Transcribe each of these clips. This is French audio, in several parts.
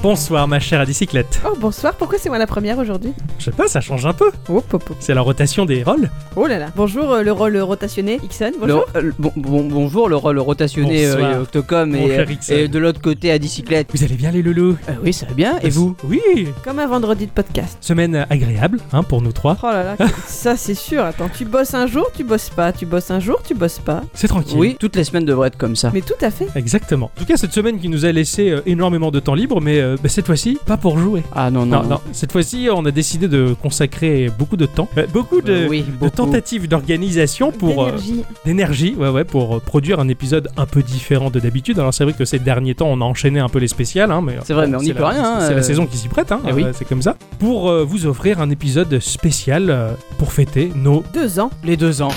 Bonsoir ma chère à bicyclette. Oh bonsoir, pourquoi c'est moi la première aujourd'hui Je sais pas, ça change un peu. oh, pop, pop. C'est la rotation des rôles. oh là là. Bonjour euh, le rôle rotationné, Ixon, bonjour. Le- euh, le- bon- bon- bonjour, le rôle rotationné euh, Bonsoir. et Octocom Mon et, cher Ixon. et de l'autre côté à bicyclette. Vous allez bien les loulous Bah, Euh, oui, ça va bien. Et vous Oui Comme un vendredi de podcast. Semaine agréable, hein, pour nous trois. Oh là là, ça c'est sûr. Attends, tu bosses un jour, tu bosses pas, tu bosses un jour, tu bosses pas. C'est tranquille. Oui, toutes les semaines devraient être comme ça. Mais tout à fait. Exactement. En tout cas, cette semaine qui nous a laissé euh, énormément de temps libre, mais euh, bah, cette fois-ci, pas pour jouer. Ah non, non. Non, non, cette fois-ci, on a décidé de consacrer beaucoup de temps, euh, beaucoup de, Euh, oui, de beaucoup. tentatives d'organisation pour euh, D'énergie. d'énergie, ouais, ouais, pour euh, produire un épisode un peu différent de d'habitude. Alors c'est vrai que ces derniers temps, on a enchaîné un peu les spéciales, hein, mais euh, C'est vrai, mais on n'y c'est peut la- rien. hein, C'est euh, la saison qui s'y prête, hein, eh oui. euh, c'est comme ça. Pour euh, vous offrir un épisode spécial euh, pour fêter nos Deux ans. Les deux ans.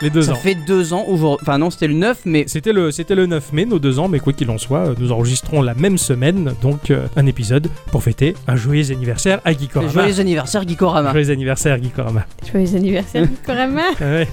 les deux ça ans. fait deux ans aujourd'hui. Enfin, non, c'était le 9, mais C'était le, c'était le 9 mai, nos deux ans, mais quoi qu'il en soit, euh, nous enregistrons la même semaine, donc euh, un épisode pour fêter un joyeux anniversaire à Geekorama. joyeux anniversaire, Gikorama. Joyeux anniversaire, Geekorama. Joyeux anniversaire, Corama. Ah ouais.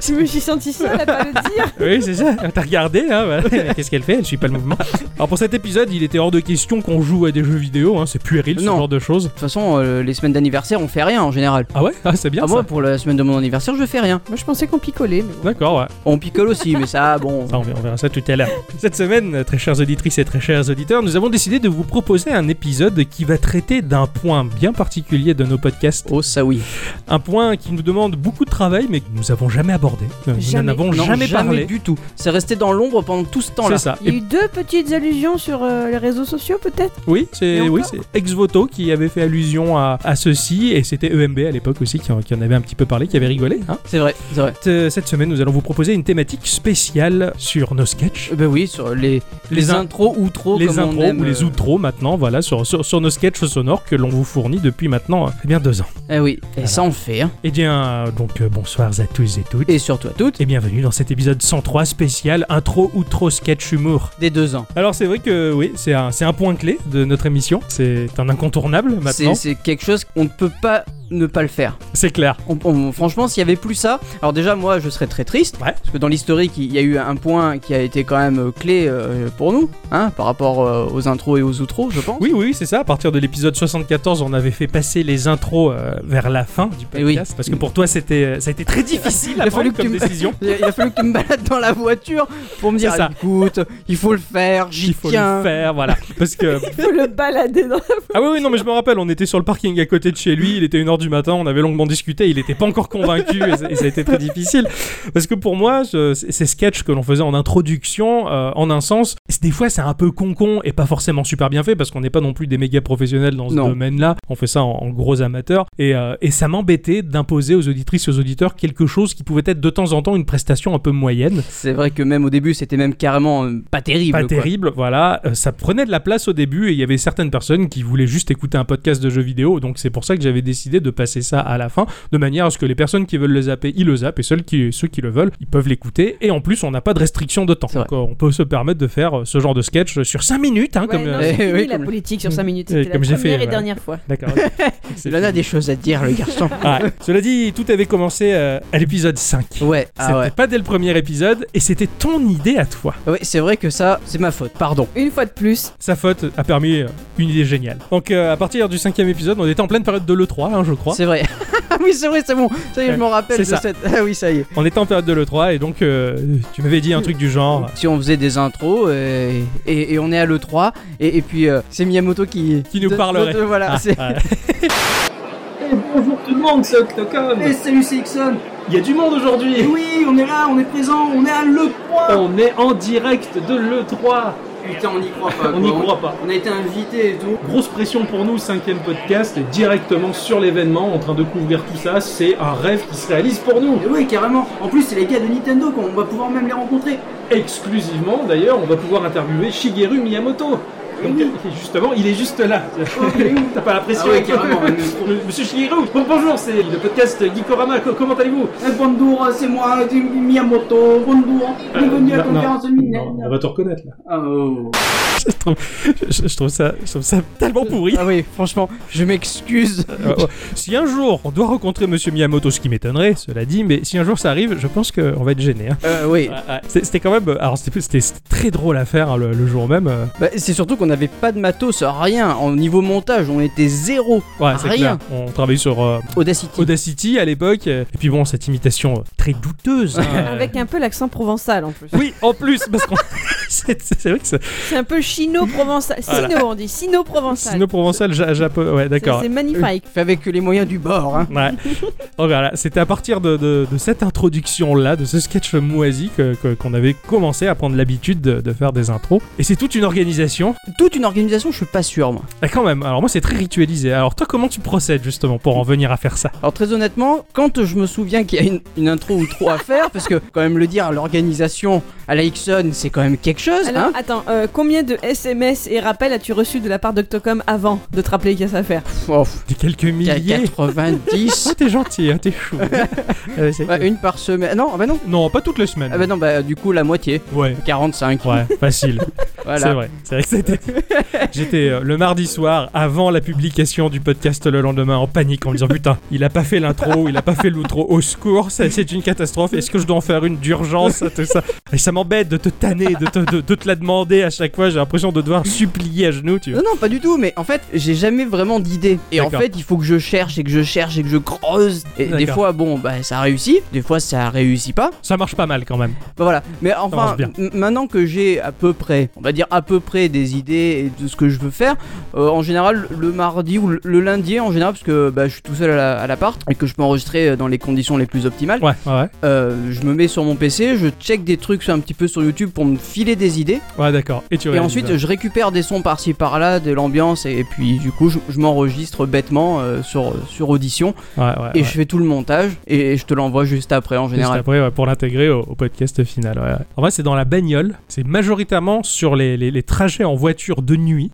Je me suis sentie seule à pas le dire. Oui, c'est ça. T'as regardé, hein, voilà. Mais Qu'est-ce qu'elle fait Elle suit pas le mouvement. Alors pour cet épisode, il était hors de question qu'on joue à des jeux vidéo. hein, C'est puéril ce Non. genre de choses. De toute façon, euh, les semaines d'anniversaire, on fait rien en général. Ah ouais, ah, c'est bien Ah, ça. moi, pour la semaine de mon anniversaire, je fais rien. Moi je pensais qu'on picolait, mais bon. D'accord, ouais. On picole aussi, mais ça, bon. Ça, on verra- on verra ça tout à l'heure. Cette semaine, très chères auditrices et très chers auditeurs, nous avons décidé de vous proposer un épisode qui va traiter d'un point bien particulier de nos podcasts. Oh, ça oui. Un point qui nous demande beaucoup de travail, mais que nous n'avons jamais abordé. Euh, Nous n'en Jamais. avons Non, jamais, parlé. du tout. C'est resté dans l'ombre pendant tout ce temps-là. C'est ça. Il y a Et eu deux petites allusions sur euh, les réseaux sociaux peut-être oui, Et c'est encore oui, c'est Exvoto qui avait fait allusion à, à ceci, et c'était EMB à l'époque aussi qui en, qui en avait un petit peu parlé, qui avait rigolé. hein. C'est vrai, c'est vrai. Cette- Cette semaine, nous allons vous proposer une thématique spéciale sur nos sketchs. Euh, Ben oui, sur les, Les les, in- intros ou trop. les comme on intros aime, ou les euh, outros maintenant, voilà, sur, sur, sur nos sketchs sonores que l'on vous fournit depuis maintenant euh, eh bien deux ans. Eh oui, Voilà. et ça on fait. Hein. Eh bien, euh, donc euh, bonsoir à tous et toutes. Et, Et surtout à toutes, bienvenue dans cet épisode 103 spécial intro outro sketch humour. des deux ans. Alors c'est vrai que oui, c'est un, c'est un point clé de notre émission. C'est un incontournable maintenant. C'est c'est quelque chose qu'on ne peut pas ne pas le faire. C'est clair. On- on- franchement, s'il y avait plus ça, alors déjà moi je serais très triste, Ouais. parce que dans l'historique il y a eu un point qui a été quand même euh, clé euh, pour nous, hein, par rapport euh, aux intros et aux outros, je pense. Oui, oui, c'est ça. À partir de l'épisode 74, on avait fait passer les intros euh, vers la fin du Eh oui. podcast. Parce que pour toi, c'était, euh, ça a été très difficile à Il a prendre fallu que comme tu me- décision. Il a, il a fallu que tu me balades dans la voiture pour me dire C'est ça. écoute, il faut le faire, j'y Il faut tiens. le faire, voilà. Parce que Faut le balader dans ah oui, oui, non, mais je me rappelle, on était sur le parking à côté de chez lui, il était 1h du matin, on avait longuement discuté, il n'était pas encore convaincu et, ça- et ça a été très difficile. Parce que pour moi, je- c- ces sketchs que l'on faisait en introduction, euh, en un sens, c'est- des fois c'est un peu con-con et pas forcément super bien fait parce qu'on n'est pas non plus des méga professionnels dans ce Non. domaine-là, on fait ça en, en gros amateur. Et, euh, et ça m'embêtait d'imposer aux auditrices et aux auditeurs quelque chose qui pouvait être de temps en temps une prestation un peu moyenne C'est vrai que même au début c'était même carrément euh, pas terrible. pas quoi. terrible, voilà. Euh, ça prenait de la place au début et il y avait certaines personnes qui voulaient juste écouter un podcast de jeux vidéo. Donc c'est pour ça que j'avais décidé de passer ça à la fin, de manière à ce que les personnes qui veulent le zapper, ils le zappent et ceux qui, ceux qui le veulent, ils peuvent l'écouter. Et en plus, on n'a pas de restriction de temps. C'est vrai. Donc euh, on peut se permettre de faire euh, ce genre de sketch sur 5 minutes, hein, Ouais, comme. non, euh, j'ai fini Eh oui, la comme- politique sur 5 minutes. Oui, C'était la comme j'ai première fait, et voilà. dernière fois. D'accord. Il en a des choses à dire le garçon. Ah, Cela dit, tout avait commencé euh, à l'épisode 5. Ouais, ah c'était ouais. pas dès le premier épisode et c'était ton idée à toi. Ouais, c'est vrai que ça, c'est ma faute, pardon. Une fois de plus, Sa faute a permis euh, une idée géniale. Donc euh, à partir du cinquième épisode, on était en pleine période de l'E3, hein, je crois. C'est vrai. Ah oui, c'est vrai, c'est bon. Ça y est, Ouais, je m'en rappelle c'est de ça. cette. Ah oui, ça y est. On était en période de l'E3 et donc euh, tu m'avais dit un truc du genre. Si on faisait des intros euh, et, et on est à l'E3, et, et puis euh, c'est Miyamoto qui. Qui nous de- parlerait. de- voilà, Ah, c'est. ah. Eh, Bonjour tout le monde, c'est Octocom Eh, salut, c'est Ixon. Eh Il y a du monde aujourd'hui oui, on est là, on est présent, on est à l'E3. On est en direct de l'E3 Putain, on n'y croit pas. On n'y croit pas On a été invité et tout. Grosse pression pour nous, cinquième podcast, directement sur l'événement, en train de couvrir tout ça, c'est un rêve qui se réalise pour nous Eh oui, carrément. En plus, c'est les gars de Nintendo qu'on va pouvoir même les rencontrer. Exclusivement d'ailleurs, on va pouvoir interviewer Shigeru Miyamoto Eh Donc, et justement, il est juste là. Oh, T'as pas la pression. Ah ouais, carrément. Monsieur Shigeru, bon, bonjour, c'est le podcast Geekorama. Co- Comment allez-vous Bonjour, c'est moi, Miyamoto. Bonjour, bienvenue à la Euh, non, non. conférence On va te reconnaître là. oh. je, trouve, je- je trouve ça, je trouve ça tellement pourri. Ah oui, franchement, je m'excuse. Euh, ouais. si un jour on doit rencontrer Monsieur Miyamoto, ce qui m'étonnerait, cela dit, mais si un jour ça arrive, je pense qu'on va être gêné. hein. Euh, oui, C'est- C'était quand même, alors c'était c'était- c'était très drôle à faire hein, le, le jour même. euh. Bah, c'est surtout qu'on n'avait pas de matos, rien. En niveau montage, on était zéro. Ouais, c'est Rien. clair. On travaillait sur euh, Audacity. Audacity à l'époque. euh, Et puis bon, cette imitation euh, très douteuse. hein, euh. Avec un peu l'accent provençal en plus. Oui, en plus, parce qu'on. c'est c'est vrai que c'est. C'est un peu chino-provençal. Voilà. Sino, on dit. Sino-provençal. Sino-provençal, ja- japo- Ouais, C'est- d'accord. C'est magnifique. Fait avec les moyens du bord. Hein. Ouais. Donc voilà, c'était à partir de, de- de cette introduction-là, de ce sketch moisi, que- que- qu'on avait commencé à prendre l'habitude de, de faire des intros. Et c'est toute une organisation. Toute une organisation, je suis pas sûr, moi. Ah, quand même, alors moi c'est très ritualisé. Alors toi, comment tu procèdes justement pour en venir à faire ça Alors très honnêtement, quand je me souviens qu'il y a une, une intro ou trop à faire, parce que quand même le dire, l'organisation à la Ixon, c'est quand même quelque chose, Alors, hein. attends, euh, combien de SMS et rappels as-tu reçu de la part d'Octocom avant de te rappeler qu'il y a ça à faire Pff, oh, pff, Des quelques milliers 90. Ah, t'es gentil, hein, t'es chou. Euh, c'est- Ouais, une par semaine. Non, ah bah non. Non, pas toute la semaine. Ah bah non, bah du coup la moitié. Ouais. 45. Ouais, facile. C'est Voilà. vrai. C'est vrai que c'était. J'étais euh, le mardi soir, avant la publication du podcast le lendemain, en panique, en me disant Putain, il a pas fait l'intro, il a pas fait l'outro, au secours, ça, c'est une catastrophe, est-ce que je dois en faire une d'urgence Tout ça. Et ça m'embête de te tanner, de te, de- de te la demander à chaque fois, j'ai l'impression de devoir supplier à genoux, tu vois. Non, non, pas du tout, mais en fait, j'ai jamais vraiment d'idée. Et en D'accord. fait, il faut que je cherche et que je cherche et que je creuse. Et des D'accord. fois, bon, bah ça réussit, des fois ça réussit pas. Ça marche pas mal quand même. Bah voilà, mais enfin, marche bien. m- maintenant que j'ai à peu près, on va dire à peu près des idées et de ce que je veux faire, euh, en général le mardi ou le, le lundi en général, parce que bah, je suis tout seul à la- à l'appart et que je peux enregistrer euh, dans les conditions les plus optimales, Ouais, ouais, ouais. euh, je me mets sur mon PC, je check des trucs un petit peu sur YouTube pour me filer des idées, Ouais, d'accord. Et tu et réalises, ensuite hein. je récupère des sons par-ci par-là, de l'ambiance, et, et puis du coup je, je m'enregistre bêtement euh, sur, sur Audition, Ouais, ouais. et ouais. je fais tout le montage, et, je te l'envoie juste après en Juste général. après, ouais, pour l'intégrer au, au podcast final. ouais, ouais. En vrai, c'est dans la bagnole. C'est majoritairement sur les, les- les trajets en voiture de nuit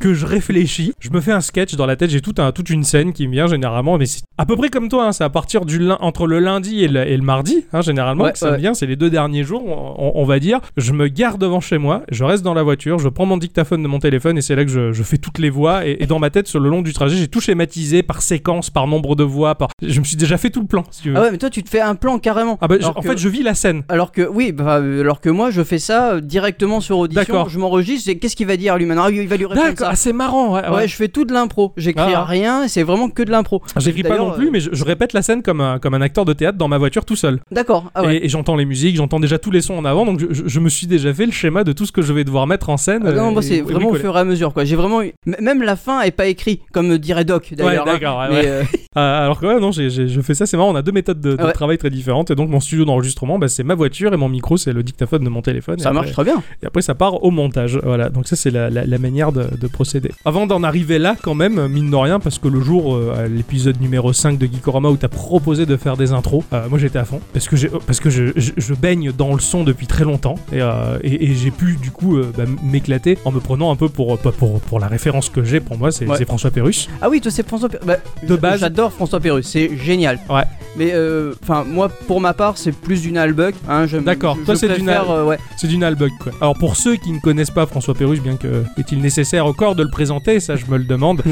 que je réfléchis. Je me fais un sketch dans la tête. J'ai tout un- toute une scène qui me vient généralement. Mais c'est à peu près comme toi. hein, c'est à partir du lin- entre le lundi et le, et le mardi, hein, généralement, Ouais, que ça me ouais. vient. C'est les deux derniers jours, on, on- on va dire. Je me gare devant chez moi. Je reste dans la voiture. Je prends mon dictaphone de mon téléphone et c'est là que je, je fais toutes les voix. Et, et dans ma tête, sur le long du trajet, j'ai tout schématisé par séquence, par nombre de voix. Par... Je me suis déjà fait tout le plan, si tu veux. Ah ouais, mais toi tu te fais un plan carrément. Ah bah, je- Alors en que- fait, je vis la scène. Alors que oui, bah, euh, alors que moi je fais ça euh, directement sur audition. D'accord. Je m'enregistre et qu'est-ce qu'il va dire lui maintenant Ah, Il va lui répondre D'accord, ça. ah, c'est marrant. Ouais, Ouais, je fais tout de l'impro. J'écris Ah. rien, c'est vraiment que de l'impro. J'écris pas D'ailleurs, non plus, euh, mais je, je répète la scène comme un, comme un acteur de théâtre dans ma voiture tout seul. D'accord. Ah ouais. Et, et j'entends les musiques, j'entends déjà tous les sons en avant, donc je, je- je me suis déjà fait le schéma de tout ce que je vais devoir mettre en scène. Ah non, euh, moi c'est et- vraiment au bricoler. fur et à mesure quoi. J'ai vraiment eu... M- même la fin est pas écrite comme dirait Doc d'ailleurs. Ouais, hein. d'accord, ouais, Mais, ouais. euh, Ah, alors que ouais, non, j'ai- j'ai- je fais ça, c'est marrant, on a deux méthodes de, de Ah ouais. travail très différentes, et donc mon studio d'enregistrement, bah, c'est ma voiture, et mon micro, c'est le dictaphone de mon téléphone. et ça après- marche très bien. Et après, ça part au montage. Voilà, donc ça, c'est la, la- la manière de, de procéder. Avant d'en arriver là, quand même, mine de rien, parce que le jour, euh, à l'épisode numéro 5 de Geekorama où t'as proposé de faire des intros, euh, moi j'étais à fond. Parce que, j'ai- euh, parce que je, je- je baigne dans le son depuis très longtemps. Et, euh, et- et j'ai pu, du coup, euh, bah, m'éclater en me prenant un peu pour, euh, pas pour, pour la référence que j'ai. Pour moi, c'est Ouais. c'est François Pérus. Ah oui, toi c'est François Péru. Bah, De base. J'adore François Péru, c'est génial. Ouais. Mais euh, enfin moi pour ma part c'est plus du Nalbuck. Hein, je- D'accord, je toi, c'est du préfère, Nal- euh, ouais. C'est du Nalbug, quoi. Alors, pour ceux qui ne connaissent pas François Pérus, bien que est-il nécessaire encore de le présenter, ça je me le demande.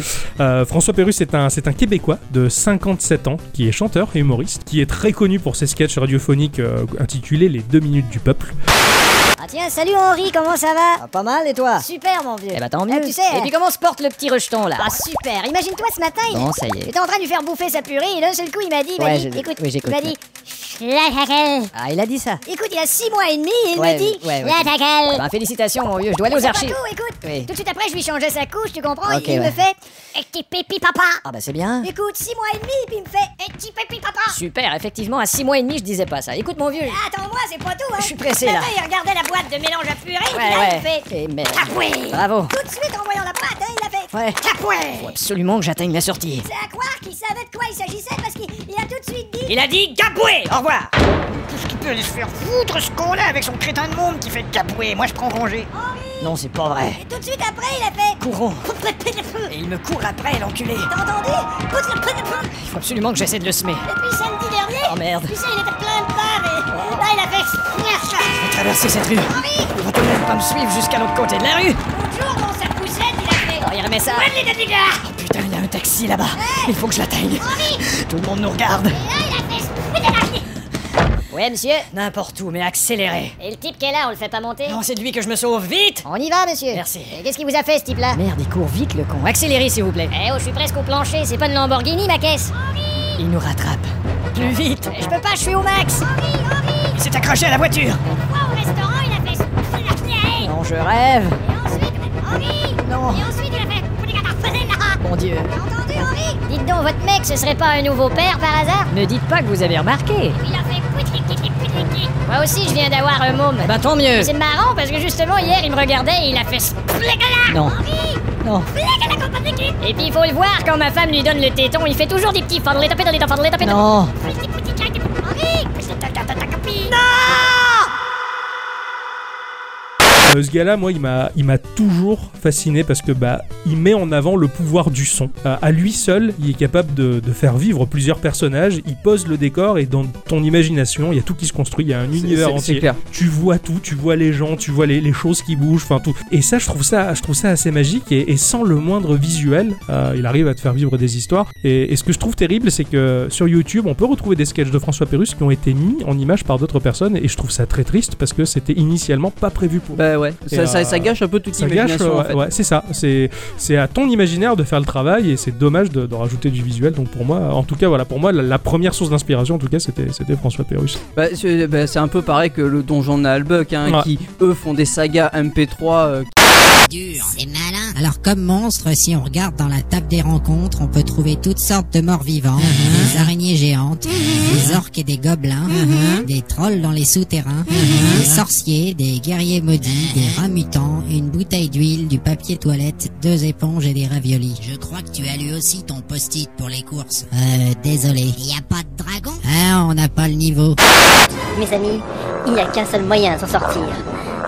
Euh, François Pérus est un, c'est un Québécois de 57 ans qui est chanteur et humoriste, qui est très connu pour ses sketchs radiophoniques euh, intitulés Les 2 minutes du peuple. Ah tiens, salut Henri, comment ça va Ah, pas mal, et toi Super mon vieux. Eh bah tant mieux. Eh, tu sais. Et puis comment se porte le petit rejeton là Ah super, imagine-toi ce matin, il- Bon, ça y il est. était en train de lui faire bouffer sa purée et d'un seul coup il m'a dit, il m'a Ouais, dit, je- écoute, oui, il j'écoute, m'a ouais. dit, la ta gueule. Ah, il a dit ça. Écoute, il a six mois et demi et il Ouais, me dit, ouais, ouais. la ta gueule. Bah, félicitations, mon vieux, je dois aller C'est aux pas archives. tout, écoute. Oui. Tout de suite après, je lui changeais sa couche, tu comprends Ok, Il me ouais. fait, et petit pépi papa. Ah, bah, c'est bien. Écoute, six mois et demi, puis il me fait, et petit pépi papa. Super, effectivement, à 6 mois et demi, je disais pas ça. Écoute, mon vieux. Ah, Attends-moi, c'est pas tout, hein. Je suis pressé, Ce là. matin, il regardait la boîte de mélange à purée, et puis Ouais, là, ouais. il fait, Eh merde. tapoué. Bravo. Tout de suite, en voyant la pâte, hein, il a fait, Ouais. tapoué. Faut absolument que j'atteigne la sortie. C'est à croire qu'il savait de quoi il s'agissait parce qu'il il a tout de suite dit Il a dit Gaboué Au revoir Qu'est-ce qui peut aller se faire foutre ce con-là avec son crétin de monde qui fait capouer Moi je prends congé. Henri, Non, c'est pas vrai. Et tout de suite après, il a fait. Courons. Et Et il me court après, l'enculé. T'as entendu Il faut absolument que j'essaie de le semer. Depuis samedi dernier Oh merde. Tu sais, il était plein de part et là, il a fait. Ah Traverser cette rue. Il va tout de même pas me suivre jusqu'à l'autre côté de la rue. L'autre jour, dans sa poussette, il a fait. Oh, il remet ça. Bonne les deux du gars Oh putain, il y a un taxi là-bas. Il faut que je l'atteigne. Tout le monde nous regarde. Et là, il a fait. Ouais, monsieur N'importe où, mais accéléré. Et le type qui est là, on le fait pas monter Non, c'est de lui que je me sauve. Vite On y va, monsieur Merci. Et qu'est-ce qui vous a fait, ce type-là Merde, il court vite, le con. Accélérez, s'il vous plaît. Eh oh, je suis presque au plancher, c'est pas une Lamborghini, ma caisse Il nous rattrape. Plus vite Je peux pas, je suis au max Il s'est accroché à la voiture Au restaurant, il a fait. Et Non, je rêve ensuite, Henri Non. Et ensuite, il a fait. Mon dieu T'as entendu, Henri Dites donc, votre mec, ce serait pas un nouveau père par hasard Ne dites pas que vous avez remarqué Il a fait. Moi aussi, je viens d'avoir un môme. Bah tant mieux C'est marrant parce que justement hier il me regardait et il a fait ce- Non Non Et puis il faut le voir quand ma femme lui donne le téton, il fait toujours des petits fadlés tapés dans les fadlés tapés dans Non Euh, ce gars-là, moi, il m'a, il m'a toujours fasciné parce que bah, il met en avant le pouvoir du son. Euh, à lui seul, il est capable de, de faire vivre plusieurs personnages. Il pose le décor et dans ton imagination, il y a tout qui se construit. Il y a un C'est- univers c'est- entier. C'est clair. Tu vois tout, tu vois les gens, tu vois les, les choses qui bougent, enfin tout. Et ça, je trouve ça, je trouve ça assez magique et, et sans le moindre visuel, euh, il arrive à te faire vivre des histoires. Et, et ce que je trouve terrible, c'est que sur YouTube, on peut retrouver des sketchs de François Pérus qui ont été mis en image par d'autres personnes et je trouve ça très triste parce que c'était initialement pas prévu pour. Bah ouais, Et, ça, euh, ça, ça gâche un peu toute Ça gâche, l'imagination en ouais, fait. ouais, c'est ça. C'est c'est à ton imaginaire de faire le travail et c'est dommage de, de rajouter du visuel. Donc pour moi, en tout cas, voilà, pour moi, la, la première source d'inspiration, en tout cas, c'était c'était François Pérus. Bah, c'est bah, c'est un peu pareil que le donjon de Nalbuck, hein, Ouais. qui eux font des sagas MP3 euh, C'est malin. Alors comme monstre, si on regarde dans la table des rencontres, on peut trouver toutes sortes de morts vivants, des araignées géantes, des orques et des gobelins, des trolls dans les souterrains, des sorciers, des guerriers maudits, des rats mutants, une bouteille d'huile, du papier toilette, deux éponges et des raviolis. Je crois que tu as lu aussi ton post-it pour les courses. Euh, désolé. Y a pas de dragon Ah, on n'a pas le niveau. Mes amis, il n'y a qu'un seul moyen de s'en sortir.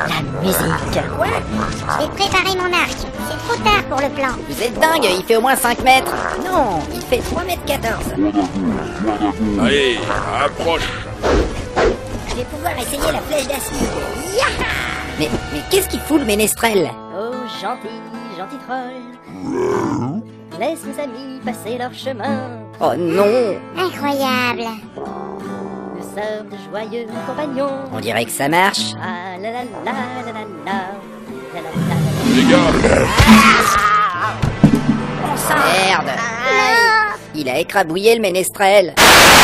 La musique. J'ai préparé mon arc, c'est trop tard pour le plan. Vous êtes dingue, il fait au moins 5 mètres. Non, il fait 3 mètres 14. Allez, approche Je vais pouvoir essayer la flèche d'acier. Mais, mais qu'est-ce qu'il fout le ménestrel Oh, gentil, gentil troll. Laisse mes amis passer leur chemin. Oh non Incroyable Nous sommes de joyeux compagnons. On dirait que ça marche Ah la la la la la la. La la Les gars, Ah, Merde Il a écrabouillé le ménestrel.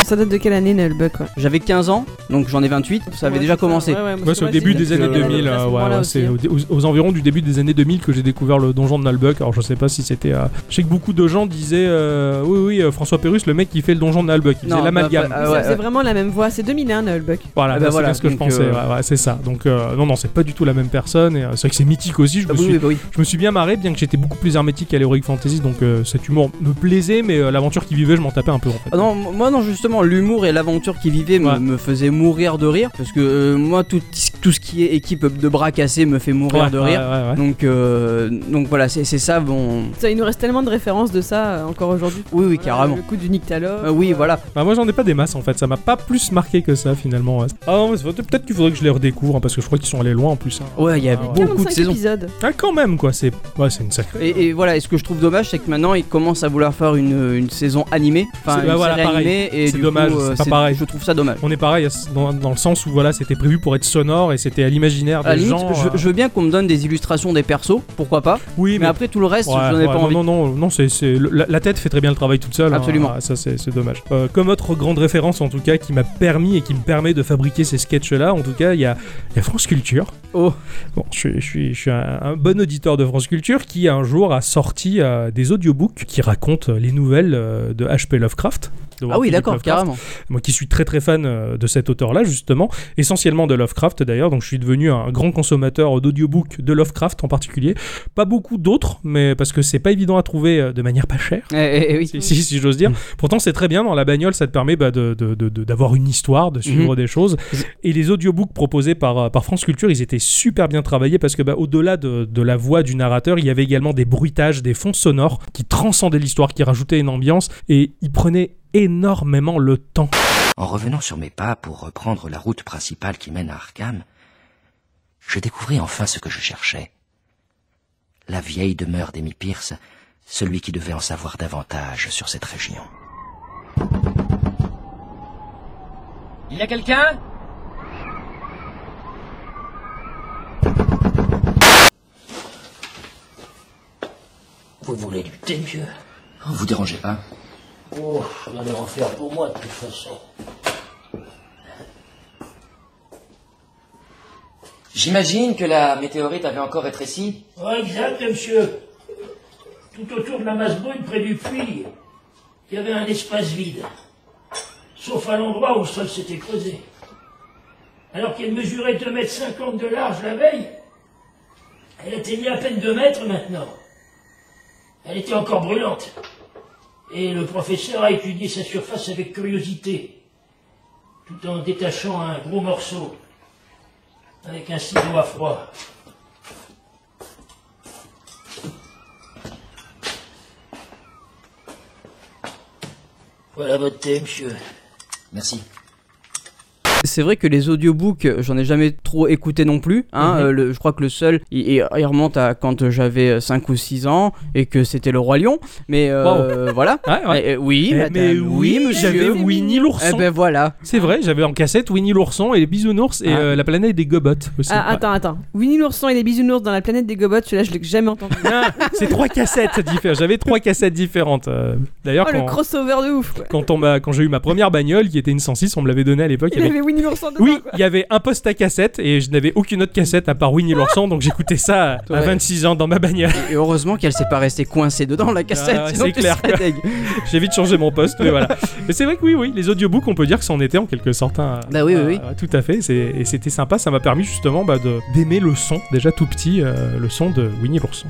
Ça date de quelle année, Nullbuck quoi J'avais 15 ans, donc j'en ai 28, ça avait Ouais, déjà c'est commencé. ouais, ouais, parce Ouais, que c'est au moi, début c'est- des c'est années à ce 2000. euh, ouais, moment-là ouais, aussi, c'est hein. au- aux, aux environs du début des années 2000 que j'ai découvert le donjon de Nalbuck. Alors je sais pas si c'était. euh, Je sais que beaucoup de gens disaient euh, oui oui euh, François Pérus le mec qui fait le donjon de Nalbuck. Il Non, faisait l'amalgame. bah, bah, Ça ouais, faisait ouais. vraiment la même voix, c'est 2001 Nullbuck. Voilà, Ah bah bah, c'est voilà, bien ce que je donc, pensais. euh, ouais, ouais, c'est ça. Donc euh, non non c'est pas du tout la même personne. et, euh, c'est vrai que c'est mythique aussi. Je Ah me oui, suis oui, bah oui. Je me suis bien marré, bien que j'étais beaucoup plus hermétique à l'Heroic Fantasy, donc euh, cet humour me plaisait, mais euh, l'aventure qui vivait, je m'en tapais un peu en fait. Ah non, m- moi non, justement, l'humour et l'aventure qui vivait me, Ouais. me faisait mourir de rire, parce que euh, moi, tout, tout ce qui est équipe de bras cassés me fait mourir Ouais, de ouais, rire. ouais, ouais. Donc, euh, donc voilà, c'est c'est ça, bon. Ça, Il nous reste tellement de références de ça euh, encore aujourd'hui. Oui, oui, Voilà, carrément. Le coup du Nyctalope. Ah oui, voilà. Bah, moi j'en ai pas des masses en fait, ça m'a pas plus marqué que ça finalement. ouais. Ah non, mais c'est- peut-être qu'il faudrait que je les redécouvre, hein, parce que je crois qu'ils sont allés loin en plus. hein. Ouais, il y a Ah ouais. beaucoup de 45 saisons. épisodes. Ah quand même quoi, c'est ouais, c'est une sacrée. Et, et voilà, et ce que je trouve dommage, c'est que maintenant ils commencent à vouloir faire une, une saison animée, enfin C'est- une bah voilà, série pareil. animée, et C'est du dommage, coup, euh, c'est pas pareil. Je trouve ça dommage. On est pareil dans, dans le sens où voilà, c'était prévu pour être sonore et c'était à l'imaginaire À la des limite, gens. je, euh, je veux bien qu'on me donne des illustrations des persos, pourquoi pas. Oui, Mais, mais, après tout le reste, Ouais, j'en ai ouais, pas non, envie. Non, non, non, c'est, c'est- le- la, la tête fait très bien le travail toute seule. hein. Absolument. Ah, ça, c'est, c'est dommage. Euh, comme autre grande référence, en tout cas, qui m'a permis et qui me permet de fabriquer ces sketchs-là, en tout cas, il y a, il y a France Culture. Oh. Bon, je, suis- je suis, je suis un, un bon auditeur de France Culture qui, un jour, a sorti euh, des audiobooks qui racontent euh, les nouvelles euh, de H.P. Lovecraft. Ah de World oui, Philip d'accord, Lovecraft. carrément. Moi qui suis très très fan euh, de cet auteur-là, justement, essentiellement de Lovecraft d'ailleurs, donc je suis devenu un grand consommateur d'audiobooks de Lovecraft en particulier. Pas beaucoup d'autres, mais parce que c'est pas évident à trouver euh, de manière pas chère. Eh, eh, eh oui. Si, si, si j'ose dire. Pourtant, c'est très bien dans la bagnole, ça te permet bah, de- de- de- de- d'avoir une histoire, de suivre des choses. Et les audiobooks proposés par, euh, par France Culture, ils étaient super bien travaillés parce que bah, au-delà de, de la voix du narrateur, il y avait également des bruitages, des fonds sonores qui transcendaient l'histoire, qui rajoutaient une ambiance et ils prenaient énormément le temps. En revenant sur mes pas pour reprendre la route principale qui mène à Arkham, je découvris enfin ce que je cherchais. La vieille demeure d'Amy Pierce, celui qui devait en savoir davantage sur cette région. Il y a quelqu'un Vous voulez lutter, vieux Vous dérangez pas Oh, j'en ai refaire pour moi de toute façon. J'imagine que la météorite avait encore rétréci. exact, monsieur. Tout autour de la masse brune, près du puits, il y avait un espace vide. Sauf à l'endroit où le sol s'était creusé. Alors qu'elle mesurait 2,50 mètres de large la veille, elle atteignait à peine 2 mètres maintenant. Elle était encore brûlante. Et le professeur a étudié sa surface avec curiosité, tout en détachant un gros morceau avec un ciseau à froid. Voilà votre thé, monsieur. Merci. C'est vrai que les audiobooks, euh, j'en ai jamais trop écouté non plus. hein. Mhm. Euh, le- je crois que le seul, il, il- il remonte à quand j'avais euh, 5 ou 6 ans et que c'était le Roi Lion. Mais euh, voilà. Eh, eh, oui, Eh, madame, mais oui, monsieur. j'avais Winnie l'ourson. Eh ben voilà. C'est vrai, j'avais en cassette Winnie l'ourson et les bisounours et Ah. euh, la planète des gobots aussi. Ah, attends, attends. Winnie l'ourson et les bisounours dans la planète des gobots, celui-là, je l'ai jamais entendu. C'est trois cassettes différentes. J'avais trois cassettes différentes. euh, D'ailleurs, Oh, le quand, Ah crossover de ouf. quoi. quand, on m'a- quand j'ai eu ma première bagnole, qui était une 106, on me l'avait donnée à l'époque. Il avec- avait Winnie l'ourson dedans. Oui, il y avait un poste à cassette et je n'avais aucune autre cassette à part Winnie l'ourson, donc j'écoutais ça à- à Ouais. 26 ans dans ma bagnole. Et heureusement qu'elle s'est pas restée coincée dedans la cassette. Ah ouais, sinon c'est tu clair, serais quoi. deg. J'ai vite changé mon poste, mais voilà. Mais c'est vrai que oui, oui, les audiobooks, on peut dire que c'en était en quelque sorte. hein. Bah oui, oui, Ah, oui. ah, Tout à fait, c'est- et c'était sympa, ça m'a permis justement bah, de- d'aimer le son, déjà tout petit, euh, le son de Winnie l'ourson.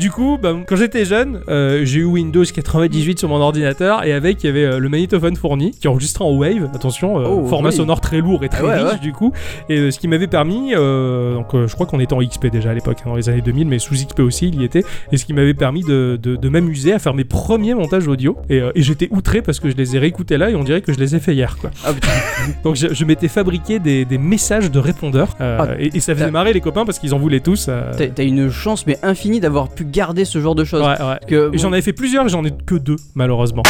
Du coup, bah, quand j'étais jeune, euh, j'ai eu Windows 98 sur mon ordinateur et avec, il y avait euh, le magnétophone fourni qui enregistrait en wave, attention, euh, Oh, format oui. sonore très lourd et très Ah ouais, riche ouais. du coup, et euh, ce qui m'avait permis, euh, donc euh, je crois qu'on était en XP déjà à l'époque, hein, dans les années 2000, mais sous XP aussi il y était, et ce qui m'avait permis de, de- de m'amuser à faire mes premiers montages audio, et, euh, et j'étais outré parce que je les ai réécoutés là et on dirait que je les ai fait hier quoi. Ah, putain. Donc je, je m'étais fabriqué des, des messages de répondeurs, euh, Ah, et, et ça faisait t'as- marrer les copains parce qu'ils en voulaient tous. euh, T'as- T'as une chance mais infinie d'avoir pu garder ce genre de choses. ouais, ouais. Parce Que, Et J'en avais fait plusieurs, et j'en ai que deux, malheureusement.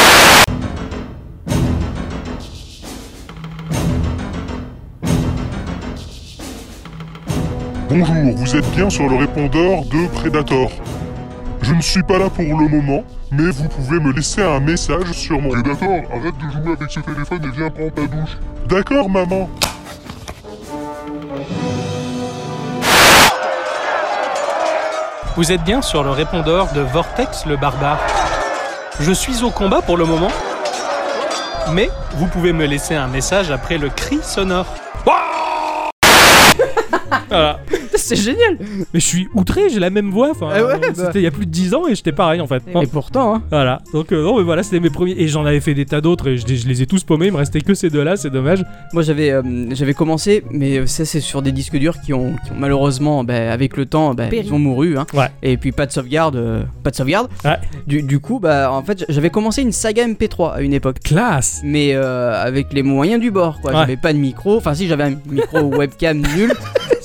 Bonjour, vous êtes bien sur le répondeur de Predator. Je ne suis pas là pour le moment, mais vous pouvez me laisser un message sur mon... Predator, Eh ben arrête de jouer avec ce téléphone et viens prendre ta douche. D'accord, maman. Vous êtes bien sur le répondeur de Vortex le barbare. Je suis au combat pour le moment, mais vous pouvez me laisser un message après le cri sonore. voilà. c'est génial. Mais je suis outré, j'ai la même voix. Enfin, Ah ouais, euh, bah. c'était il y a plus de 10 ans et j'étais pareil en fait. Et pourtant, hein. Voilà. Donc euh, non, mais voilà, c'était mes premiers et j'en avais fait des tas d'autres et je, les- je les ai tous paumés. Il me restait que ces deux-là, c'est dommage. Moi j'avais euh, j'avais commencé, mais ça c'est sur des disques durs qui ont, qui ont malheureusement, bah, avec le temps, bah, Péri. ils ont mouru. Hein. Ouais. Et puis pas de sauvegarde, euh, pas de sauvegarde. Ouais. Du, du coup, bah en fait j'avais commencé une saga MP3 à une époque. Classe. Mais euh, avec les moyens du bord, quoi. Ouais. J'avais pas de micro. Enfin, si j'avais un micro webcam nul.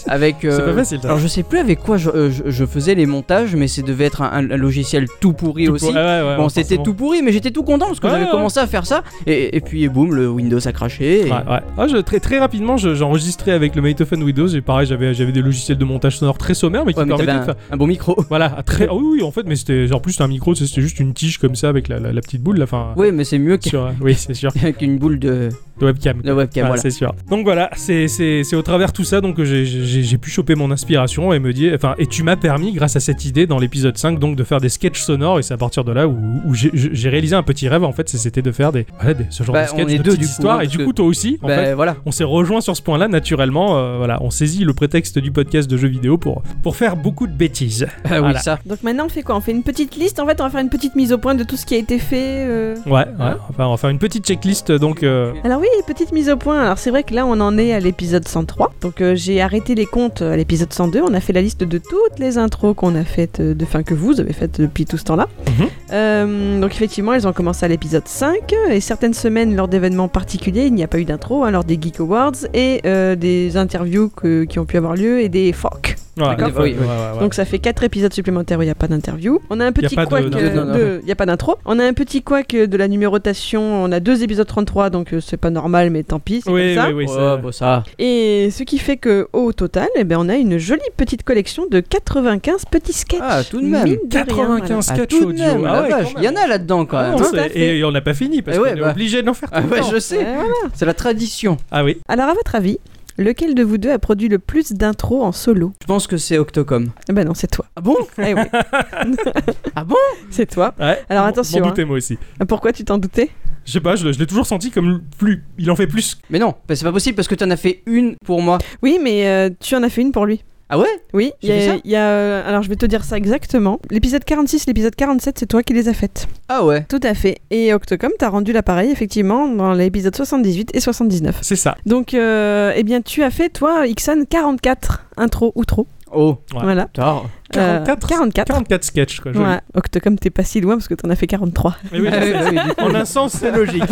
Avec. euh, C'est pas facile. ça. Alors je sais plus avec quoi je, euh, je- je faisais les montages, mais c'est devait être un, un logiciel tout pourri Tout aussi. pour- ouais, ouais, ouais, Bon, c'était forcément. tout pourri, mais j'étais tout content parce que Ouais, j'avais ouais. commencé à faire ça. Et, et puis, et boum, le Windows a craché. et- Ouais, ouais. Ah, je, très, très rapidement, je- j'ai enregistré avec le Magnetophone Windows et pareil, j'avais j'avais des logiciels de montage sonore très sommaires, mais qui Ouais, mais permettaient t'avais de un, faire- un bon micro. Voilà, à très. ah oui, oui, en fait, mais c'était genre plus un micro, c'était juste une tige comme ça avec la, la- la petite boule, là. Enfin, Oui, mais c'est mieux qu'avec sur- oui, c'est sûr. une boule de, De webcam. de webcam. Ah, voilà. C'est sûr. Donc voilà, c'est c'est- c'est au travers de tout ça donc que j'ai- j'ai j'ai pu choper mon inspiration et me dire, enfin, et tu m'as permis, grâce à cette idée dans l'épisode 5, donc de faire des sketchs sonores, et c'est à partir de là où, où j'ai- j'ai réalisé un petit rêve en fait, c'est- c'était de faire des, voilà, des- ce genre Bah, de sketchs, on est deux, de petites du coup, histoires, hein, et parce du que- coup toi aussi, en Bah, fait, voilà. on s'est rejoint sur ce point-là naturellement, euh, voilà, on saisit le prétexte du podcast de jeux vidéo pour, pour faire beaucoup de bêtises. Ah oui, Voilà. ça. Donc maintenant, on fait quoi On fait une petite liste. En fait, on va faire une petite mise au point de tout ce qui a été fait. euh. Ouais, ouais. Hein Enfin, on va faire une petite checklist donc. euh, Alors oui, petite mise au point. Alors c'est vrai que là, on en est à l'épisode 103. Donc euh, j'ai arrêté les comptes à l'épisode 102. On a fait la liste de toutes les intros qu'on a faites, euh, de, fin que vous avez faites depuis tout ce temps-là. Mhm. Euh, donc effectivement, elles ont commencé à l'épisode 5. Et certaines semaines, lors d'événements particuliers, il n'y a pas eu d'intro, hein, lors des Geek Awards et euh, des interviews que- qui ont pu avoir lieu et des forks. Ouais, D'accord des forks, Oui, oui. ouais, ouais, ouais. Donc ça fait 4 épisodes supplémentaires où il n'y a pas d'interview. On a un Y a petit pas de- couac euh, d'intro. de- il n'y a pas d'intro. On a un petit couac euh, de la numérotation. On a deux épisodes 33, donc euh, c'est pas normal, mais tant pis, c'est Oui, comme ça. oui, oui, ça- Ouais, bon, ça. Et ce qui fait que au total, eh ben, on a une jolie petite collection de 95 petits sketchs. Ah, tout de même. Mine de rien, 95 voilà. sketchs Ah, tout de audio. même, Ah la ouais, vache, quand même. Il y en a là-dedans quand même. non, c'est- et, et on n'a pas fini parce Eh qu'on ouais, est bah. obligé d'en faire. Ah tout le ouais, temps. je sais. Eh, voilà. C'est la tradition. Ah oui. Alors à votre avis, lequel de vous deux a produit le plus d'intros en solo Je pense que c'est Octocom. Eh Ben non, c'est toi. Ah bon Ah bon C'est toi. Ouais, Alors m'en- attention. M'en hein. doutais moi aussi. Pourquoi tu t'en doutais Je sais pas, je, l'ai- je l'ai toujours senti comme plus. Il en fait plus. Mais non, bah, c'est pas possible parce que t'en as fait une pour moi. Oui, mais euh, tu en as fait une pour lui. Ah ouais Oui, il y J'ai fait a, ça il y a, euh, alors je vais te dire ça exactement. L'épisode 46, l'épisode 47, c'est toi qui les as faites. Ah ouais Tout à fait. Et Octocom t'as rendu l'appareil effectivement dans l'épisode 78 et 79. C'est ça. Donc, euh, eh bien, tu as fait toi, Ixon, 44 intro ou trop. Oh, Voilà. tard. Euh, 44, 44. 44 sketchs quoi. joli. Ouais. Octocom, t'es pas si loin parce que t'en as fait 43. Mais oui, c'est- en un sens c'est logique.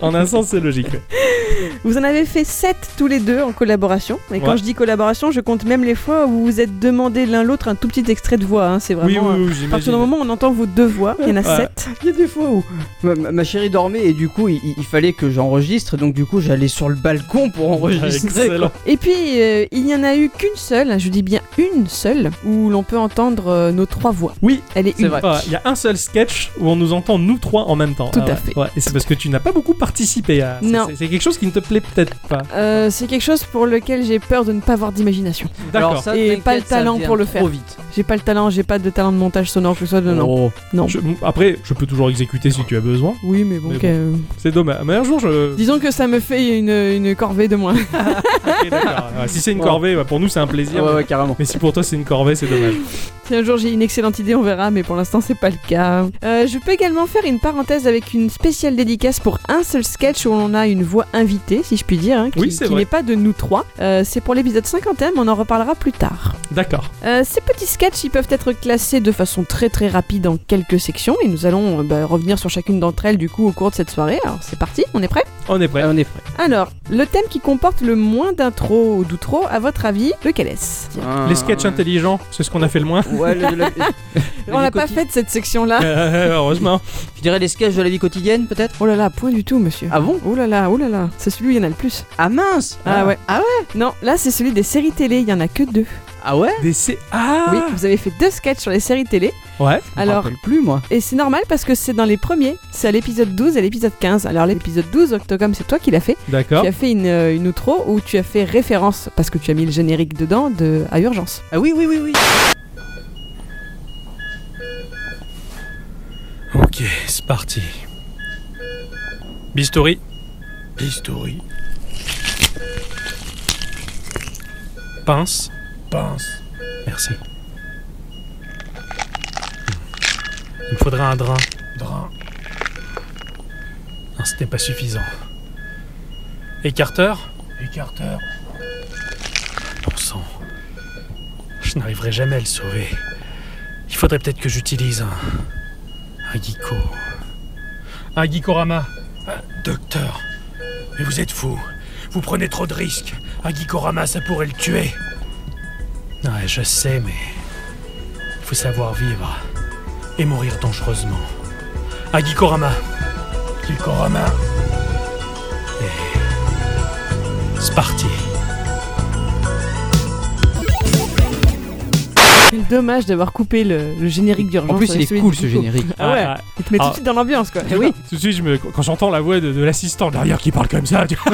En un sens c'est logique. Vous en avez fait 7 tous les deux en collaboration. Et quand Ouais. je dis collaboration, je compte même les fois où vous vous êtes demandé l'un l'autre un tout petit extrait de voix. hein. C'est vraiment. Oui, oui, oui, euh, j'imagine. à partir du moment où on entend vos deux voix, il y en a Ouais. 7. Il y a des fois où. Ma, ma- ma chérie dormait et du coup il, il- il fallait que j'enregistre donc du coup j'allais sur le balcon pour enregistrer. Excellent. quoi. Et puis, euh, il n'y en a eu qu'une seule, je dis bien une seule, où l'on peut entendre euh, nos trois voix. Oui, elle est Il une. y a un seul sketch où on nous entend nous trois en même temps. Tout Ah à ouais, fait. ouais. Et c'est parce que tu n'as pas beaucoup participé à. c'est- Non. c'est- C'est quelque chose qui ne te plaît peut-être pas. Euh, c'est quelque chose pour lequel j'ai peur de ne pas avoir d'imagination. D'accord. Alors ça, Et t'inquiète, pas le ça talent vient pour le trop faire. vite. J'ai pas le talent, j'ai pas de talent de montage sonore, que ce soit de non. Oh. Non. Oh. Je- après, je peux toujours exécuter si tu as besoin. Oui, mais bon, ok, euh. C'est dommage. Mais un jour, je. Disons que ça me fait une, une corvée de moins. Ah, si c'est une Ouais. corvée, bah, pour nous c'est un plaisir. Ouais, ouais, carrément. Mais si pour toi c'est une corvée, c'est dommage. si un jour j'ai une excellente idée, on verra, mais pour l'instant c'est pas le cas. Euh, je peux également faire une parenthèse avec une spéciale dédicace pour un seul sketch où on a une voix invitée, si je puis dire, hein, qui, Oui, c'est qui vrai. n'est pas de nous trois. Euh, c'est pour l'épisode 51, mais on en reparlera plus tard. D'accord. Euh, ces petits sketchs, ils peuvent être classés de façon très très rapide en quelques sections et nous allons euh, bah, revenir sur chacune d'entre elles du coup au cours de cette soirée. Alors c'est parti, on est prêt On est prêt. on est prêt. Alors, le thème qui comporte le moins d'intro ou d'outro, à votre avis, lequel est-ce Les sketchs intelligents, c'est ce qu'on a fait le moins. Ah. Ouais, le- le- On n'a pas fait de cette section-là. Euh, heureusement. Je dirais les sketchs de la vie quotidienne peut-être Oh là là, point du tout, monsieur. Ah bon Oh là là, oh là là. C'est celui où il y en a le plus. Ah mince Ah Ah. ouais. Ah ouais Non, là c'est celui des séries télé, il y en a que deux. Ah ouais Des sé- Ah Oui, vous avez fait deux sketchs sur les séries télé. Ouais. Alors, plus moi. et c'est normal parce que c'est dans les premiers, c'est à l'épisode 12 et l'épisode 15. Alors l'épisode 12, Octocom, c'est toi qui l'as fait. D'accord. Tu as fait une, euh, une outro où tu as fait référence, parce que tu as mis le générique dedans, de à urgence. Ah oui, oui, oui, oui. Ok, c'est parti. Bistory. Bistory. Pince. Pince. Merci. Il me faudra un drain. Drain. Non, ce n'est pas suffisant. Écarteur Écarteur. Bon sang. Je n'arriverai jamais à le sauver. Il faudrait peut-être que j'utilise un. Un geeko. Un geekorama. Docteur. Mais vous êtes fou. Vous prenez trop de risques. Un Gikorama, ça pourrait le tuer. Ouais, je sais, mais. Faut savoir vivre. Et mourir dangereusement. Un geekorama. Gikorama. C'est parti. Quel dommage d'avoir coupé le, le générique d'urgence. En plus, il avec est celui cool, du ce coucou. générique. Ah ouais, Ah, ah. il te met tout Ah. de suite dans l'ambiance quoi. Eh oui. Tout de suite, je me- quand j'entends la voix de, de l'assistant derrière qui parle comme ça, tu vois,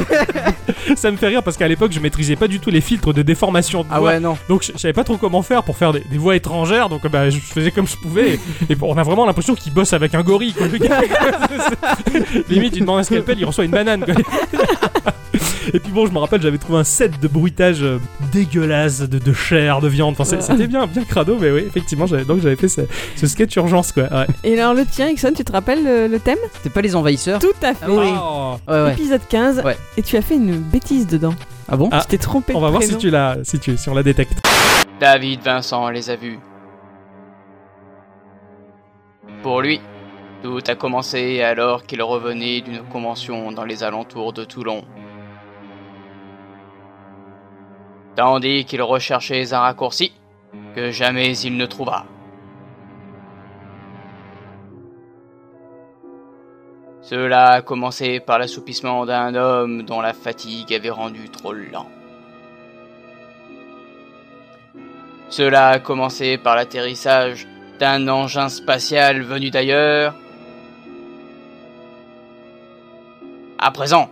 ça me fait rire parce qu'à l'époque, je maîtrisais pas du tout les filtres de déformation de Ah voix. ouais, non. Donc, je je savais pas trop comment faire pour faire des, des voix étrangères. Donc, euh, bah, je faisais comme je pouvais. Et, et on a vraiment l'impression qu'il bosse avec un gorille. quoi. Le gars, c'est- Limite, il demande un scalpel, il reçoit une banane. quoi. Et puis bon, je me rappelle, j'avais trouvé un set de bruitage euh, dégueulasse de, de chair, de viande. Enfin, c'est- Ouais. c'était bien, bien crado, mais oui, effectivement, j'avais- donc j'avais fait ce, ce sketch urgence, quoi. ouais. Et alors le tien, Ixon, tu te rappelles euh, le, le thème C'était pas les envahisseurs Tout à fait. Ah Ah. Ouais, ouais. Épisode 15. Ouais. Et tu as fait une bêtise dedans. Ah bon Ah, Tu t'es trompé. On de va voir si prénom. tu la, si tu, si on la détecte. David Vincent les a vus. Pour lui, tout a commencé alors qu'il revenait d'une convention dans les alentours de Toulon. Tandis qu'il recherchait un raccourci que jamais il ne trouva. Cela a commencé par l'assoupissement d'un homme dont la fatigue avait rendu trop lent. Cela a commencé par l'atterrissage d'un engin spatial venu d'ailleurs. À présent,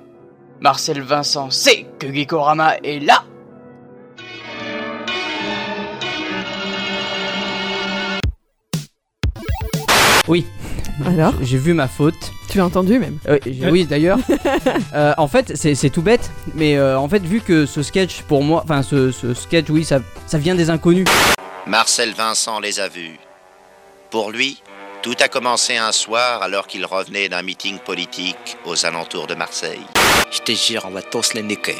Marcel Vincent sait que Gekorama est là. Oui. Alors J'ai vu ma faute. Tu l'as entendu même Euh, j'ai- oui, d'ailleurs. Euh, en fait, c'est c'est tout bête, mais euh, en fait, vu que ce sketch, pour moi, enfin, ce, ce sketch, oui, ça, ça vient des inconnus. Marcel Vincent les a vus. Pour lui, tout a commencé un soir alors qu'il revenait d'un meeting politique aux alentours de Marseille. Je te jure, on va tous les niquer.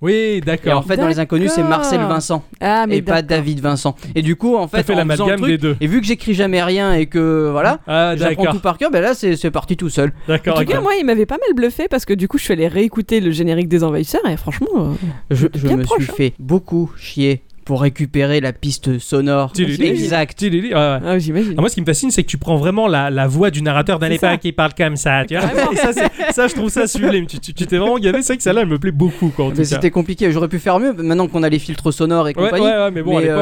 Oui, Et d'accord. en fait, dans les inconnus, c'est Marcel Vincent. Ah, mais et pas d'accord. David Vincent. Et du coup, en fait, fait en faisant le l'amalgame truc, des deux. Et vu que j'écris jamais rien et que voilà, Ah, j'apprends d'accord. tout par cœur, ben là, c'est c'est parti tout seul. En D'accord, tout cas, d'accord. moi, il m'avait pas mal bluffé parce que du coup, je suis allé réécouter le générique des envahisseurs et franchement. euh, Je, je bien me proche, hein. suis fait beaucoup chier pour récupérer la piste sonore Tilili. exacte. Tilili, ouais, ouais. Ah, j'imagine. moi, ce qui me fascine, c'est que tu prends vraiment la, la voix du narrateur d'un C'est ça. Ah époque qui parle comme ça. Tu vois Et hein. ça, c'est- ça, je trouve ça sublime. Tu tu- tu t'es vraiment gavé. C'est vrai que celle-là, elle me plaît beaucoup. Quoi, en tout Ah, Mais cas. c'était compliqué, j'aurais pu faire mieux maintenant qu'on a les filtres sonores et Ouais, compagnie. ouais, ouais, mais bon, à l'époque,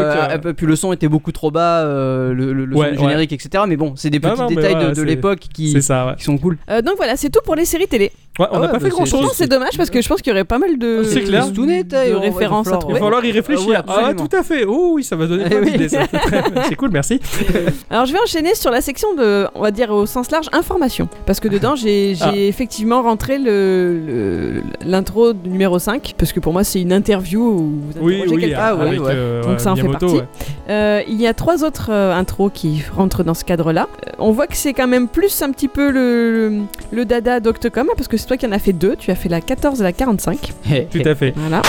euh, Puis le son était beaucoup trop bas, euh, le, le- le son Ouais, du générique, etc. Mais bon, c'est des Non, petits non, mais détails de- ouais, de, c'est- l'époque qui, C'est ça, ouais. qui sont cool. Euh, donc voilà, c'est tout pour les séries télé. Ouais, on n'a ouais, pas bah, fait grand Je pense chose. que c'est dommage parce que je pense qu'il y aurait pas mal de, C'est clair. Stounet, de références à Il trouver. va falloir y Ah ouais, réfléchir. Ah, absolument. tout à fait. Oh oui, ça va donner Eh plein oui. d'idées, ça. C'est très- C'est cool, merci. Alors je vais enchaîner sur la section de, on va dire au sens large, information. Parce que dedans, j'ai j'ai Ah. effectivement rentré le- le- l'intro du numéro 5, parce que pour moi, c'est une interview où vous Oui, interrogez oui, quelqu'un. avec, euh, Donc ça en fait Miyamoto, partie. ouais. Euh, il y a trois autres euh, intros qui rentrent dans ce cadre-là. Euh, on voit que c'est quand même plus un petit peu le, le, le dada d'Octocom, hein, parce que c'est toi qui en as fait deux. Tu as fait la 14 et la 45. Tout à fait. Eh, Voilà.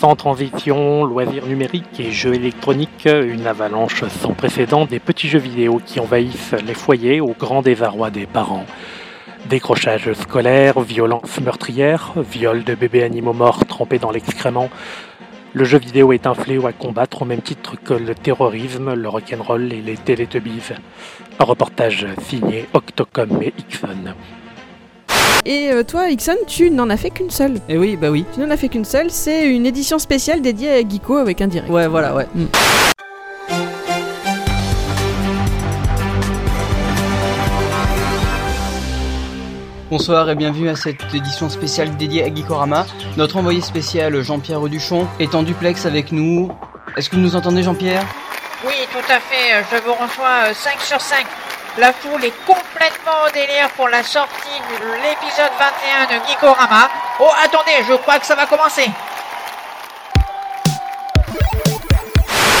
Centre en vision, loisirs numériques et jeux électroniques, une avalanche sans précédent des petits jeux vidéo qui envahissent les foyers au grand désarroi des parents. Décrochage scolaire, violence meurtrière, viol de bébés animaux morts trempés dans l'excrément. Le jeu vidéo est un fléau à combattre au même titre que le terrorisme, le rock'n'roll et les Teletubbies. Un reportage signé Octocom et Ixon. Et euh, toi, Ixon, tu n'en as fait qu'une seule. Et oui, bah oui. Tu n'en as fait qu'une seule. C'est une édition spéciale dédiée à Geeko avec un direct. Mm. Ouais, voilà, ouais. Bonsoir et bienvenue à cette édition spéciale dédiée à Geekorama. Notre envoyé spécial Jean-Pierre Duchon est en duplex avec nous. Est-ce que vous nous entendez Jean-Pierre Oui, tout à fait, euh, je vous reçois euh, 5 sur 5. La foule est complètement en délire pour la sortie de l'épisode 21 de Gikorama. Oh, attendez, je crois que ça va commencer.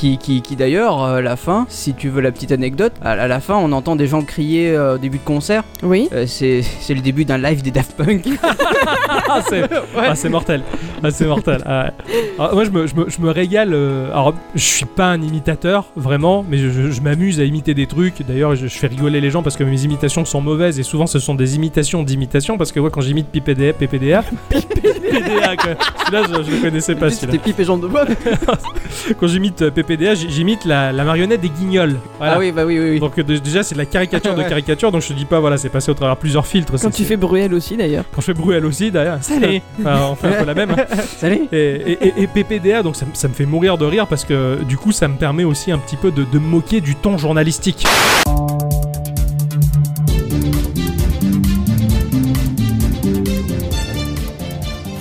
Qui, qui, qui d'ailleurs, euh, la fin, si tu veux la petite anecdote, à, la- à la fin on entend des gens crier euh, au début de concert. Euh, Oui. c'est c'est le début d'un live des Daft Punk. Ah, c'est ah, c'est mortel. Ah, c'est mortel. Ah, ouais. Ah, moi, je me, je me- je me régale. euh, alors, je suis pas un imitateur, vraiment, mais je, je- je m'amuse à imiter des trucs. D'ailleurs, je, je fais rigoler les gens parce que mes imitations sont mauvaises et souvent, ce sont des imitations d'imitations. Parce que, ouais, quand j'imite PPDA, PPDA, Ah, PPDA, quoi. Celui-là, je, je le connaissais pas. C'était celui-là. Pipe et Jean de Bois. Quand j'imite euh, PPDA PDA, j- j'imite la, la marionnette des guignols. Voilà. Ah oui, bah oui, oui. oui. Donc euh, de- déjà, c'est de la caricature de Ouais. caricature, donc je te dis pas, voilà, c'est passé au travers plusieurs filtres. Quand c'est- tu fais Bruel aussi d'ailleurs. Quand je fais Bruel aussi, d'ailleurs. Salut Enfin, On fait un peu la même. Salut Et, et- et- et PPDA, donc ça, me- ça me fait mourir de rire parce que euh, du coup, ça me permet aussi un petit peu de, de me moquer du ton journalistique.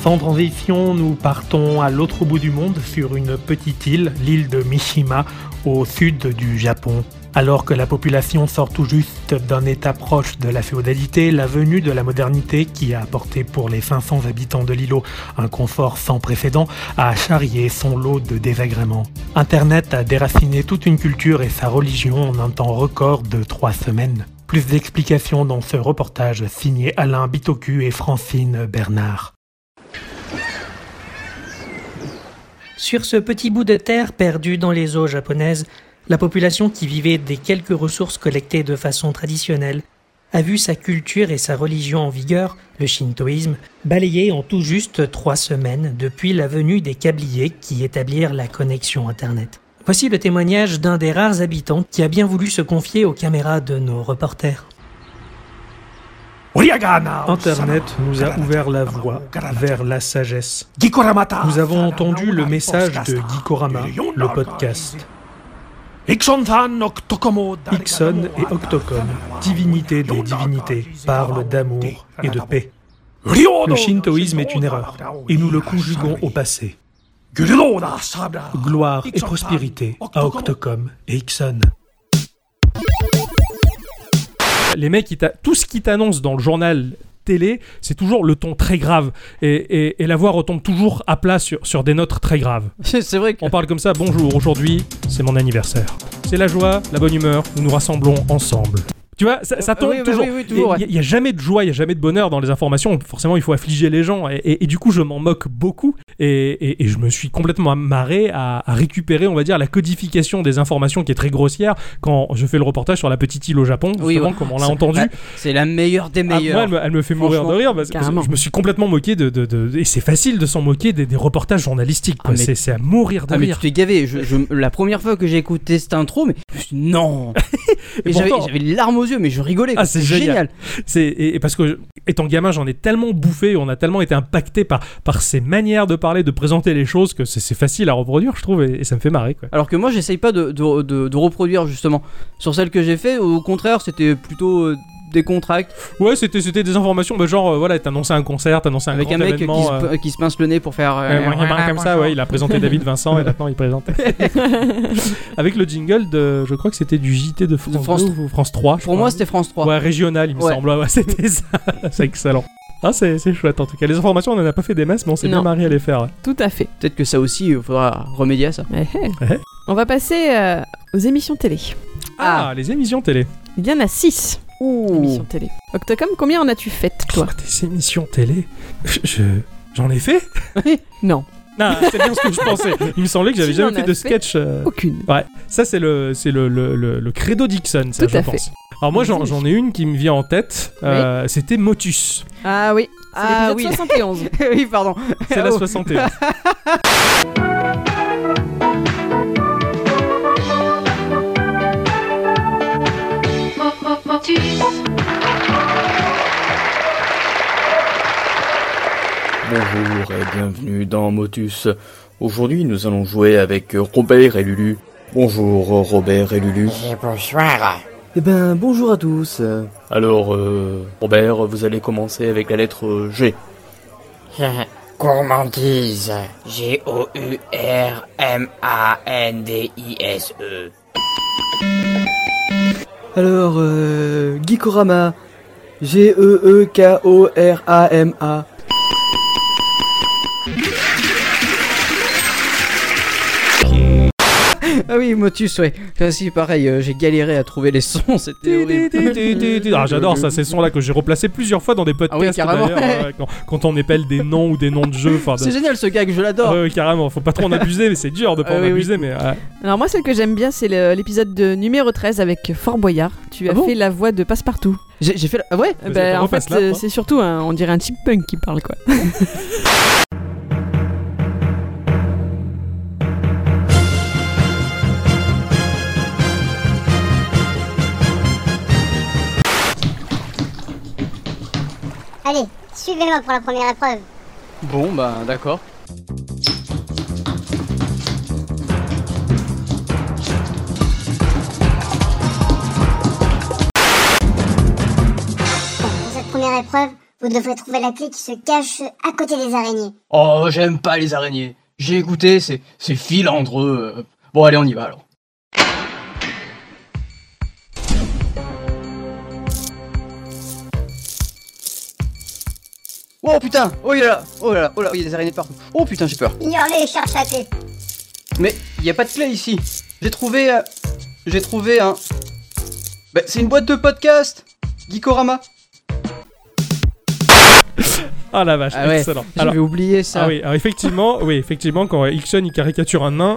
Sans transition, nous partons à l'autre bout du monde sur une petite île, l'île de Mishima, au sud du Japon. Alors que la population sort tout juste d'un état proche de la féodalité, la venue de la modernité, qui a apporté pour les 500 habitants de l'îlot un confort sans précédent, a charrié son lot de désagréments. Internet a déraciné toute une culture et sa religion en un temps record de trois semaines. Plus d'explications dans ce reportage signé Alain Bitoku et Francine Bernard. Sur ce petit bout de terre perdu dans les eaux japonaises, la population qui vivait des quelques ressources collectées de façon traditionnelle a vu sa culture et sa religion en vigueur, le shintoïsme, balayée en tout juste trois semaines depuis la venue des câbliers qui établirent la connexion Internet. Voici le témoignage d'un des rares habitants qui a bien voulu se confier aux caméras de nos reporters. Internet nous a ouvert la voie vers la sagesse. Nous avons entendu le message de Gikorama, le podcast. Ixon et Octocom, divinités des divinités, parlent d'amour et de paix. Le shintoïsme est une erreur, et nous le conjuguons au passé. Gloire et prospérité à Octocom et Ixon. les mecs, ils t'a- tout ce qu'ils t'annoncent dans le journal télé, c'est toujours le ton très grave. Et, et- et la voix retombe toujours à plat sur, sur des notes très graves. C'est vrai On parle comme ça, bonjour, aujourd'hui, c'est mon anniversaire. C'est la joie, la bonne humeur, nous nous rassemblons ensemble. Tu vois, ça, ça Euh, tombe oui, bah toujours. oui, oui, toujours, Il ouais. n'y a jamais de joie, il n'y a jamais de bonheur dans les informations. Forcément, il faut affliger les gens. Et, et- et du coup, je m'en moque beaucoup. Et, et- et je me suis complètement marré à, à récupérer, on va dire, la codification des informations qui est très grossière quand je fais le reportage sur la petite île au Japon, justement, ouais. comme on l'a C'est- entendu. ah, C'est la meilleure des Ah, meilleures. moi, elle me, elle me fait mourir de Franchement, rire parce que carrément. je me suis complètement moqué de. de- de- et c'est facile de s'en moquer des, des reportages journalistiques. quoi. mais- C'est c'est à mourir de Ah, mais tu rire. t'es gavé. Je- je- la première fois que j'ai écouté cette intro, mais je me suis dit, non. Et j'avais pourtant- j'avais les larmes aux yeux, mais je rigolais. Ah, quoi. c'est génial. C'est et, et parce que étant gamin, j'en ai tellement bouffé, on a tellement été impacté par par ces manières de parler, de présenter les choses que c'est- c'est facile à reproduire, je trouve, et, et ça me fait marrer. Quoi. Alors que moi, j'essaye pas de, de- de- de reproduire justement. Sur celle que j'ai fait, au contraire, c'était plutôt euh, des contracts Ouais, c'était c'était des informations, bah, genre euh, voilà, t'annonçais un concert, t'annonçais un avec grand un mec qui, événement. se, euh, qui se pince le nez pour faire. euh, Ouais, moi, il y a marre comme ça, ouais, il a présenté David Vincent et maintenant il présente. Avec le jingle de, je crois que c'était du JT de France, France- 2 ou France 3. je Pour crois. moi, c'était France 3. Ouais, régional, il me Ouais. semble. Ah Ouais, ouais, c'était ça. c'est excellent. Ah, c'est c'est chouette en tout cas. Les informations, on en a pas fait des masses, mais on s'est Non. bien marié à les faire. ouais. Tout à fait. Peut-être que ça aussi, il faudra remédier à ça. Eh, eh. Ouais. On va passer euh, aux émissions télé. Ah, les émissions télé. Il y en a 6 émissions télé. Octocom, combien en as-tu faites toi Des émissions télé Je. J'en ai fait Non. Non, c'est bien ce que je pensais. Il me semblait que j'avais Tu jamais n'en fait as de fait sketch. euh, Aucune. Ouais. Ça, c'est le, c'est le, le, le- le credo Dixon, ça, Tout je à pense. fait. Alors, moi, j'en j'en ai une qui me vient en tête. euh, C'était Motus. Ah oui. Ah C'est l'épisode oui. 71. oui, pardon. C'est la Oh. 61. Bonjour et bienvenue dans Motus. Aujourd'hui, nous allons jouer avec euh, Robert et Lulu. Bonjour euh, Robert et Lulu. bonsoir. Eh ben, bonjour à tous. Alors, euh, Robert, vous allez commencer avec la lettre euh, G. Gourmandise. G-O-U-R-M-A-N-D-I-S-E. Alors, euh, Gikorama. E G-E-E-K-O-R-A-M-A. Ah oui, Motus, ouais. Ça aussi, pareil, euh, j'ai galéré à trouver les sons, c'était horrible. Ah, j'adore ça, ces sons-là que j'ai replacés plusieurs fois dans des podcasts. carrément. d'ailleurs, euh, quand, quand on épelle des noms ou des noms de jeux. enfin, de- C'est génial ce gag, je l'adore. Ouais, ouais, carrément, faut pas trop en abuser, mais c'est dur de pas Ah en oui, oui. abuser, mais. ouais. Alors moi celle que j'aime bien c'est le- l'épisode de numéro 13 avec Fort Boyard. Tu as fait la voix de Passepartout. Ah J'ai j'ai fait la... Ah ouais Eh ben, en fait euh, c'est surtout un- on dirait un type punk qui parle quoi. Allez, suivez-moi pour la première épreuve. Bon, bah d'accord. Pour cette première épreuve, vous devrez trouver la clé qui se cache à côté des araignées. Oh, j'aime pas les araignées. J'ai écouté, c'est c'est filandreux. euh. Bon, allez, on y va alors. Oh putain, oh il est là, oh là là, oh là, oh, il y a des araignées partout. Oh putain, j'ai peur. Ignorez et cherche la clé. Mais il y a pas de clé ici. J'ai trouvé euh, j'ai trouvé un Bah, c'est une boîte de podcast. Gikorama. Ah la vache, Ah ouais, excellent. j'avais oublié ça. Ah oui, alors effectivement, oui, effectivement, quand euh, Hickson il caricature un nain,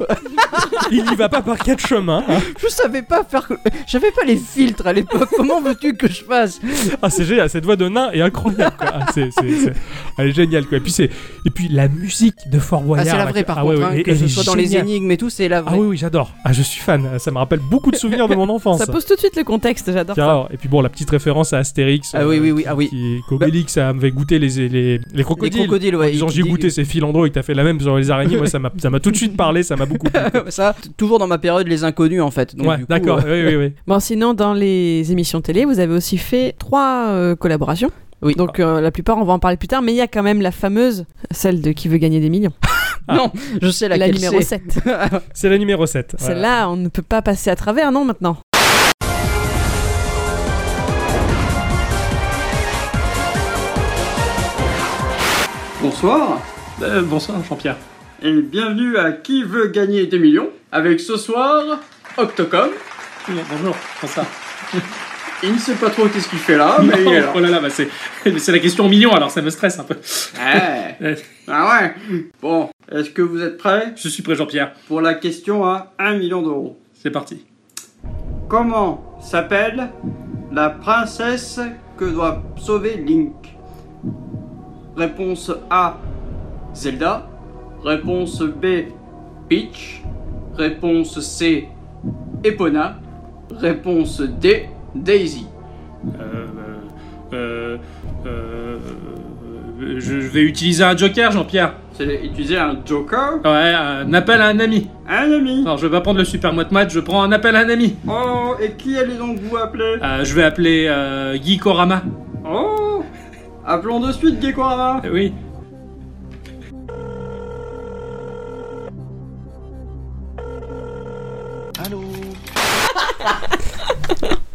il n'y va pas par quatre chemins. hein. Je savais pas faire que j'avais pas les filtres à l'époque. Comment veux-tu que je fasse Ah c'est génial, cette voix de nain est incroyable. Quoi. Ah, c'est, c'est- c'est- Elle est géniale quoi. Et puis c'est, et puis la musique de Fort Ah, Boyard. c'est la là, vraie quoi. par Ah contre, ouais, hein, ouais, et- que elle ce est soit dans les géniale. énigmes et tout, c'est la vraie. Ah oui, oui, j'adore. Ah, je suis fan. Ça me rappelle beaucoup de souvenirs de mon enfance. Ça pose tout de suite le contexte, j'adore Tiens, ça. alors, et puis bon, la petite référence à Astérix. euh, Ah oui, oui, oui, ah oui. Qui, qu'Obélix avait goûté les, les, les, crocodiles. crocodiles, ouais, En disant, il j'ai dit- goûté ces filandros et que t'as fait la même sur les araignées. Moi, ça m'a, ça m'a tout de suite parlé, ça m'a beaucoup plu. ça, t- toujours dans ma période les inconnus en fait. Donc, Ouais, du coup, d'accord, euh, oui, oui, oui. Bon, sinon, dans les émissions télé, vous avez aussi fait trois euh, collaborations. Oui. Donc, euh, la plupart, on va en parler plus tard, mais il y a quand même la fameuse, celle de Qui veut gagner des millions. Non, je sais La laquelle numéro c'est. 7. C'est la numéro 7. Celle-là, on ne peut pas passer à travers, non, maintenant Bonsoir. Euh, bonsoir Jean-Pierre. Et bienvenue à Qui veut gagner des millions Avec ce soir, Octocom. Bonjour, bonsoir. Il ne sait pas trop qu'est-ce qu'il fait là, mais il est là. oh là là, bah c'est, mais c'est la question million alors ça me stresse un peu. Eh. Ah ouais Bon, est-ce que vous êtes prêts Je suis prêt, Jean-Pierre. Pour la question à 1 million d'euros. C'est parti. Comment s'appelle la princesse que doit sauver Link Réponse A Zelda. Réponse B Peach. Réponse C Epona. Réponse D Daisy. Euh, euh, euh, euh, je vais utiliser un joker, Jean-Pierre. C'est utiliser un joker Ouais, un appel à un ami. Un ami Alors je vais pas prendre le super moite mat, je prends un appel à un ami. Oh, et qui allez donc vous appeler Euh, je vais appeler euh, Guy Korama. Oh Appelons de suite Gekorama Euh, oui.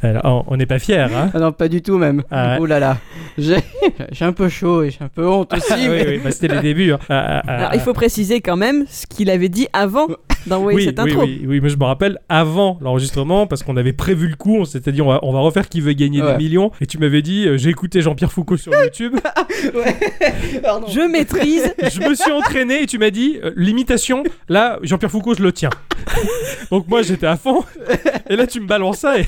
Alors, on- on n'est pas fiers, hein. Ah non, pas du tout même. Ah ouais. Oh là là. J'ai j'ai un peu chaud et j'ai un peu honte aussi. oui, mais- oui, bah, c'était les débuts. hein. Ah, ah, ah, Alors, il faut préciser quand même ce qu'il avait dit avant d'envoyer oui, Ah cette oui, intro. oui, oui, mais je me rappelle avant l'enregistrement parce qu'on avait prévu le coup, on s'était dit on va, on va refaire qui veut gagner Ouais. des millions et tu m'avais dit euh, j'ai écouté Jean-Pierre Foucault sur YouTube, Je maîtrise. je me suis entraîné et tu m'as dit euh, l'imitation là Jean-Pierre Foucault je le tiens. Donc moi j'étais à fond et là tu me balances ça et,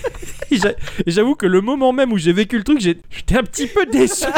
et j'a- et j'avoue que le moment même où j'ai vécu le truc j'ai- j'étais un petit peu déçu.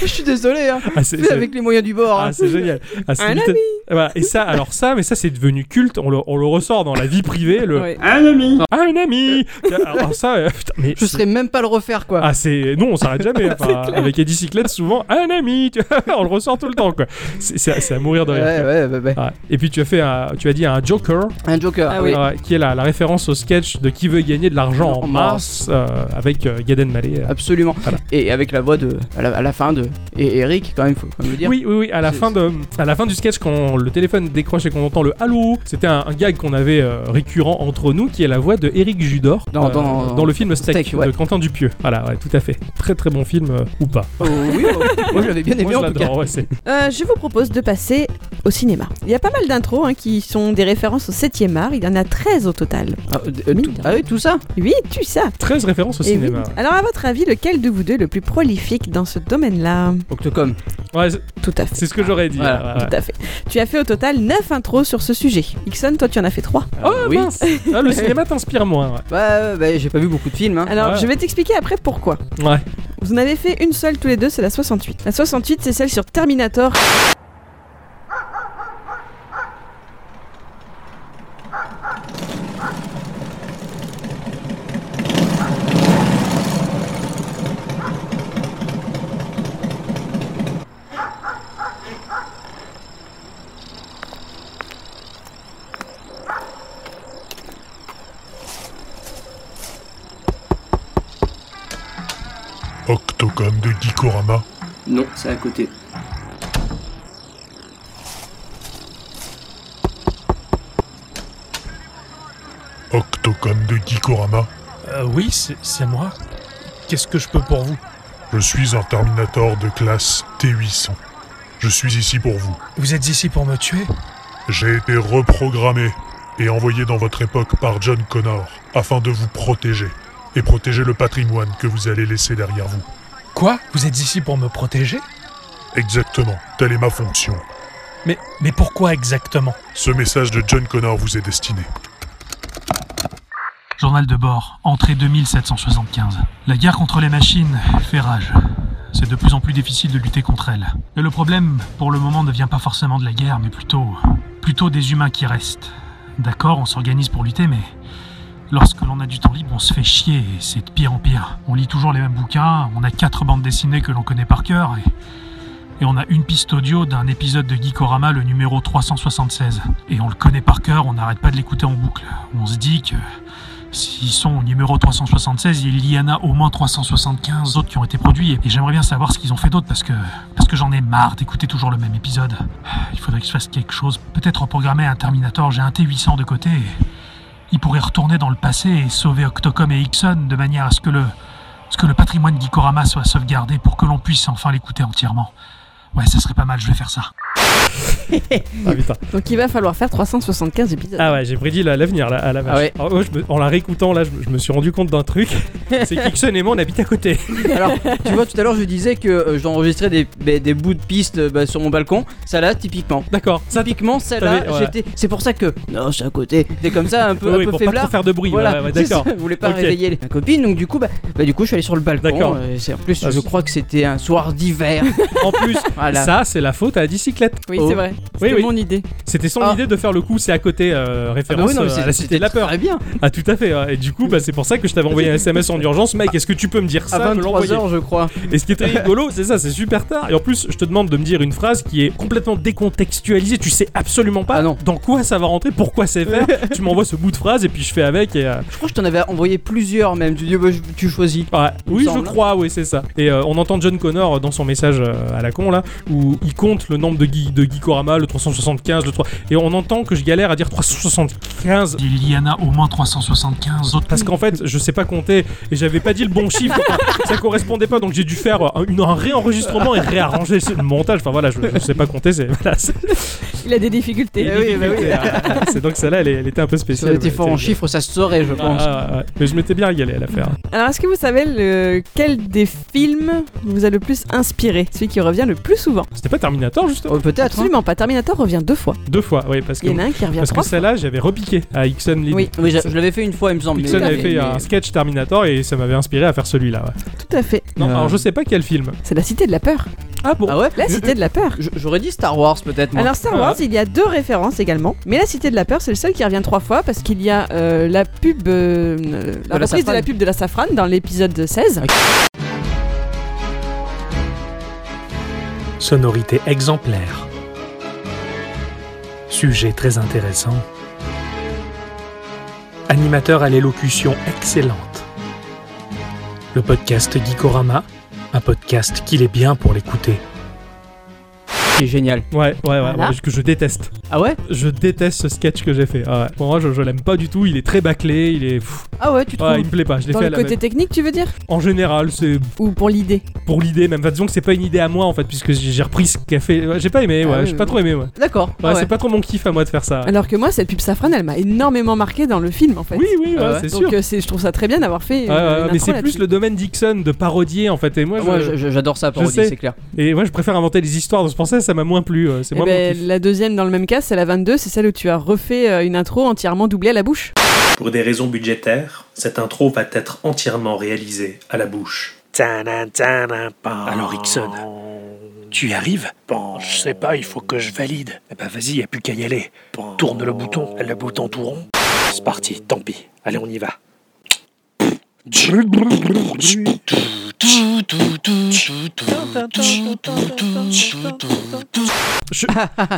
Je suis désolé. Hein. Ah, c'est- Fais c'est- avec les moyens du bord. Ah, hein. c'est génial. Ah, c'est Un vite- ami. Ah, voilà. Et ça, alors ça, mais ça, c'est devenu culte. On le, on le ressort dans la vie privée. Le... Ouais. Un ami. Ah, un ami. alors ça, euh, putain, mais Je serais même pas le refaire quoi. Ah, c'est. Non, on s'arrête jamais. Enfin, avec Eddie Cyclette, souvent, un ami. tu vois, on le ressort tout le temps, quoi. C'est- C'est c'est à mourir de rire. Ouais, quoi. Ouais. Et puis, tu as, fait un- tu as dit un Joker. Un Joker. oui. Ouais, qui est la, la référence au sketch de qui veut gagner de l'argent en, En mars, euh, avec euh, Gaden Mallet. euh, Absolument. Et avec la voix de à la, à la fin de et Eric quand même faut quand même le dire. Oui, oui, oui. À la fin de, à la fin du sketch, quand le téléphone décroche et qu'on entend le allô, c'était un, un gag qu'on avait euh, récurrent entre nous, qui est la voix de Eric Judor euh, Dans- dans- le film Steak, Steak, ouais. de Quentin Dupieux. Voilà, ouais, tout à fait. Très très bon film euh, ou pas. Oh, oui, oh, moi je l'avais bien aimé Moi, je en tout cas. l'adore, ouais, c'est- Euh, je vous propose de passer au cinéma. Il y a pas mal d'intros hein, qui sont des références au 7e art. Il y en a 13 au total. Ah, euh, euh, tout, ah oui, tout ça Oui, tu ça. 13 références au Eh oui. cinéma. Alors, à votre avis, lequel de vous deux est le plus prolifique dans ce domaine-là Octocom. Ouais, c'est- Tout à fait. C'est ce que j'aurais dit. hein, Voilà, ouais, ouais. Tout à fait. Tu as fait au total 9 intros sur ce sujet. Ixon, toi, tu en as fait 3. Oh mince. Ah, le cinéma Ah. t'inspire moins. ouais. Bah, bah, j'ai pas vu beaucoup de films. Hein. Alors, je vais t'expliquer après pourquoi. Ouais. Vous en avez fait une seule tous les deux, c'est la 68. La 68, c'est celle sur Terminator. Gikorama Non, c'est à côté. Octocom de Gikorama Euh, oui, c'est c'est moi. Qu'est-ce que je peux pour vous Je suis un Terminator de classe T800. Je suis ici pour vous. Vous êtes ici pour me tuer J'ai été reprogrammé et envoyé dans votre époque par John Connor afin de vous protéger et protéger le patrimoine que vous allez laisser derrière vous. Quoi Vous êtes ici pour me protéger Exactement, telle est ma fonction. Mais, mais pourquoi exactement Ce message de John Connor vous est destiné. Journal de bord, entrée 2775. La guerre contre les machines fait rage. C'est de plus en plus difficile de lutter contre elles. Et le problème, pour le moment, ne vient pas forcément de la guerre, mais plutôt, plutôt des humains qui restent. D'accord, on s'organise pour lutter, mais lorsque l'on a du temps libre, on se fait chier et c'est de pire en pire. On lit toujours les mêmes bouquins, on a quatre bandes dessinées que l'on connaît par cœur et et on a une piste audio d'un épisode de Geekorama, le numéro 376. Et on le connaît par cœur, on n'arrête pas de l'écouter en boucle. On se dit que s'ils sont au numéro 376, il y en a au moins 375 autres qui ont été produits. Et j'aimerais bien savoir ce qu'ils ont fait d'autre parce que, parce que j'en ai marre d'écouter toujours le même épisode. Il faudrait que je fasse quelque chose. Peut-être reprogrammer un Terminator, j'ai un T800 de côté. et il pourrait retourner dans le passé et sauver Octocom et Ixon de manière à ce que le, ce que le patrimoine Geekorama soit sauvegardé pour que l'on puisse enfin l'écouter entièrement. Ouais, ça serait pas mal, je vais faire ça. Ah putain. Donc il va falloir faire 375 épisodes. Ah ouais, j'ai prédit la- l'avenir là, à la vache. Ah ouais. Alors, moi, je me- en la réécoutant là, je, me- je me suis rendu compte d'un truc. C'est qu'Ixon et moi on habite à côté. Alors, tu vois, tout à l'heure, je disais que euh, j'enregistrais des, des, des bouts de pistes euh, bah, sur mon balcon. Ça là, typiquement. D'accord. Typiquement, celle-là, T'avais- ouais. j'étais. C'est pour ça que. Non, c'est à côté. T'es comme ça, un peu, Oui, un peu pour pas faiblard. trop faire de bruit, Voilà. ouais, ouais, C'est d'accord. ça, Je voulais pas Ok. réveiller les- ma copine, donc du coup, bah, bah, du coup, je suis allé sur le D'accord. balcon. euh, c'est- en plus, Ah, je c'est- crois que c'était un soir d'hiver. En plus, Voilà. Oh. ça c'est la faute à la bicyclette. Oui, c'est vrai. Oui, C'était oui. mon idée. C'était son idée de faire le coup, c'est à côté euh, référence Ah. bah oui, non, mais euh, à c'est- la cité de la peur. Très bien. Ah tout à fait. ouais. Et du coup, bah, c'est pour ça que je t'avais envoyé un SMS en urgence, Mike. Est-ce que tu peux me dire ça À me l'envoyer 23h, je crois. Et ce qui est très rigolo, c'est ça, c'est super tard. Et en plus, je te demande de me dire une phrase qui est complètement décontextualisée. Tu sais absolument Ah pas dans quoi ça va rentrer, pourquoi c'est fait. tu m'envoies ce bout de phrase et puis je fais avec. Et, euh, Je crois que je t'en avais envoyé plusieurs même. Tu dis, bah, je- tu choisis. Ouais, Il me oui, je semble. crois, oui, c'est ça. Et euh, on entend John Connor euh, dans son message euh, à la con, là, où il compte le nombre de Guy, de Guy Korama, le 375, le 3. Et on entend que je galère à dire 375. Il y en a au moins 375 autres. Parce qu'en fait, je sais pas compter et j'avais pas dit le bon chiffre, enfin, ça correspondait pas, donc j'ai dû faire euh, un, une- un réenregistrement et réarranger le montage. Enfin voilà, je, je sais pas compter, c'est. voilà, c'est- Il a des difficultés. Ah bah c'est- euh, c'est donc celle-là, elle, est- elle était un peu Si on spéciale. était fort en chiffres, ça se saurait, je pense. Ah, ouais, ouais. Mais je m'étais bien régalé à la faire. Alors, est-ce que vous savez le- quel des films vous a le plus inspiré Celui qui revient le plus souvent C'était pas Terminator, justement Oh, Peut-être. hein. Absolument pas. Terminator revient deux fois. Deux fois, oui, parce que. Il y en a un qui revient Parce trois que celle-là, j'avais repiqué à Ixon Lee. Oui, oui, je, je l'avais fait une fois, il me semble. Ixon mais- avait fait mais- un sketch Terminator et ça m'avait inspiré à faire celui-là. ouais. Tout à fait. Non, alors je sais pas quel film. C'est la cité de la peur. Ah bon Ah ouais La cité de la peur. J- J'aurais dit Star Wars peut-être. moi. Alors Star Ah. Wars, il y a deux références également, mais la Cité de la Peur, c'est le seul qui revient trois fois parce qu'il y a euh, la pub, euh, la la reprise de la safrane. pub de la safrane dans l'épisode 16. Sonorité exemplaire. Sujet très intéressant. Animateur à l'élocution excellente. Le podcast Geekorama, un podcast qu'il est bien pour l'écouter. C'est génial. Ouais, ouais, ouais, Voilà. ouais, que je déteste. Ah ouais Je déteste ce sketch que j'ai fait. Ah ouais. Pour moi, je, je l'aime pas du tout. Il est très bâclé. Il est. pff, Ah ouais, tu trouves il me plaît pas. Je l'ai Dans fait à le la côté même- technique, tu veux dire En général, c'est Ou pour l'idée pour l'idée même. Enfin, disons que c'est pas une idée à moi en fait, puisque j'ai j'ai repris ce qu'a fait. ouais, j'ai pas aimé. Ouais, oui, j'ai oui, pas oui. trop aimé. Ouais. D'accord. ah Ouais, c'est pas trop mon kiff à moi de faire ça. Alors que moi, cette pub safrane, elle m'a énormément marqué dans le film en fait. Oui, oui, Ah ouais, c'est Donc, sûr. euh, c'est- je trouve ça très bien d'avoir Ouais, fait. ouais, euh, une ouais, mais intro c'est plus là-dessus. le domaine Dixon de parodier en fait. Et moi, Ah, moi, je- je- j'adore ça, je parodie, sais. c'est clair. Et moi, je préfère inventer des histoires. Donc c'est pour ça, que ça m'a moins plu. euh, C'est Eh moins mon ben, kiff. la deuxième dans le même cas, c'est la 22, c'est celle où tu as refait euh, une intro entièrement doublée à la bouche. Pour des raisons budgétaires, cette intro va être entièrement réalisée à la bouche. Alors Ixon, tu y arrives Bon, je sais pas, il faut que je valide. Eh ben vas-y, y a plus qu'à y aller. Tourne le bouton, le bouton tout rond. C'est parti, tant pis. Allez, on y va. Je-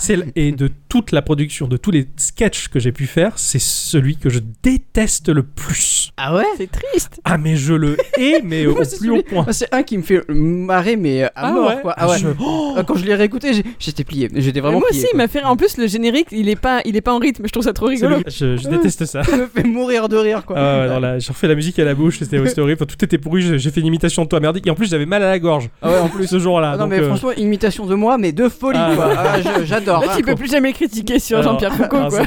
c'est l- et de toute la production, de tous les sketchs que j'ai pu faire, c'est celui que je déteste le plus. Ah ouais C'est triste. Ah mais je le hais, mais au Moi, c'est plus haut celui- point. moi, C'est un qui me fait marrer, mais à Ah mort, ouais. quoi. Ah ouais. Je- Ah, Quand je l'ai réécouté, j'ai- j'étais plié. J'étais Mais vraiment moi plié. aussi, il m'a fait. En plus, le générique, il est pas, il est pas en rythme. Je trouve ça trop C'est le- rigolo. Je, Euh, je déteste ça. me fait mourir de rire, quoi. Ah ouais, non, là, j'ai refait la musique à la bouche, c'était c'était horrible. Enfin, tout était pourri, j'ai j'ai fait une imitation de toi merdique. Et en plus, j'avais mal à la gorge. Ah ouais, en plus. Ce jour-là. Ah non, donc, mais euh, franchement, imitation de moi, mais de folie, Ah, quoi. ouais. Ah, je- J'adore. Là, hein. tu peux plus jamais critiquer sur Alors- Jean-Pierre Foucault, Ah, quoi.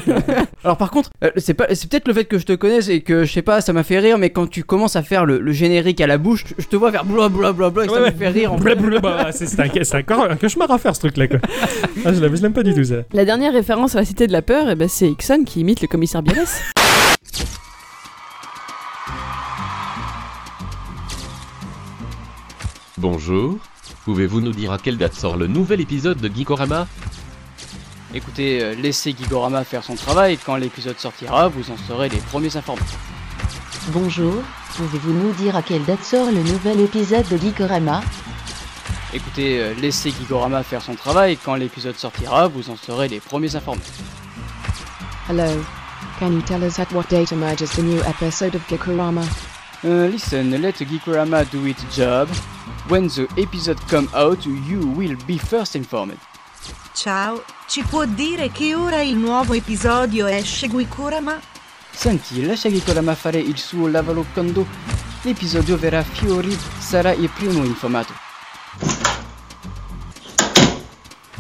Alors par contre, euh, c'est pas, c'est peut-être le fait que je te connaisse et que je sais pas, ça m'a fait rire, mais quand tu commences à faire le, le générique à la bouche, je- je te vois faire bla bla bla bla et ça Ouais, me ouais. fait rire. En fait. Blablabla. Bah, C'est c'est un, c'est un, cor- un cauchemar à faire ce truc-là. quoi. Ah, je l'aime je l'aime pas du tout ça. La dernière référence à la Cité de la Peur, eh ben, c'est Ixon qui imite le commissaire Bielès. Bonjour, pouvez-vous nous dire à quelle date sort le nouvel épisode de Geekorama Écoutez, euh, laissez Gigorama faire son travail. Quand l'épisode sortira, vous en serez les premiers informés. Bonjour, pouvez-vous nous dire à quelle date sort le nouvel épisode de Geekorama Écoutez, euh, laissez Gigorama faire son travail. Quand l'épisode sortira, vous en serez les premiers informés. Hello. Can you tell us at what date emerges the new episode of Gikurama? Uh, listen, let Geekorama do its job. When the episode come out, you will be first informed. Ciao, ci può dire che ora il nuovo episodio esce Guikurama? Senti, lascia Geekorama fare il suo lavoro quando l'episodio verrà fiori sarà il primo informato.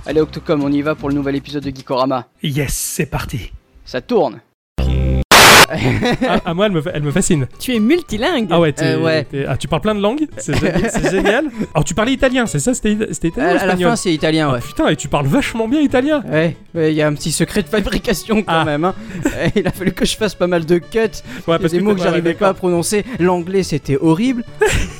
Allez Octocom, on y va pour le nouvel épisode de Geekorama. Yes, c'est parti. Ça tourne. Ah, à moi, elle me, fa- elle me fascine. Tu es multilingue. Ah ouais, t'es- Euh, ouais. t'es- ah, tu parles plein de langues, c'est génial. c'est génial. Alors tu parlais italien, c'est ça C'était ita- c'était italien Euh, À- ou à la espagnol fin, c'est italien, Ah, ouais. putain, et tu parles vachement bien italien. Ouais, ouais, il y a un petit secret de fabrication quand même. hein. Euh, Il a fallu que je fasse pas mal de cuts. Ah. Ouais, Il y a parce des que- mots que ouais, j'arrivais ouais, pas à prononcer. L'anglais, c'était horrible.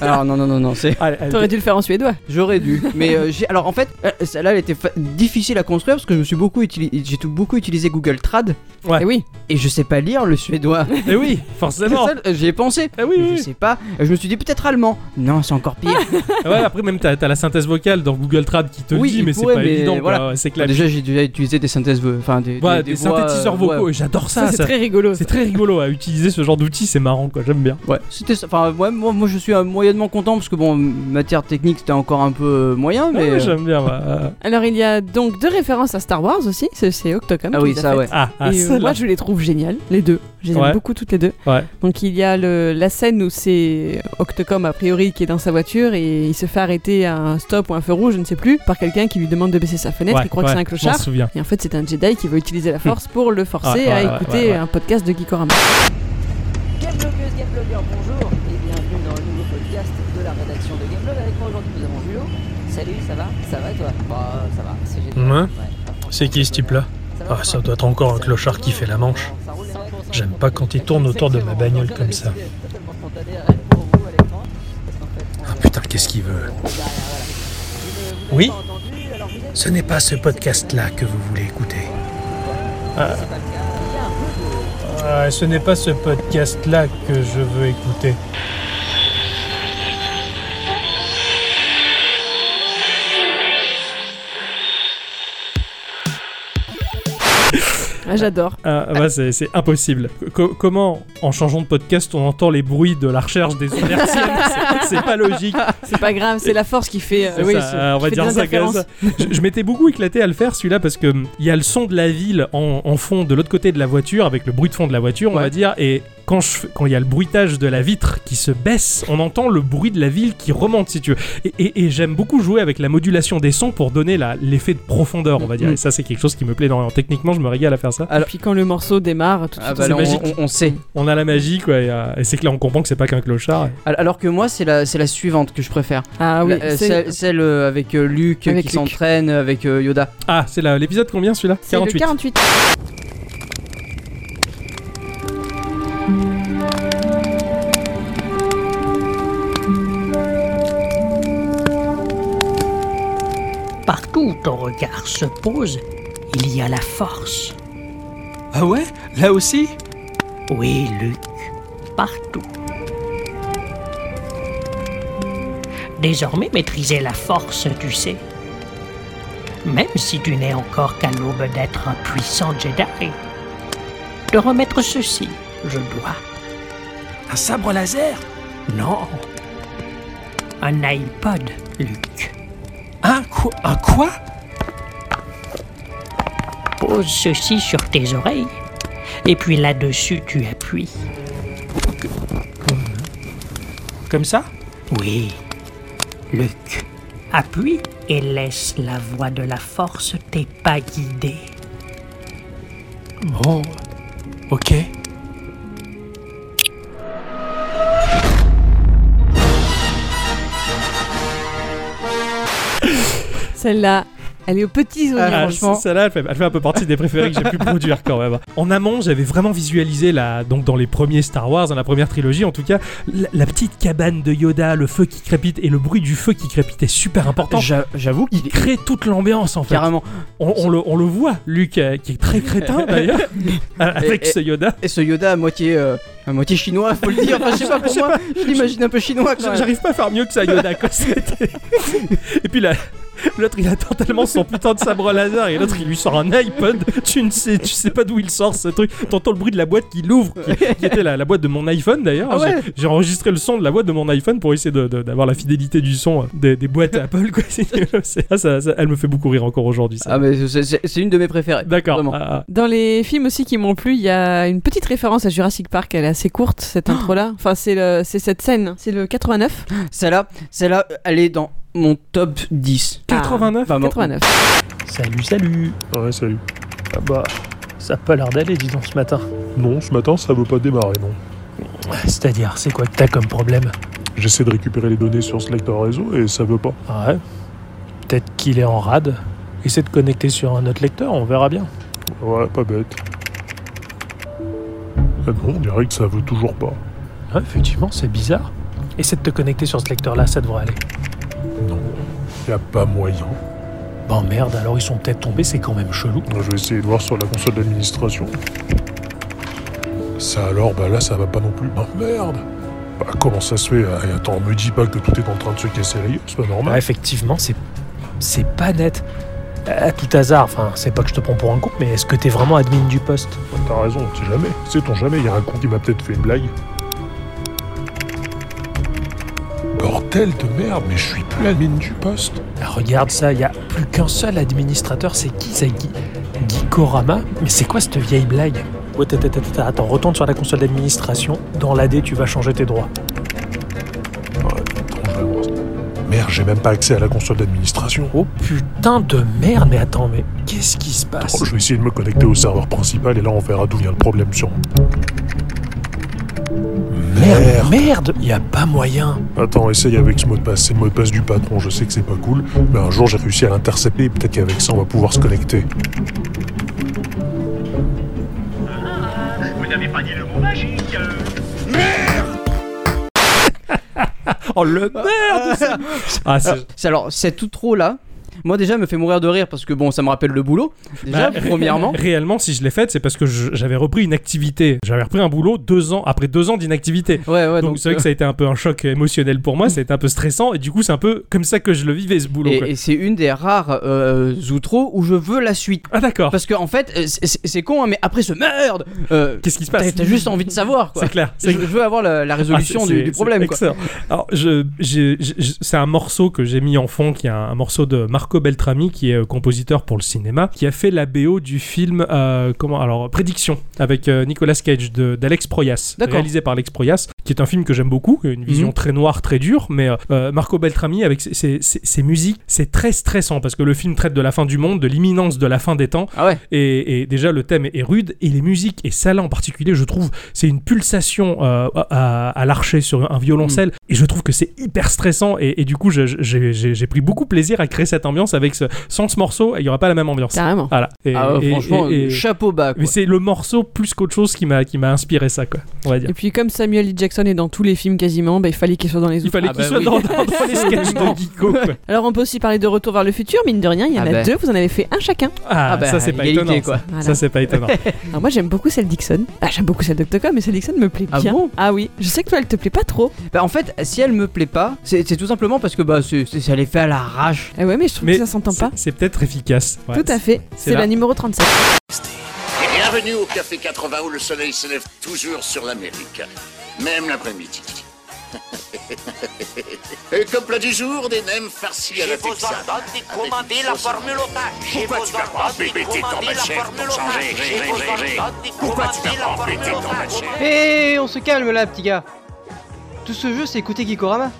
Alors non, non, non, non, c'est. T'aurais dû le faire en suédois. J'aurais dû, mais euh, j'ai- alors en fait, euh, celle-là elle était fa- difficile à construire parce que je me suis beaucoup utilisé, j'ai tout beaucoup utilisé Google Trad. Ouais. Eh Et oui. Et je sais pas lire le suédois. Et oui, forcément. Eh J'y ai pensé. oui, Ah. Je sais pas. Je me suis dit peut-être allemand. Non, c'est encore pire. ouais, après même t'as as la synthèse vocale dans Google Trad qui te oui, dit, il mais c'est pourrait, pas mais évident. Voilà. Bah, quoi. Ouais, c'est clair. Déjà, j'ai déjà utilisé des synthèses, vo- enfin des, Ouais, des- des des, voix, synthétiseurs euh, vocaux ouais. et j'adore ça. rigolo. C'est très rigolo à utiliser ce genre d'outils, c'est marrant quoi, j'aime bien. Ouais. C'était ça. Enfin, ouais, moi, moi, je suis euh, moyennement content parce que bon, matière technique, c'était encore un peu euh, moyen, mais. Ah ouais, euh, j'aime bien. ouais. Alors il y a donc deux références à Star Wars aussi, c'est- c'est Octocom. Ah qui oui, les a ça, faites. ouais. Ah, ah, Et euh, celle-là. moi je les trouve géniales, les deux. Je les aime Ouais. beaucoup toutes les deux. Ouais. Donc il y a le- la scène où c'est Octocom a priori qui est dans sa voiture et il se fait arrêter à un stop ou un feu rouge, je ne sais plus, par quelqu'un qui lui demande de baisser sa fenêtre, Ouais, il croit ouais, que c'est un je clochard. m'en souviens. Hum. Et en fait c'est un Jedi qui veut utiliser la force pour le forcer Ouais, ouais, à ouais, écouter ouais, ouais. un podcast de Geekorama. Gameblogueuse, Gameblogueur, bonjour et bienvenue dans le nouveau podcast de la rédaction de Gameblog. Avec moi aujourd'hui, nous avons Julo. Salut, ça va Ça va et toi Oh, Bah, ça va, c'est génial. Hein C'est qui ce type-là Ah, ça doit être encore un clochard qui fait la manche. J'aime pas quand il tourne autour de ma bagnole comme ça. Ah putain, qu'est-ce qu'il veut Oui Ce n'est pas ce podcast-là que vous voulez écouter. Ah. Ah, ce n'est pas ce podcast-là que je veux écouter. Ah, j'adore. Ah, bah, c'est c'est impossible. Co- comment, en changeant de podcast, on entend les bruits de la recherche des hertziennes C'est- C'est pas logique. C'est pas grave, c'est la force qui fait. euh, C'est oui, ça, c'est- euh, on qui va fait dire des ça comme interférences. ça. Je, je m'étais beaucoup éclaté à le faire celui-là parce que hum, il y a le son de la ville en, en fond de l'autre côté de la voiture avec le bruit de fond de la voiture, on va dire, et quand je fais- quand il y a le bruitage de la vitre qui se baisse, on entend le bruit de la ville qui remonte si tu veux. Et, et- et j'aime beaucoup jouer avec la modulation des sons pour donner la- l'effet de profondeur, on va dire. Mhm. Et ça, c'est quelque chose qui me plaît énormément. Techniquement, je me régale à faire ça. Puis quand le morceau démarre, tout de Ah suite bah on là, sait. on, on- on sait. On a la magie, quoi, et, euh, et c'est clair, on comprend que c'est pas qu'un clochard. Al- Alors que moi, c'est la, c'est la suivante que je préfère. Ah oui, La- euh, c'est- celle, celle, euh, avec euh, Luke Avec qui Luke. s'entraîne avec euh, Yoda. Ah, c'est la- l'épisode combien celui-là C'est le 48. Partout où ton regard se pose, il y a la force. Ah ouais Là aussi Oui, Luc, partout. désormais maîtriser la force, tu sais. Même si tu n'es encore qu'à l'aube d'être un puissant Jedi. Te remettre ceci, je dois. Un sabre laser Non. Un iPod, Luc. Un quoi Un quoi Pose ceci sur tes oreilles, et puis là-dessus tu appuies. Hmm. Comme ça Oui. Luc, appuie et laisse la voix de la force tes pas guider. Bon. Ok. Celle-là, elle est aux petits oignons, Ah, franchement. c- Celle-là, elle fait, elle fait un peu partie des préférés que j'ai pu produire quand même. En amont, j'avais vraiment visualisé la, donc dans les premiers Star Wars, dans la première trilogie en tout cas, la, la petite cabane de Yoda, le feu qui crépite et le bruit du feu qui crépite est super important. J'a- J'avoue Il crée toute l'ambiance en fait. Carrément. On, on le, on le voit, Luc, euh, qui est très crétin d'ailleurs, Ah, avec Et- et- ce Yoda. Et ce Yoda à moitié, euh, à moitié chinois, faut le dire. Enfin, je sais pas, pour moi, je l'imagine un peu chinois. quand même. J'arrive pas à faire mieux que ça, Yoda. quoi. C'était- et puis là, l'autre il attend tellement son putain de sabre laser et l'autre il lui sort un iPod. Tu ne sais, tu sais pas d'où il sort ce truc. T'entends le bruit de la boîte qui l'ouvre, qui, qui était la, la boîte de mon iPhone d'ailleurs. Ah ouais J'ai- J'ai enregistré le son de la boîte de mon iPhone pour essayer de- de- d'avoir la fidélité du son euh, des, des boîtes Apple. Quoi. C'est- ah, ça- ça- elle me fait beaucoup rire encore aujourd'hui. ça. Ah, mais c'est- c'est c'est une de mes préférées. D'accord. Ah, ah. Dans les films aussi qui m'ont plu, il y a une petite référence à Jurassic Park, elle est assez courte cette Oh. intro-là. Enfin, c'est le- c'est cette scène, c'est le 89. Celle-là, celle-là, elle est dans mon top 10. Ah. 89 Enfin, mon- 89. Salut, salut. Ouais, salut. Ah bah, ça a pas l'air d'aller, dis donc, ce matin. Non, ce matin, ça veut pas démarrer, non. C'est-à-dire, c'est quoi que t'as comme problème J'essaie de récupérer les données sur Slack d'un réseau et ça veut pas. Ah Ouais. Peut-être qu'il est en rade. Essaie de connecter sur un autre lecteur, on verra bien. Ouais, pas bête. Ah non, on dirait que ça veut toujours pas. Ouais, effectivement, c'est bizarre. Essaie de te connecter sur ce lecteur-là, ça devrait aller. Y a pas moyen. Bon Bah, merde, alors ils sont peut-être tombés, c'est quand même chelou. Je vais essayer de voir sur la console d'administration. Ça alors, bah là, ça va pas non plus. Ah, merde Bah comment ça se fait Ah, et Attends, me dis pas que tout est en train de se casser la gueule, c'est pas normal. Ouais, Ah, effectivement, c'est c'est pas net. À tout hasard, enfin, c'est pas que je te prends pour un con, mais est-ce que t'es vraiment admin du poste Bah, T'as raison, on sait jamais. Sait-on jamais, y a un con qui m'a peut-être fait une blague. Bordel de merde, mais je suis plus admin du poste. Ah, Regarde ça, il y a plus qu'un seul administrateur, c'est qui ça Guy Gikorama Mais c'est quoi cette vieille blague Ouais, tata, tata, tata, Attends, retourne sur la console d'administration. Dans l'AD, tu vas changer tes droits. Ah, Attends, je vais voir ça. Merde, j'ai même pas accès à la console d'administration. Oh putain de merde, mais attends, mais qu'est-ce qui se passe je vais essayer de me connecter au serveur principal et là on verra d'où vient le problème sûrement. Merde, merde, y a pas moyen. Attends, essaye avec ce mot de passe. C'est le mot de passe du patron, je sais que c'est pas cool, mais un jour j'ai réussi à l'intercepter et peut-être qu'avec ça on va pouvoir se connecter. Vous n'avez pas dit le mot magique Oh le merde c'est- Ah, c'est- C'est- alors, cette outro là, moi déjà elle me fait mourir de rire parce que bon, ça me rappelle le boulot. Déjà, Bah, premièrement. Réellement, si je l'ai faite, c'est parce que je- j'avais repris une activité. J'avais repris un boulot deux ans après deux ans d'inactivité. Ouais, ouais, donc, donc, c'est vrai que euh, ça a été un peu un choc émotionnel pour moi. Ça a été un peu stressant et du coup, c'est un peu comme ça que je le vivais ce boulot. quoi. Et, et c'est une des rares euh, outros où je veux la suite. Ah d'accord. Parce que en fait, euh, c'est- c'est c'est con, hein, mais après ce merde, euh, Qu'est-ce qui se passe t'as- t'as juste envie de savoir. quoi. C'est clair, Je, c'est je veux avoir euh, la, la résolution Ah, c'est- du, c'est- du problème. c'est Quoi. excellent. Alors, je, j'ai- j'ai- j'ai- c'est un morceau que j'ai mis en fond, qui est un, un morceau de Marco Beltrami, qui est euh, compositeur pour le cinéma, qui a fait la BO du film euh, comment alors Prédiction avec euh, Nicolas Cage de- d'Alex Proyas, D'accord. réalisé par Alex Proyas, qui est un film que j'aime beaucoup, une vision Mhm. très noire, très dure, mais euh, euh, Marco Beltrami avec ses, ses- ses- ses musiques, c'est très stressant parce que le film traite de la fin du monde, de l'imminence de la fin des temps, Ah ouais. et, et déjà le thème est rude et les musiques et celle-là en particulier je trouve c'est une pulsation euh, à, à- à l'archer sur un violoncelle Mhm. et je trouve que c'est hyper stressant et, et du coup je- je- j'ai j'ai- j'ai pris beaucoup plaisir à créer cette ambiance avec ce sans ce morceau il n'y aura pas la même ambiance Carrément. voilà et, Ah ouais, et- franchement, et- et- chapeau bas. quoi. mais c'est le morceau plus qu'autre chose qui m'a qui m'a inspiré ça quoi on va dire Et puis comme Samuel L. Jackson Jackson est dans tous les films quasiment, bah, il fallait qu'il soit dans les autres. Il fallait qu'il soit dans, dans- dans les sketchs de Geeko. quoi. Alors on peut aussi parler de Retour vers le futur, mine de rien, il y en Ah a bah. deux, vous en avez fait un chacun. Ah, bah, ça c'est pas étonnant. ça. Ça c'est pas étonnant. Alors moi j'aime beaucoup celle Dixon. Ah, j'aime beaucoup celle d'Octocom, mais celle Dixon me plaît Ah bien. bon ah oui, je sais que toi elle te plaît pas trop. Bah en fait, si elle me plaît pas, c'est c'est tout simplement parce que bah c'est c'est- ça les fait à l'arrache. Eh ouais, mais je trouve Mais que ça s'entend pas. C'est peut-être efficace. Tout à fait, c'est là. la numéro 37. Et bienvenue au Café 80 où le soleil se lève toujours sur l'Amérique, même l'après-midi. Et comme plat du jour, des nems farcis à la texane. Avec une sauce- Pourquoi tu vas pas embêter ton machère pour changer Pourquoi tu vas pas embêter ton machère Hé, Eh, on se calme là, petit gars. Tout ce jeu, c'est écouter Gikorama.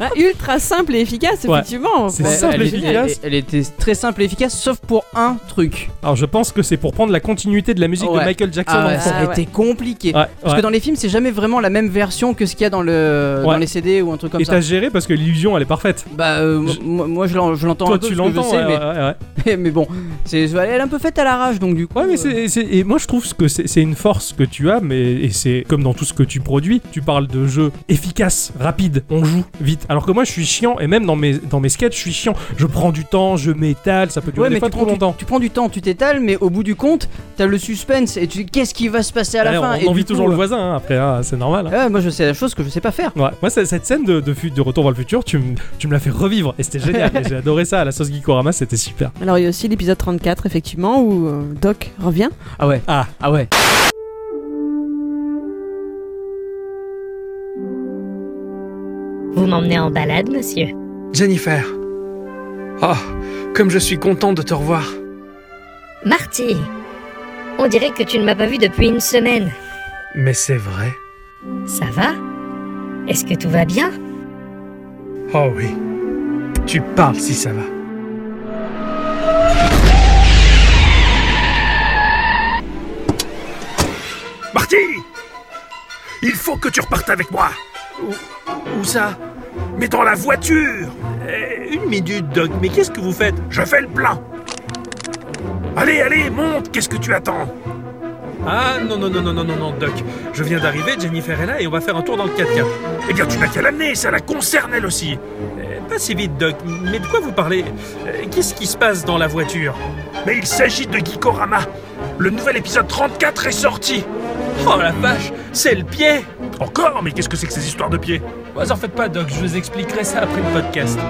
Ah, ultra simple et efficace, Ouais. effectivement. C'est Bah, simple elle et est efficace. géniale. Elle- elle était très simple et efficace, sauf pour un truc. Alors je pense que c'est pour prendre la continuité de la musique de Ouais. Michael Jackson. Ah ouais, en fond. ça a été compliqué. Ouais, Parce ouais. que dans les films, c'est jamais vraiment la même version que ce qu'il y a dans, le, Ouais. dans les CD ou un truc comme Et ça. t'as géré parce que l'illusion elle est parfaite. Bah moi, moi, je l'en- je l'entends Toi, un peu, tu parce que je l'entends, sais, ouais, mais... ouais, ouais. mais bon, c'est elle est un peu faite à l'arrache donc du coup. euh, Ouais, mais c'est- c'est- et moi je trouve que c'est c'est une force que tu as, mais et c'est comme dans tout ce que tu produis. Tu parles de jeu efficace, rapide, on joue vite. Alors que moi je suis chiant et même dans mes dans mes sketchs je suis chiant. Je prends du temps, je m'étale, ça peut durer Ouais, des mais fois tu trop prends, du, longtemps. tu prends du temps, tu t'étales, mais au bout du compte, t'as le suspense et tu dis qu'est-ce qui va se passer à la Ouais, fin. on envie toujours le voisin hein, après, hein, c'est normal. hein. euh, Ouais, moi je sais la chose que je sais pas faire. Ouais. Moi, c'est- cette scène de, de, fu- de Retour vers le futur, tu, me- tu me l'as fait revivre et c'était génial. Et J'ai adoré ça. La sauce Gikorama, c'était super. Alors il y a aussi l'épisode 34, effectivement, où euh, Doc revient. Ah ouais. Ah, ah ouais. Vous m'emmenez en balade, monsieur Jennifer. Ah, Oh, comme je suis content de te revoir. Marty On dirait que tu ne m'as pas vu depuis une semaine. Mais c'est vrai. Ça va Est-ce que tout va bien Oh oui. Tu parles si ça va. Marty Il faut que tu repartes avec moi Où ça Mais dans la voiture Euh, Une minute, Doc, mais qu'est-ce que vous faites Je fais le plein Allez, allez, monte Qu'est-ce que tu attends Ah non, non, non, non, non, non, non, Doc. Je viens d'arriver, Jennifer est là et on va faire un tour dans le 4x4. Eh bien, tu n'as qu'à l'amener, ça la concerne elle aussi Euh, Pas si vite, Doc. Mais de quoi vous parlez Euh, Qu'est-ce qui se passe dans la voiture Mais il s'agit de Gikorama Le nouvel épisode 34 est sorti Oh la vache, c'est le pied Encore Mais qu'est-ce que c'est que ces histoires de pieds Vous en faites pas, Doc, je vous expliquerai ça après le podcast.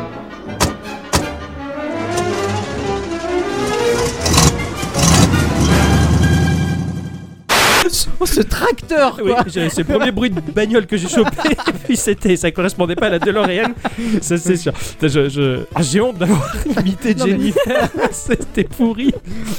Oh, ce tracteur Oui, j'ai- c'est le premier bruit de bagnole que j'ai chopé. Et puis c'était, ça correspondait pas à la DeLorean. Ça c'est sûr. Putain, Je, je- ah, j'ai honte d'avoir imité Non, mais- Jennifer. c'était pourri.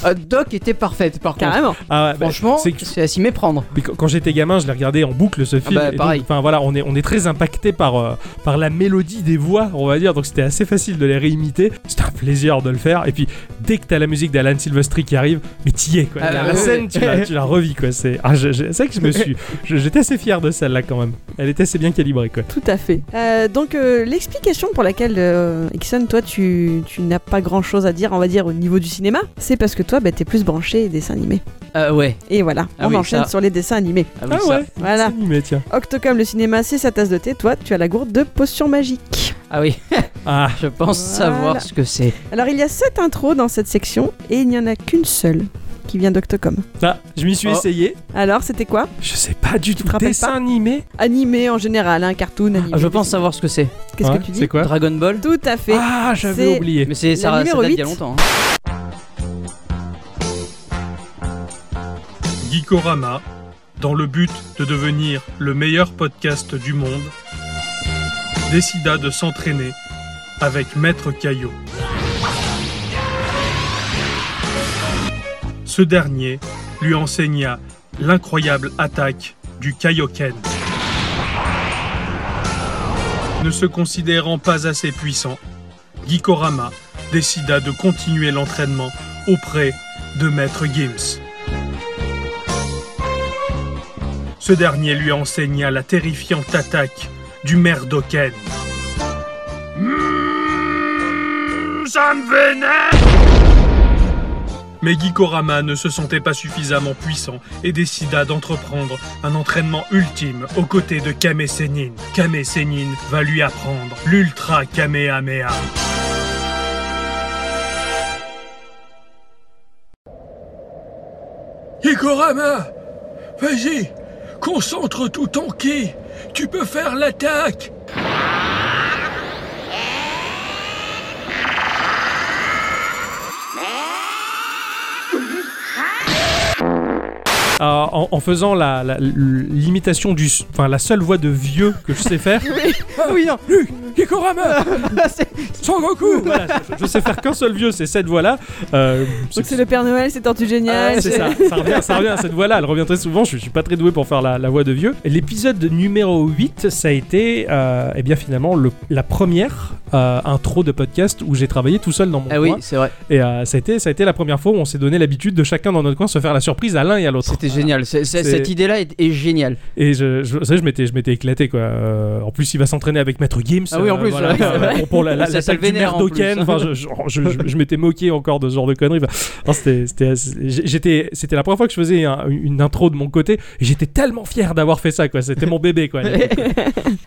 Euh, Doc était parfaite par Carrément. contre. Ah ouais, bah, Franchement, c'est- c'est à s'y méprendre. Puis quand quand j'étais gamin, je l'ai regardé en boucle ce film. bah, Et donc, pareil. Enfin voilà, on est, on est très impacté par, euh, par la mélodie des voix, on va dire. Donc c'était assez facile de les réimiter. C'était un plaisir de le faire. Et puis dès que t'as la musique d'Alan Silvestri qui arrive, mais t'y es quoi. Ah, la bah, la ouais, scène, ouais. tu la, tu la revis quoi. C'est ah, je- je- c'est vrai que je me suis. je- J'étais assez fier de celle-là quand même. Elle était assez bien calibrée quoi. Tout à fait. Euh, donc euh, l'explication pour laquelle euh, Ixon, toi, tu, tu n'as pas grand-chose à dire, on va dire, au niveau du cinéma, c'est parce que toi, bah, t'es plus branché dessins animés. Ah ouais. Et voilà, Ah on oui, enchaîne ça. sur les dessins animés. Ah oui, Ah ça. ouais, voilà. dessins animés, tiens. Octocom, le cinéma, c'est sa tasse de thé. Toi, tu as la gourde de potions magiques. Ah oui. Ah. Je pense savoir ce que c'est. Alors, il y a sept intros dans cette section et il n'y en a qu'une seule qui vient d'Octocom. Ah, je m'y suis Oh. essayé. Alors, c'était quoi Je sais pas du tout. Dessin animé Animé en général, un cartoon animé. Ah, je pense savoir ce que c'est. Qu'est-ce que Ouais, tu dis c'est quoi Dragon Ball Tout à fait. Ah, j'avais oublié. Mais c'est- ça- ça date il y a longtemps, hein. Geekorama, dans le but de devenir le meilleur podcast du monde, décida de s'entraîner avec Maître Caillot. Ce dernier lui enseigna l'incroyable attaque du Kaioken. Ne se considérant pas assez puissant, Gikorama décida de continuer l'entraînement auprès de Maître Gims. Ce dernier lui enseigna la terrifiante attaque du Merdoken. Mmh, Ça me vénère mais Gikorama ne se sentait pas suffisamment puissant et décida d'entreprendre un entraînement ultime aux côtés de Kame Senin. Kame Senin va lui apprendre l'ultra Kamehameha. Ikorama Vas-y Concentre tout ton ki Tu peux faire l'attaque Euh, en, en faisant la la- l'imitation du, s- enfin la seule voix de vieux que je sais faire. Ah, oui, non. Gikorama Sangoku Voilà, je, je sais faire qu'un seul vieux, c'est cette voix-là. Euh, Donc c'est le Père Noël, c'est Tortue Géniale. Ah, Ouais, Ah, c'est ça, ça revient, ça revient à cette voix-là, elle revient très souvent, je, je suis pas très doué pour faire la, la voix de vieux. L'épisode numéro 8, ça a été, euh, eh bien finalement, le- la première euh, intro de podcast où j'ai travaillé tout seul dans mon Ah coin. oui, c'est vrai. Et euh, ça, a été, ça a été la première fois où on s'est donné l'habitude de chacun dans notre coin se faire la surprise à l'un et à l'autre. C'était génial. C'est- c'est- C'est- Cette idée-là est, est géniale. Et je, je, ça, je m'étais, je m'étais éclaté quoi. Euh, en plus, il va s'entraîner avec Maître Gims. Ah oui, en euh, plus, voilà, ouais, c'est vrai. pour, pour la, la, Ça, la ça le taille du vénère maire en plus. d'Oken. Enfin, je, je, je- je- je m'étais moqué encore de ce genre de conneries. Enfin, non, c'était, c'était, assez- j'étais, c'était la première fois que je faisais un- une intro de mon côté. Et j'étais tellement fier d'avoir fait ça quoi. C'était mon bébé quoi. euh,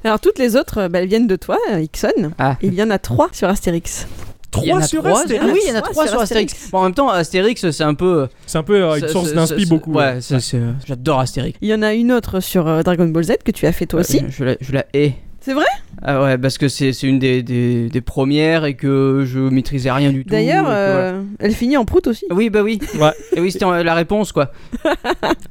Alors toutes les autres, euh, bah, elles viennent de toi, euh, Ixon. Il y en a trois sur Astérix. Ah. Il y en a trois Ah oui, il y en a trois sur Astérix. Astérix. Bon, en même temps, Astérix, c'est un peu. C'est un peu une source d'inspi beaucoup, Ouais, c'est- c'est- euh, j'adore Astérix. Il y en a une autre sur euh, Dragon Ball Z que tu as fait Ah, toi aussi. Je, je la, je la hais. C'est vrai Ah ouais, parce que c'est c'est une des, des- des premières et que je maîtrisais rien du tout. D'ailleurs, et que euh, voilà. elle finit en prout aussi. Oui, bah oui. Et oui, c'était en- la réponse quoi.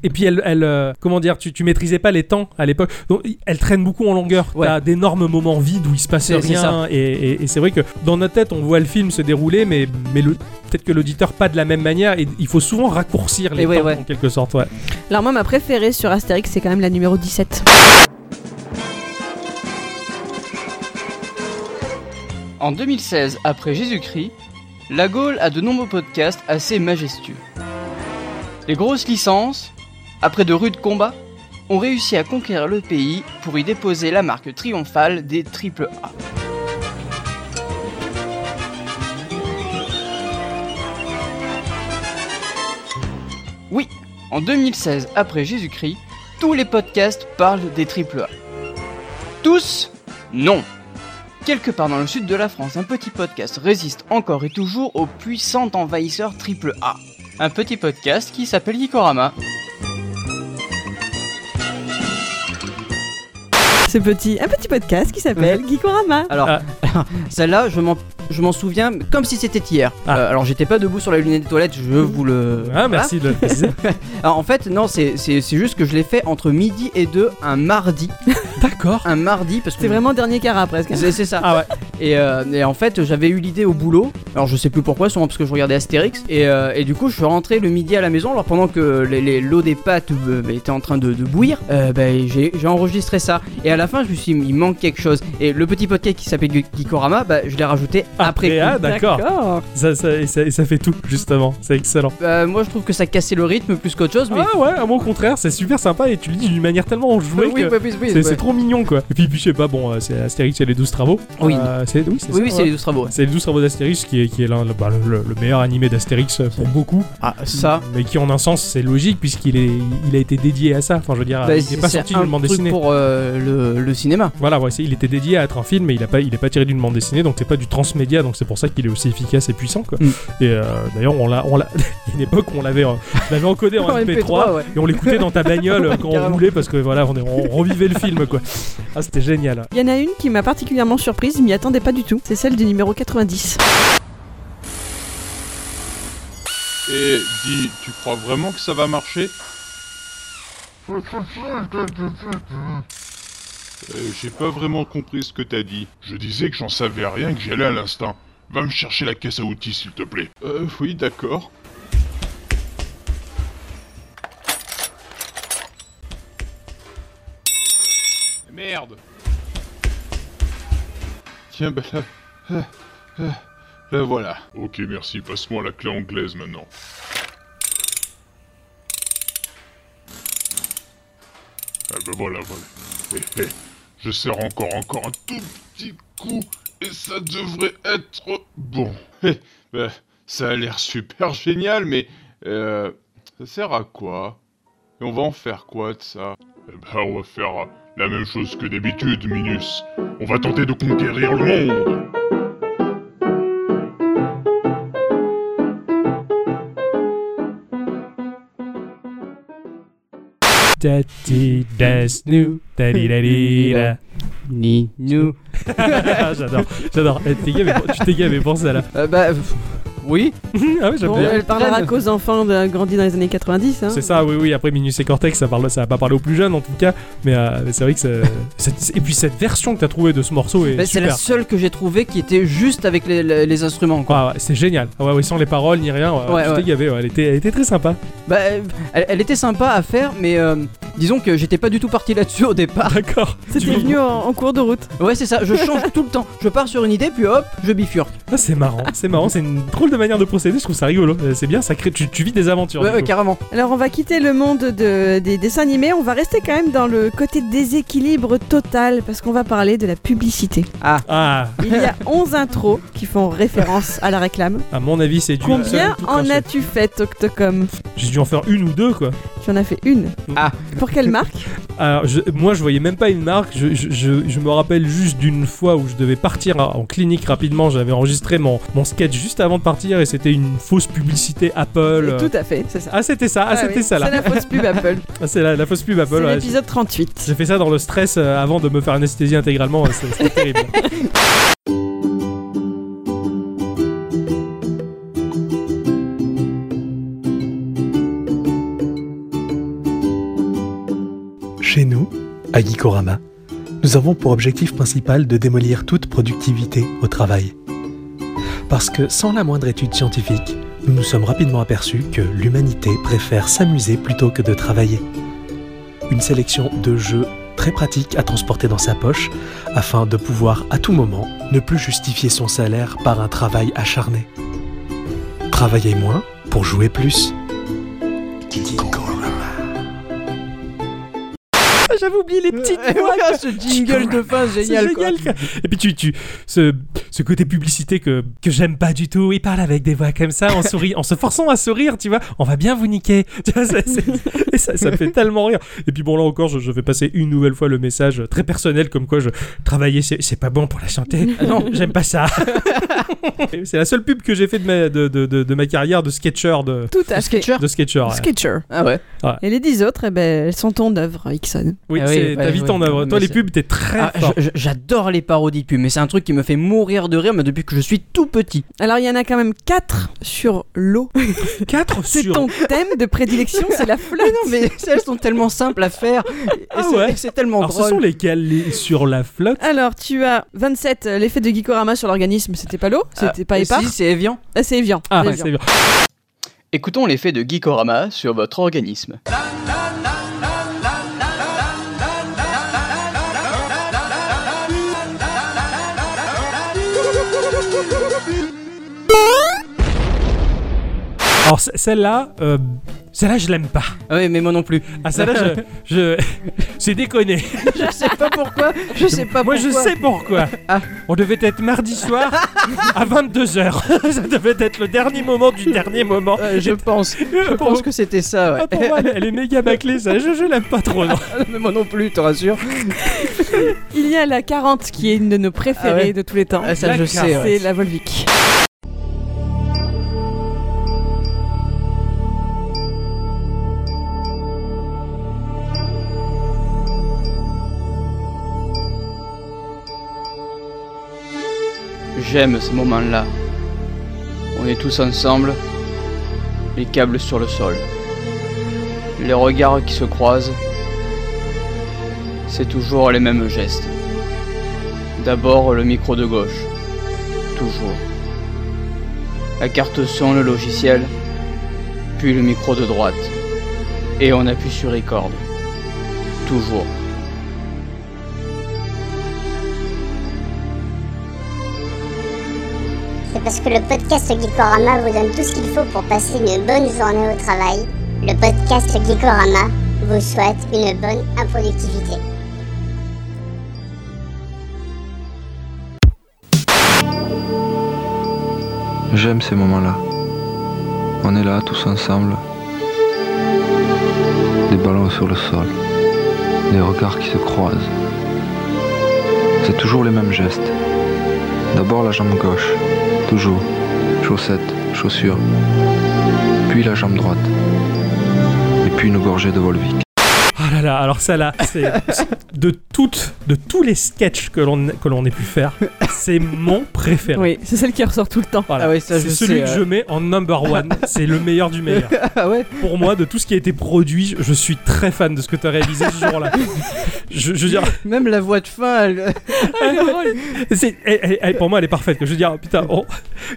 Et puis elle, elle euh, comment dire, tu, tu maîtrisais pas les temps à l'époque. Donc i- elle traîne beaucoup en longueur. T'as d'énormes moments vides où il se passe C'est- c'est rien. ça. Et, et- et c'est vrai que dans notre tête, on voit le film se dérouler, mais, mais le- peut-être que l'auditeur pas de la même manière. Et il faut souvent raccourcir les Et ouais, temps ouais. en quelque sorte. Ouais. Alors moi, ma préférée sur Astérix, c'est quand même la numéro 17. En 2016, après Jésus-Christ, la Gaule a de nombreux podcasts assez majestueux. Les grosses licences, après de rudes combats, ont réussi à conquérir le pays pour y déposer la marque triomphale des triple A. Oui, en 2016, après Jésus-Christ, tous les podcasts parlent des triple A. Tous Non. Quelque part dans le sud de la France, un petit podcast résiste encore et toujours au puissant envahisseur triple A. Un petit podcast qui s'appelle Gikorama. Ce petit, un petit podcast qui s'appelle Ah. Gikorama. Alors, celle-là, je m'en, je m'en souviens comme si c'était hier. Ah. Euh, alors, j'étais pas debout sur la lunette des toilettes, je vous le. Ah, merci de le préciser. alors, Ah, en fait, non, c'est, c'est, c'est juste que je l'ai fait entre midi et deux un mardi. D'accord. Un mardi, parce que. C'est vraiment dernier carat presque. C'est, c'est ça. Et, euh, et en fait, j'avais eu l'idée au boulot. Alors, je sais plus pourquoi, sûrement parce que je regardais Astérix. Et, euh, et du coup, je suis rentré le midi à la maison. Alors, pendant que les- les- l'eau des pâtes euh, était en train de, de bouillir, euh, ben, j'ai, j'ai enregistré ça. Et à la fin, je me suis dit, il manque quelque chose. Et le petit podcast qui s'appelle Gikorama, bah, je l'ai rajouté après. Et coup. ah, d'accord. Ça, ça- et ça, et ça fait tout, justement. C'est excellent. Euh, moi, je trouve que ça cassait le rythme plus qu'autre chose. Mais... Ah ouais, à mon contraire, c'est super sympa et tu le dis d'une manière tellement jouée Oui, que bah oui, oui, c'est, ouais. c'est trop mignon quoi. Et puis, puis je sais pas, bon, euh, c'est Astérix et les 12 travaux. Oui. Euh, c'est, oui, c'est Oui, ça, oui, c'est ouais. les 12 travaux, ouais. C'est les 12 travaux d'Astérix qui est, qui est l'un- le, bah, le- le meilleur animé d'Astérix euh, pour beaucoup. Ah, ça. Mais qui en un sens c'est logique puisqu'il est, il a été dédié à ça. Enfin, je veux dire, Bah, il c'est- n'est pas c'est sorti un d'une bande truc dessinée. pour euh, le, le cinéma. Voilà, ouais, c'est- il était dédié à être un film, mais il n'est pas, il est pas tiré d'une bande dessinée, donc c'est pas du transmédia, donc c'est pour ça qu'il est aussi efficace et puissant. Mm. Quoi. Et euh, d'ailleurs, on l'a, on l'a, il y a une époque où on l'avait, euh, on l'avait encodé en En MP3 MP3, ouais. et on l'écoutait dans ta bagnole euh, quand on Carrément. roulait parce que voilà, on, est- on revivait le film quoi. Ah, c'était génial. Il y en a une qui m'a particulièrement surprise, je m'y attendais pas du tout. C'est celle du numéro 90. Et dis, tu crois vraiment que ça va marcher Euh, J'ai pas vraiment compris ce que t'as dit. Je disais que j'en savais rien, que j'y allais à l'instinct. Va me chercher la caisse à outils, s'il te plaît. Euh, oui, d'accord. Merde Tiens, bah là... ah, ah, Là, voilà. Ok, merci, passe-moi la clé anglaise maintenant. Ah ben voilà, voilà. Hé, hé, Je serre encore, encore un tout petit coup, et ça devrait être bon. Eh, bah, ça a l'air super génial, mais euh, ça sert à quoi Et on va en faire quoi de ça Eh ben, on va faire euh, la même chose que d'habitude, Minus. On va tenter de conquérir le monde. Daddy does new, daddy daddy da. Ni, nous. j'adore, j'adore. Eh, t'es gavé- tu t'es gavé pour ça là. Euh, bah, pff, oui. ah oui, j'aime Bon, bien. elle parlera hein. qu'aux enfants de, grandis dans les années 90. Hein. C'est ça, oui, oui. Après Minus et Cortex, ça, parle, ça va pas parler aux plus jeunes en tout cas. Mais euh, mais c'est vrai que ça- cette- et puis cette version que t'as trouvée de ce morceau est Bah, c'est super. la seule que j'ai trouvée qui était juste avec les, les- les instruments. Quoi. Ah ouais, c'est génial. Ah ouais, ouais, sans les paroles ni rien. Ouais, Ouais, tu t'es ouais. gavé, ouais, elle, était, elle était très sympa. Bah, euh, elle, elle était sympa à faire, mais euh, disons que j'étais pas du tout parti là-dessus au départ. D'accord. C'était venu en, en cours de route. Ouais, c'est ça. Je change tout le temps. Je pars sur une idée, puis hop, je bifurque. Ah, c'est marrant, c'est marrant, c'est une drôle de manière de procéder, je trouve ça rigolo. Euh, C'est bien, ça crée, tu, tu vis des aventures. du coup. carrément. Alors on va quitter le monde de- des dessins animés, on va rester quand même dans le côté déséquilibre total parce qu'on va parler de la publicité. Ah. ah, Il y a 11 intros qui font référence à la réclame. à mon avis, c'est du. euh, Combien en as-tu fait, Octocom J'ai dû en faire une ou deux, quoi. Tu en as fait une. Ah. Pour quelle marque Alors, je- moi, je voyais même pas une marque. Je, je- je- je me rappelle juste d'une fois où je devais partir en clinique rapidement. J'avais enregistré mon, mon sketch juste avant de partir et c'était une fausse publicité Apple. euh. Tout à fait, c'est ça. Ah, c'était ça, ah, Ah c'était oui, ça là. C'est la fausse pub Apple. Ah, c'est la, la fausse pub Apple. C'est ouais. l'épisode 38. J'ai fait ça dans le stress euh, avant de me faire anesthésier intégralement. euh, c'est- C'était terrible. Chez nous, à Gikorama, nous avons pour objectif principal de démolir toute productivité au travail. Parce que sans la moindre étude scientifique, nous nous sommes rapidement aperçus que l'humanité préfère s'amuser plutôt que de travailler. Une sélection de jeux très pratiques à transporter dans sa poche afin de pouvoir à tout moment ne plus justifier son salaire par un travail acharné. Travailler moins pour jouer plus. Ah, J'avais oublié les petites Euh, voix. ce jingle de fin, C'est génial. quoi. quoi. Et puis tu, tu ce, ce côté publicité que, que j'aime pas du tout, il parle avec des voix comme ça, en sourit, en se forçant à sourire, tu vois, on va bien vous niquer. Tu vois, c'est- c'est- et ça, ça me fait tellement rire. Et puis bon là encore, je, je vais passer une nouvelle fois le message très personnel comme quoi je travailler c'est c'est pas bon pour la santé. Ah non. j'aime pas ça. Et c'est la seule pub que j'ai fait de ma, de, de, de- de ma carrière de sketcher de Tout à fait. de sketcher. ouais. Sketcher. Ah ouais. Ouais. Et les 10 autres, eh ben, elles sont ton œuvre, Ixon. Oui, Ah oui, c'est bah ta vie oui. en œuvre. Toi Mais les c'est- pubs t'es très Ah, fort. je- je- J'adore les parodies de pubs, mais c'est un truc qui me fait mourir de rire mais depuis que je suis tout petit. Alors, il y en a quand même 4 sur l'eau. 4 C'est sur ton thème de prédilection, c'est la flotte. Non mais elles sont tellement simples à faire. Et Ah c'est- ouais. et C'est tellement Alors, ce drôle. sont lesquels les- sur la flotte Alors, tu as 27, euh, l'effet de Gikorama sur l'organisme, c'était pas l'eau, c'était pas Ah, épars. Si, c'est Evian. Ah, c'est Evian. Ah, c'est ouais, Evian. c'est bien. Écoutons l'effet de Gikorama sur votre organisme. Alors ce- celle-là, euh, celle-là je l'aime pas. Ah oui, mais moi non plus. Ah celle-là, je, je- c'est déconné. Je sais pas pourquoi. Je sais pas Moi pourquoi. je sais pourquoi. Ah. On devait être mardi soir à 22 h Ça devait être le dernier moment du dernier moment. Euh, je pense. Je Pour- pense que c'était ça. Ouais. Ah, pour moi, elle, elle est méga bâclée. Ça, je, je l'aime pas trop. non. mais moi non plus, te rassure. Il y a la 40 qui est une de nos préférées Ah ouais. de tous les temps. Ah, ça La je carte. sais. ouais. C'est la Volvic. J'aime ce moment-là. On est tous ensemble, les câbles sur le sol, les regards qui se croisent. C'est toujours les mêmes gestes. D'abord le micro de gauche, toujours. La carte son, le logiciel, puis le micro de droite. Et on appuie sur record, toujours. C'est parce que le podcast Geekorama vous donne tout ce qu'il faut pour passer une bonne journée au travail. Le podcast Geekorama vous souhaite une bonne improductivité. J'aime ces moments-là. On est là tous ensemble. Des ballons sur le sol. Des regards qui se croisent. C'est toujours les mêmes gestes. D'abord la jambe gauche. Toujours. Chaussettes, chaussures. Puis la jambe droite. Et puis une gorgée de Volvic. Ah là là, alors ça là, c'est c'est- de toutes, de tous les sketchs que l'on que l'on ait pu faire, c'est mon préféré. Oui, c'est celle qui ressort tout le temps. Voilà. c'est celui que je mets en number one. c'est le meilleur du meilleur. Pour moi, de tout ce qui a été produit, je- je suis très fan de ce que tu as réalisé ce jour-là. Je, je veux dire, Même la voix de fin, elle. c'est- elle- elle- elle- pour moi, elle est parfaite. que Je veux dire, putain, oh,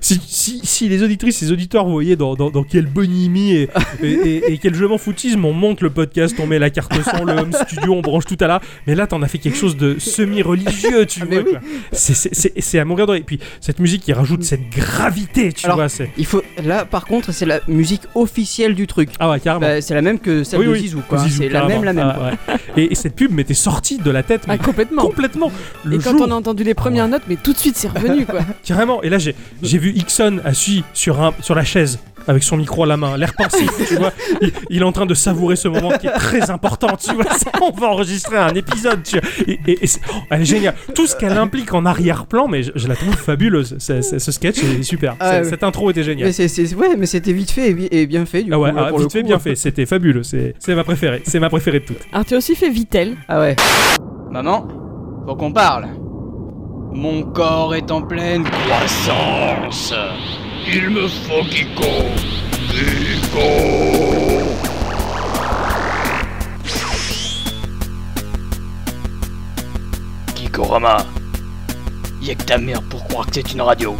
si, si- si les auditrices, les auditeurs voyaient dans, dans, dans quelle bonhomie et, et, et- et quel jeu m'en foutisme, on monte le podcast, on met la carte son, le home studio, on branche tout à là. Mais là, t'en as fait quelque chose de semi-religieux, Ah, tu vois. quoi. C'est- C'est c'est- c'est à mourir de rire. Et puis, cette musique qui rajoute cette gravité, tu Alors, vois. c'est- Il faut. Là, par contre, c'est la musique officielle du truc. Bah, Ah ouais, carrément. c'est la même que celle Oui, de oui, Zizou, quoi. hein. Zizou, c'est la carrément. même, la même. Ah, ouais. et, et cette pub m'était sortie de la tête. mais complètement. Complètement. Le Et quand jour- on a entendu les premières notes, mais tout de suite c'est revenu quoi. Carrément. Et là, j'ai j'ai vu Ixon assis sur, un, sur la chaise avec son micro à la main, l'air pensif, tu vois. Il, il est en train de savourer ce moment qui est très important, tu vois. Ça, on va enregistrer un épisode, tu vois. Et, et- et c'est- oh, elle est géniale. Tout ce qu'elle implique en arrière-plan, mais je, je la trouve fabuleuse. C'est- c'est- ce sketch est super. Ah, C'est- ouais. Cette intro était géniale. Mais c'est- c'est- ouais, mais c'était vite fait et, bi- et bien fait, du Ah ouais, coup. là, ah, pour le vite fait, coup. hein. bien fait. C'était fabuleux. C'est c'est ma préférée. C'est ma préférée de toutes. Alors tu as aussi fait Vitel. Ah ouais. Maman, faut qu'on parle. Mon corps est en pleine croissance. Il me faut Kiko. Kikorama. Y'a que ta mère pour croire que c'est une radio.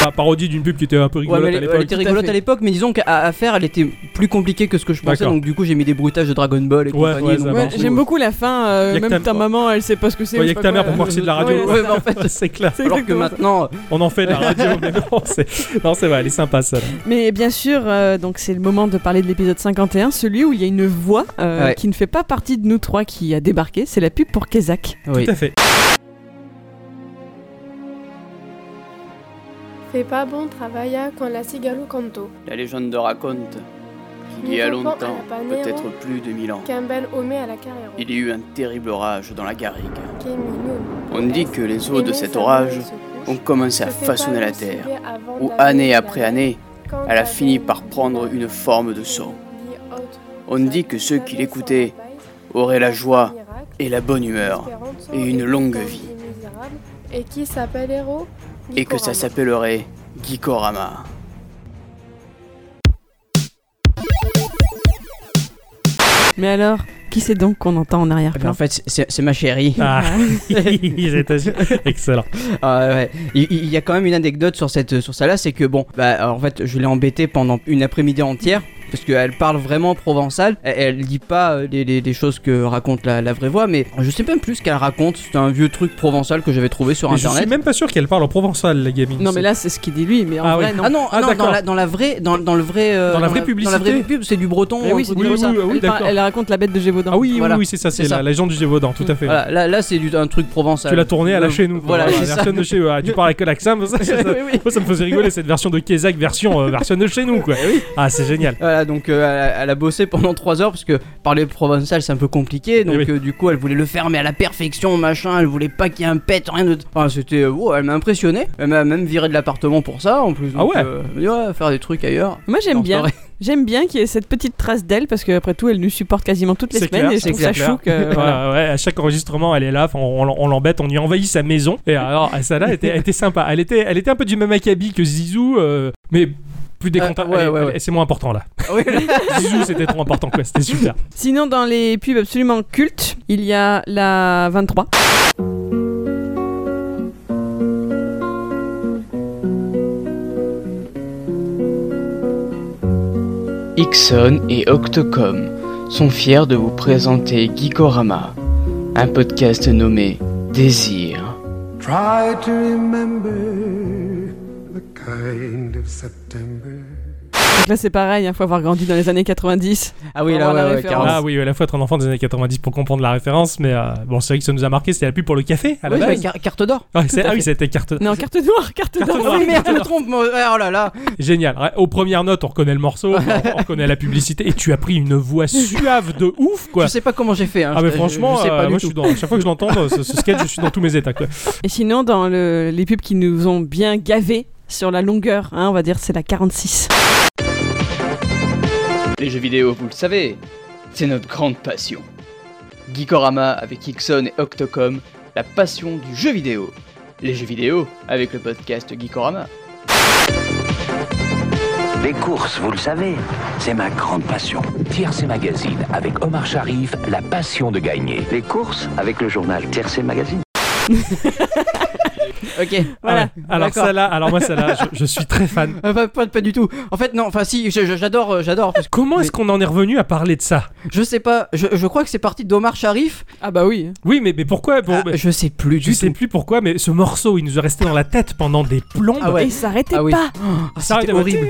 Enfin, parodie d'une pub qui était un peu Ouais, rigolote mais à elle, elle l'époque. était rigolote à l'époque, mais disons qu'à à faire, elle était plus compliquée que ce que je pensais. D'accord. Donc du coup, j'ai mis des bruitages de Dragon Ball et compagnie. ouais, ça donc, marche. du coup, J'aime beaucoup la fin, euh, Y a que même ta- ta... maman elle sait pas ce que c'est. Ouais, ou y je a que sais pas ta mère quoi. pour croire que c'est de la radio. Ouais, Ouais, ça. mais en fait, c'est clair. C'est Alors que exactement ça. maintenant, on en fait de la radio, mais non, c'est non, c'est vrai, elle est sympa ça. Mais bien sûr, euh, donc c'est le moment de parler de l'épisode 51, celui où il y a une voix euh, Ouais. qui ne fait pas partie de nous trois qui a débarqué, c'est la pub pour Kezak. Tout à fait. Fait pas bon travailla quand la cigale au canto. La légende raconte qu'il y a longtemps, peut-être plus de 1000 ans, Campbell omet à la carrière. il y eut un terrible orage dans la garrigue. Qui mignon. On dit que les eaux de cet orage ont commencé à façonner la terre, où année après année, elle a fini par prendre une forme de son. On dit que ceux qui l'écoutaient auraient la joie et la bonne humeur et une longue vie, Misérable. Et qui s'appelle héros et que ça s'appellerait Gikorama. Mais alors, qui c'est donc qu'on entend en Eh ben, arrière-plan en fait, c'est c'est ma chérie. Ah, ils étaient excellent. Ah, ouais. Il, il y a quand même une anecdote sur cette sur ça là, c'est que bon, bah alors, en fait, je l'ai embêtée pendant une après-midi entière parce qu'elle parle vraiment provençal. Elle, elle dit pas euh, les, les- les choses que raconte la, la vraie voix, mais je sais même plus ce qu'elle raconte. C'est un vieux truc provençal que j'avais trouvé sur Mais je internet. suis même pas sûr qu'elle parle en provençal, la gamine. Non mais là c'est ce qu'il dit lui, mais en Ah vrai oui. non. Ah non, Ah, non, d'accord. dans, la, dans la vraie, dans, dans le vrai, euh, Dans la vraie dans la vraie publicité pub, c'est du breton. Eh un oui, truc c'est du comme ça. Rosa. elle, parle- elle raconte la bête de Gévaudan. Ah oui, oui, oui, c'est ça, c'est la légende du Gévaudan, tout à fait. Voilà, là, là, c'est du- un truc provençal. Tu l'as tourné à la Euh, chez nous. Voilà, la c'est ça. version de chez ah, Tu parles avec l'accent, mais ça, ça, ça- moi, ça me faisait rigoler cette version de Kézak, version, euh, version de chez nous, quoi. Ah, c'est génial. Voilà, donc euh, elle, a, elle a bossé pendant 3 heures parce que parler provençal c'est un peu Eh compliqué. Donc euh, du coup, elle voulait le faire mais à la perfection, machin. Elle voulait pas qu'il y ait un pet, rien de. Enfin, c'était. euh, wow, elle m'a impressionné. Elle m'a même viré de l'appartement pour ça en plus. Ah donc, ouais. euh, elle m'a dit, ouais, faire des trucs ailleurs. Moi j'aime Non, c'est bien. vrai. J'aime bien qu'il y ait cette petite trace d'elle parce qu'après tout elle nous supporte quasiment toutes les C'est semaines clair, et je c'est trouve ça clair. chou que. Ouais, voilà. ouais, à chaque enregistrement, elle est là, enfin, on, on l'embête, on y envahit sa maison. Et alors, celle-là était, elle était sympa. Elle était, elle était un peu du même acabit que Zizou, euh, mais plus décontent. ouais, Allez, ouais, allez, ouais. Ah C'est moins important là. Zizou, c'était trop important, quoi. C'était super. Sinon dans les pubs absolument cultes, il y a la 23. Ixon et Octocom sont fiers de vous présenter Gikorama, un podcast nommé Désir. Try to remember the kind of September. Donc là, c'est pareil, il faut avoir grandi dans les années 90. Ah oui, Faut là, avoir la ouais, ouais, référence. carrément. Ah oui, à la fois être un enfant des années 90 pour comprendre la référence, mais euh, bon, c'est vrai que ça nous a marqué, c'était la pub pour le café à la Oui, bah, base. j'avais car- carte d'or. Ouais, c'est- Tout à ah oui, fait. c'était carte. Non, carte noire, carte Ah noire. oui, merde, je me trompe. moi. Ah, Oh là là. Génial. Ouais, Aux premières notes, on reconnaît le morceau, on reconnaît la publicité, et tu as pris une voix suave de Ah, ouf, quoi. Je sais pas comment j'ai fait. Hein. Ah mais Je- je- franchement, je sais pas euh, du moi tout. je suis dans, à chaque fois que je l'entends, euh, ce, ce sketch, je suis dans tous mes états. Quoi. Et sinon, dans le- les pubs qui nous ont bien gavés sur la longueur, hein, on va dire c'est la 46. Les jeux vidéo, vous le savez, c'est notre grande passion. Geekorama avec Ixon et Octocom, la passion du jeu vidéo. Les jeux vidéo avec le podcast Geekorama. Les courses, vous le savez, c'est ma grande passion. Tiercé Magazine avec Omar Sharif, la passion de gagner. Les courses avec le journal Tiercé Magazine. Ok. Ah Voilà. Alors D'accord. celle-là, alors moi celle-là, je, je suis très fan. Euh, Pas, pas- pas du tout. En fait, non, enfin si, je- je- j'adore, euh, j'adore. parce que- Comment est-ce qu'on en est revenu à parler de ça Je sais pas, je, je crois que c'est parti d'Omar Sharif. Ah bah oui. Oui, mais, mais pourquoi bon, mais- Ah, Je sais plus Je du sais tout. plus pourquoi, mais ce morceau, il nous est resté dans la tête pendant des plombes. Ah ouais. Et s'arrêtait Ah oui. pas. On s'arrêtait, horrible.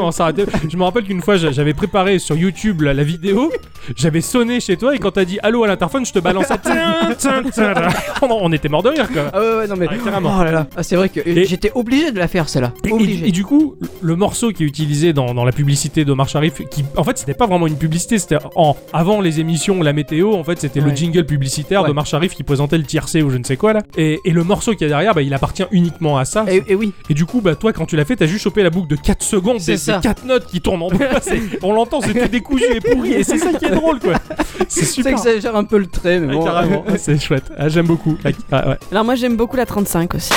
On s'arrêtait. Je me rappelle qu'une fois, j'a- j'avais préparé sur YouTube la, la vidéo. J'avais sonné chez toi et quand t'as dit allô à l'interphone, je te balançais. Tin, tin, tin, tin. On, on était mort de rire quoi. Ah ouais, ouais, non mais. Ah, carrément. oh là là. Ah, c'est vrai que Et- j'étais obligé de la faire celle-là. Et, Obligé. et- et du coup, le- le morceau qui est utilisé dans, dans la publicité d'Omar Sharif, qui en fait c'était pas vraiment une publicité, c'était en avant les émissions, la météo, en fait c'était le Ouais. jingle publicitaire Ouais. d'Omar Sharif qui présentait le tiercé ou je ne sais quoi là. Et, et le morceau qui est derrière, bah, il appartient uniquement à ça. Et, et oui. Et du coup, bah toi, quand tu l'as fait, t'as juste chopé la boucle de 4 secondes, C'est des, ça. 4 notes qui tournent en bas. C'est- On l'entend, c'est tout décousu et pourri, et c'est ça qui est drôle, quoi. C'est Ça super. exagère un peu le trait, mais Ouais, bon. euh, carrément. Ouais, c'est chouette. Ah, J'aime beaucoup. Ah, ouais. Alors moi j'aime beaucoup la 35 aussi.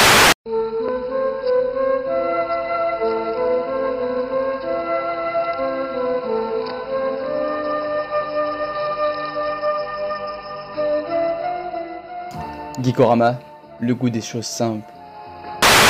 Geekorama, le goût des choses simples.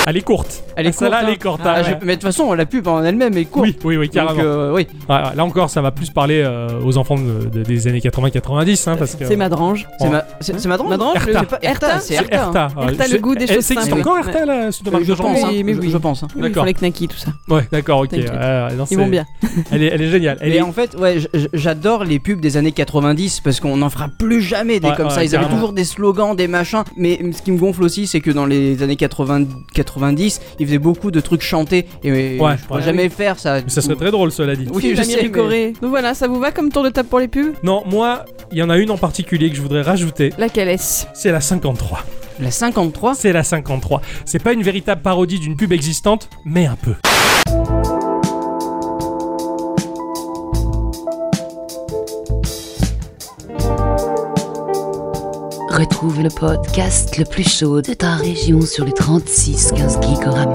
Elle est courte. Elle est Ah, celle-là, courte, elle hein. est courte. Ah, hein, je- ouais. Mais de toute façon, la pub en elle-même est courte. Oui, oui, oui, carrément. Donc, euh, oui. Ouais, ouais, là encore, ça va plus parler euh, aux enfants de- de- des années 80-90, hein, parce que. C'est Madrange. C'est ma, c'est, c'est ma drôle. Madrange, Erta. c'est pas Erta, Erta. c'est Erta. hein. Erta, ouais. Erta, le Je- goût des elle- choses c'est- C'est simples. encore Oui. Erta, là, ce dommage Je pense, hein. Oui, mais Je- oui. je pense. hein. Oui, Ils font D'accord. les knackis, tout ça. Ouais, d'accord, ok. T'inquiète. ouais, Ah, non, Ils c'est- vont bien. Elle est, elle est géniale. Elle Mais est... en fait, ouais, j- j- j'adore les pubs des années 90 parce qu'on n'en fera plus jamais des Ouais, comme ça. ouais, Ils avaient carrément. toujours des slogans, des machins. Mais ce qui me gonfle aussi, c'est que dans les années 80, 90, ils faisaient beaucoup de trucs chantés. Et Ouais, je pourrais ouais. jamais le faire ça. Mais Ça serait très drôle, cela dit. Oui, je L'ami sais. mais- Ricoré. Donc voilà, ça vous va comme tour de table pour les pubs Non, moi, il y en a une en particulier que je voudrais rajouter. Laquelle est-ce C'est la 53. La 53 C'est la 53. C'est pas une véritable parodie d'une pub existante, mais un peu. Retrouve le podcast le plus chaud de ta région sur le 3615 Geekorama.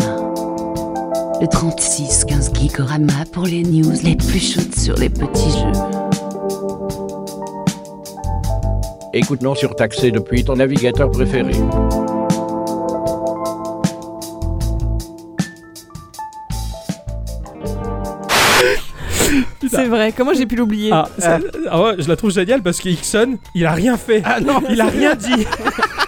Le 3615 Geekorama pour les news les plus chaudes sur les petits jeux. Écoute-nous surtaxé depuis ton navigateur préféré. C'est vrai, comment j'ai pu l'oublier Ah, euh, ça- ah ouais, je la trouve géniale parce que Hickson, il a rien fait. Ah non. Il a rien dit.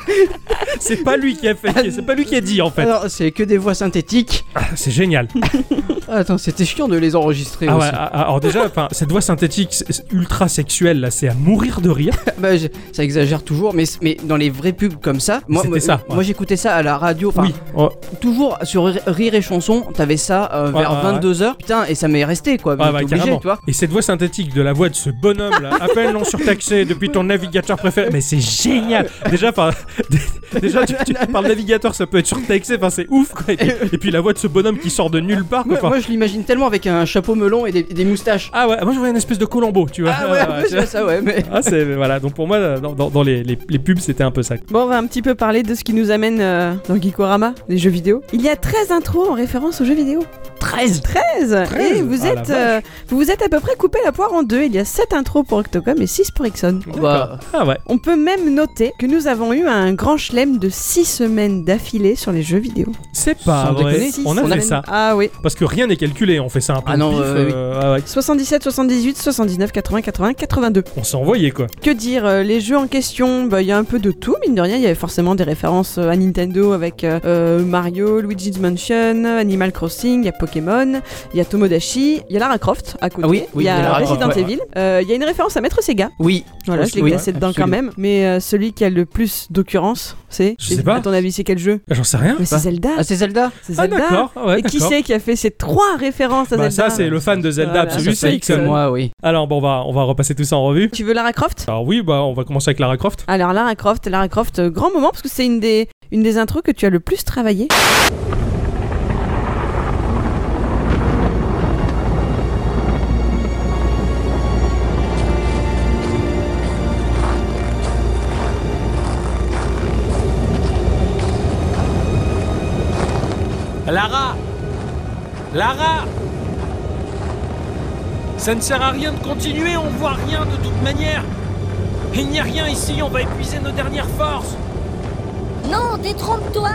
c'est pas lui qui a fait. C'est pas lui qui a dit en fait. Alors, c'est que des voix synthétiques. Ah, c'est génial. Attends, c'était chiant de les enregistrer Ah ouais, aussi. ah, ah, alors déjà, enfin, cette voix synthétique c'est- c'est ultra sexuelle là, c'est à mourir de rire. Bah, je- ça exagère toujours, mais, mais dans les vraies pubs comme ça, moi, C'était moi, ça, ouais. moi, j'écoutais ça à la radio. enfin, Oui. Oh, Toujours sur Rire- Rire et Chanson, t'avais ça euh, Ouais, vers ouais, 22h, putain, et ça m'est resté quoi. ah, mais bah, t'es obligé, carrément. tu vois. Et cette voix synthétique de la voix de ce bonhomme là, appelle non surtaxé depuis ton navigateur préféré, mais c'est génial. Déjà, enfin, dé- déjà tu, tu- par le navigateur, ça peut être surtaxé, enfin c'est ouf quoi. Et puis, et puis la voix de ce bonhomme qui sort de nulle part. quoi. Moi, Enfin, moi, je l'imagine tellement avec un chapeau melon et des, des moustaches. hein. Ah ouais, moi je vois une espèce de Colombo, tu vois. Ah ouais, Ah, ouais, tu je vois. vois ça, ouais, mais. Ah, c'est voilà. Donc pour moi, dans, dans- dans les, les- les pubs, c'était un peu ça. Bon, on va un petit peu parler de ce qui nous amène euh, dans Geekorama, les jeux vidéo. Il y a 13 intros en référence aux jeux vidéo. 13 13, 13, Et vous ah, la êtes, euh, vous vous êtes à peu près coupé la poire en deux. Il y a 7 intros pour Octocom et 6 pour Ixon. Bah, Ah ouais. On peut même noter que nous avons eu un un grand chelem de 6 semaines d'affilée sur les jeux vidéo. C'est pas Sans vrai. déconner. Si, On a si, fait si. ça. Ah oui. Parce que rien n'est calculé, on fait ça un peu Ah au non, pif, euh, oui. euh, ah ouais. 77, 78, 79, 80, 80, 82. On s'est envoyé quoi. Que dire euh, Les jeux en question, bah, il y a un peu de tout, mine de rien. Il y avait forcément des références euh, à Nintendo avec euh, euh, Mario, Luigi's Mansion, Animal Crossing, il y a Pokémon, il y a Tomodachi, il y a Lara Croft à côté, Ah oui, oui, il y il y a a Lara Resident Croft, ouais. Evil, euh, il y a une référence à Maître Sega. Oui. Voilà, je l'ai Oui, glacé dedans quand absolument. même. Mais euh, celui qui a le plus d'occurrence, c'est Je sais pas. À ton avis, c'est quel jeu Ah, J'en sais rien. Mais c'est Bah. Zelda. Ah, c'est Zelda C'est Ah, Zelda. d'accord. Ah ouais, Et qui d'accord. c'est qui a fait ces trois références à Bah, Zelda ça, c'est le fan de Zelda Voilà. Ah, absolu, Ça fait c'est euh, que Ixon. moi, oui. Alors, bon, on va, on va repasser tout ça en revue. Tu veux Lara Croft Alors, oui, bah, on va commencer avec Lara Croft. Alors Lara Croft, Lara Croft, euh, grand moment parce que c'est une des, une des intros que tu as le plus travaillé. Lara Lara Ça ne sert à rien de continuer, on voit rien de toute manière Il n'y a rien ici, on va épuiser nos dernières forces Non, détrompe-toi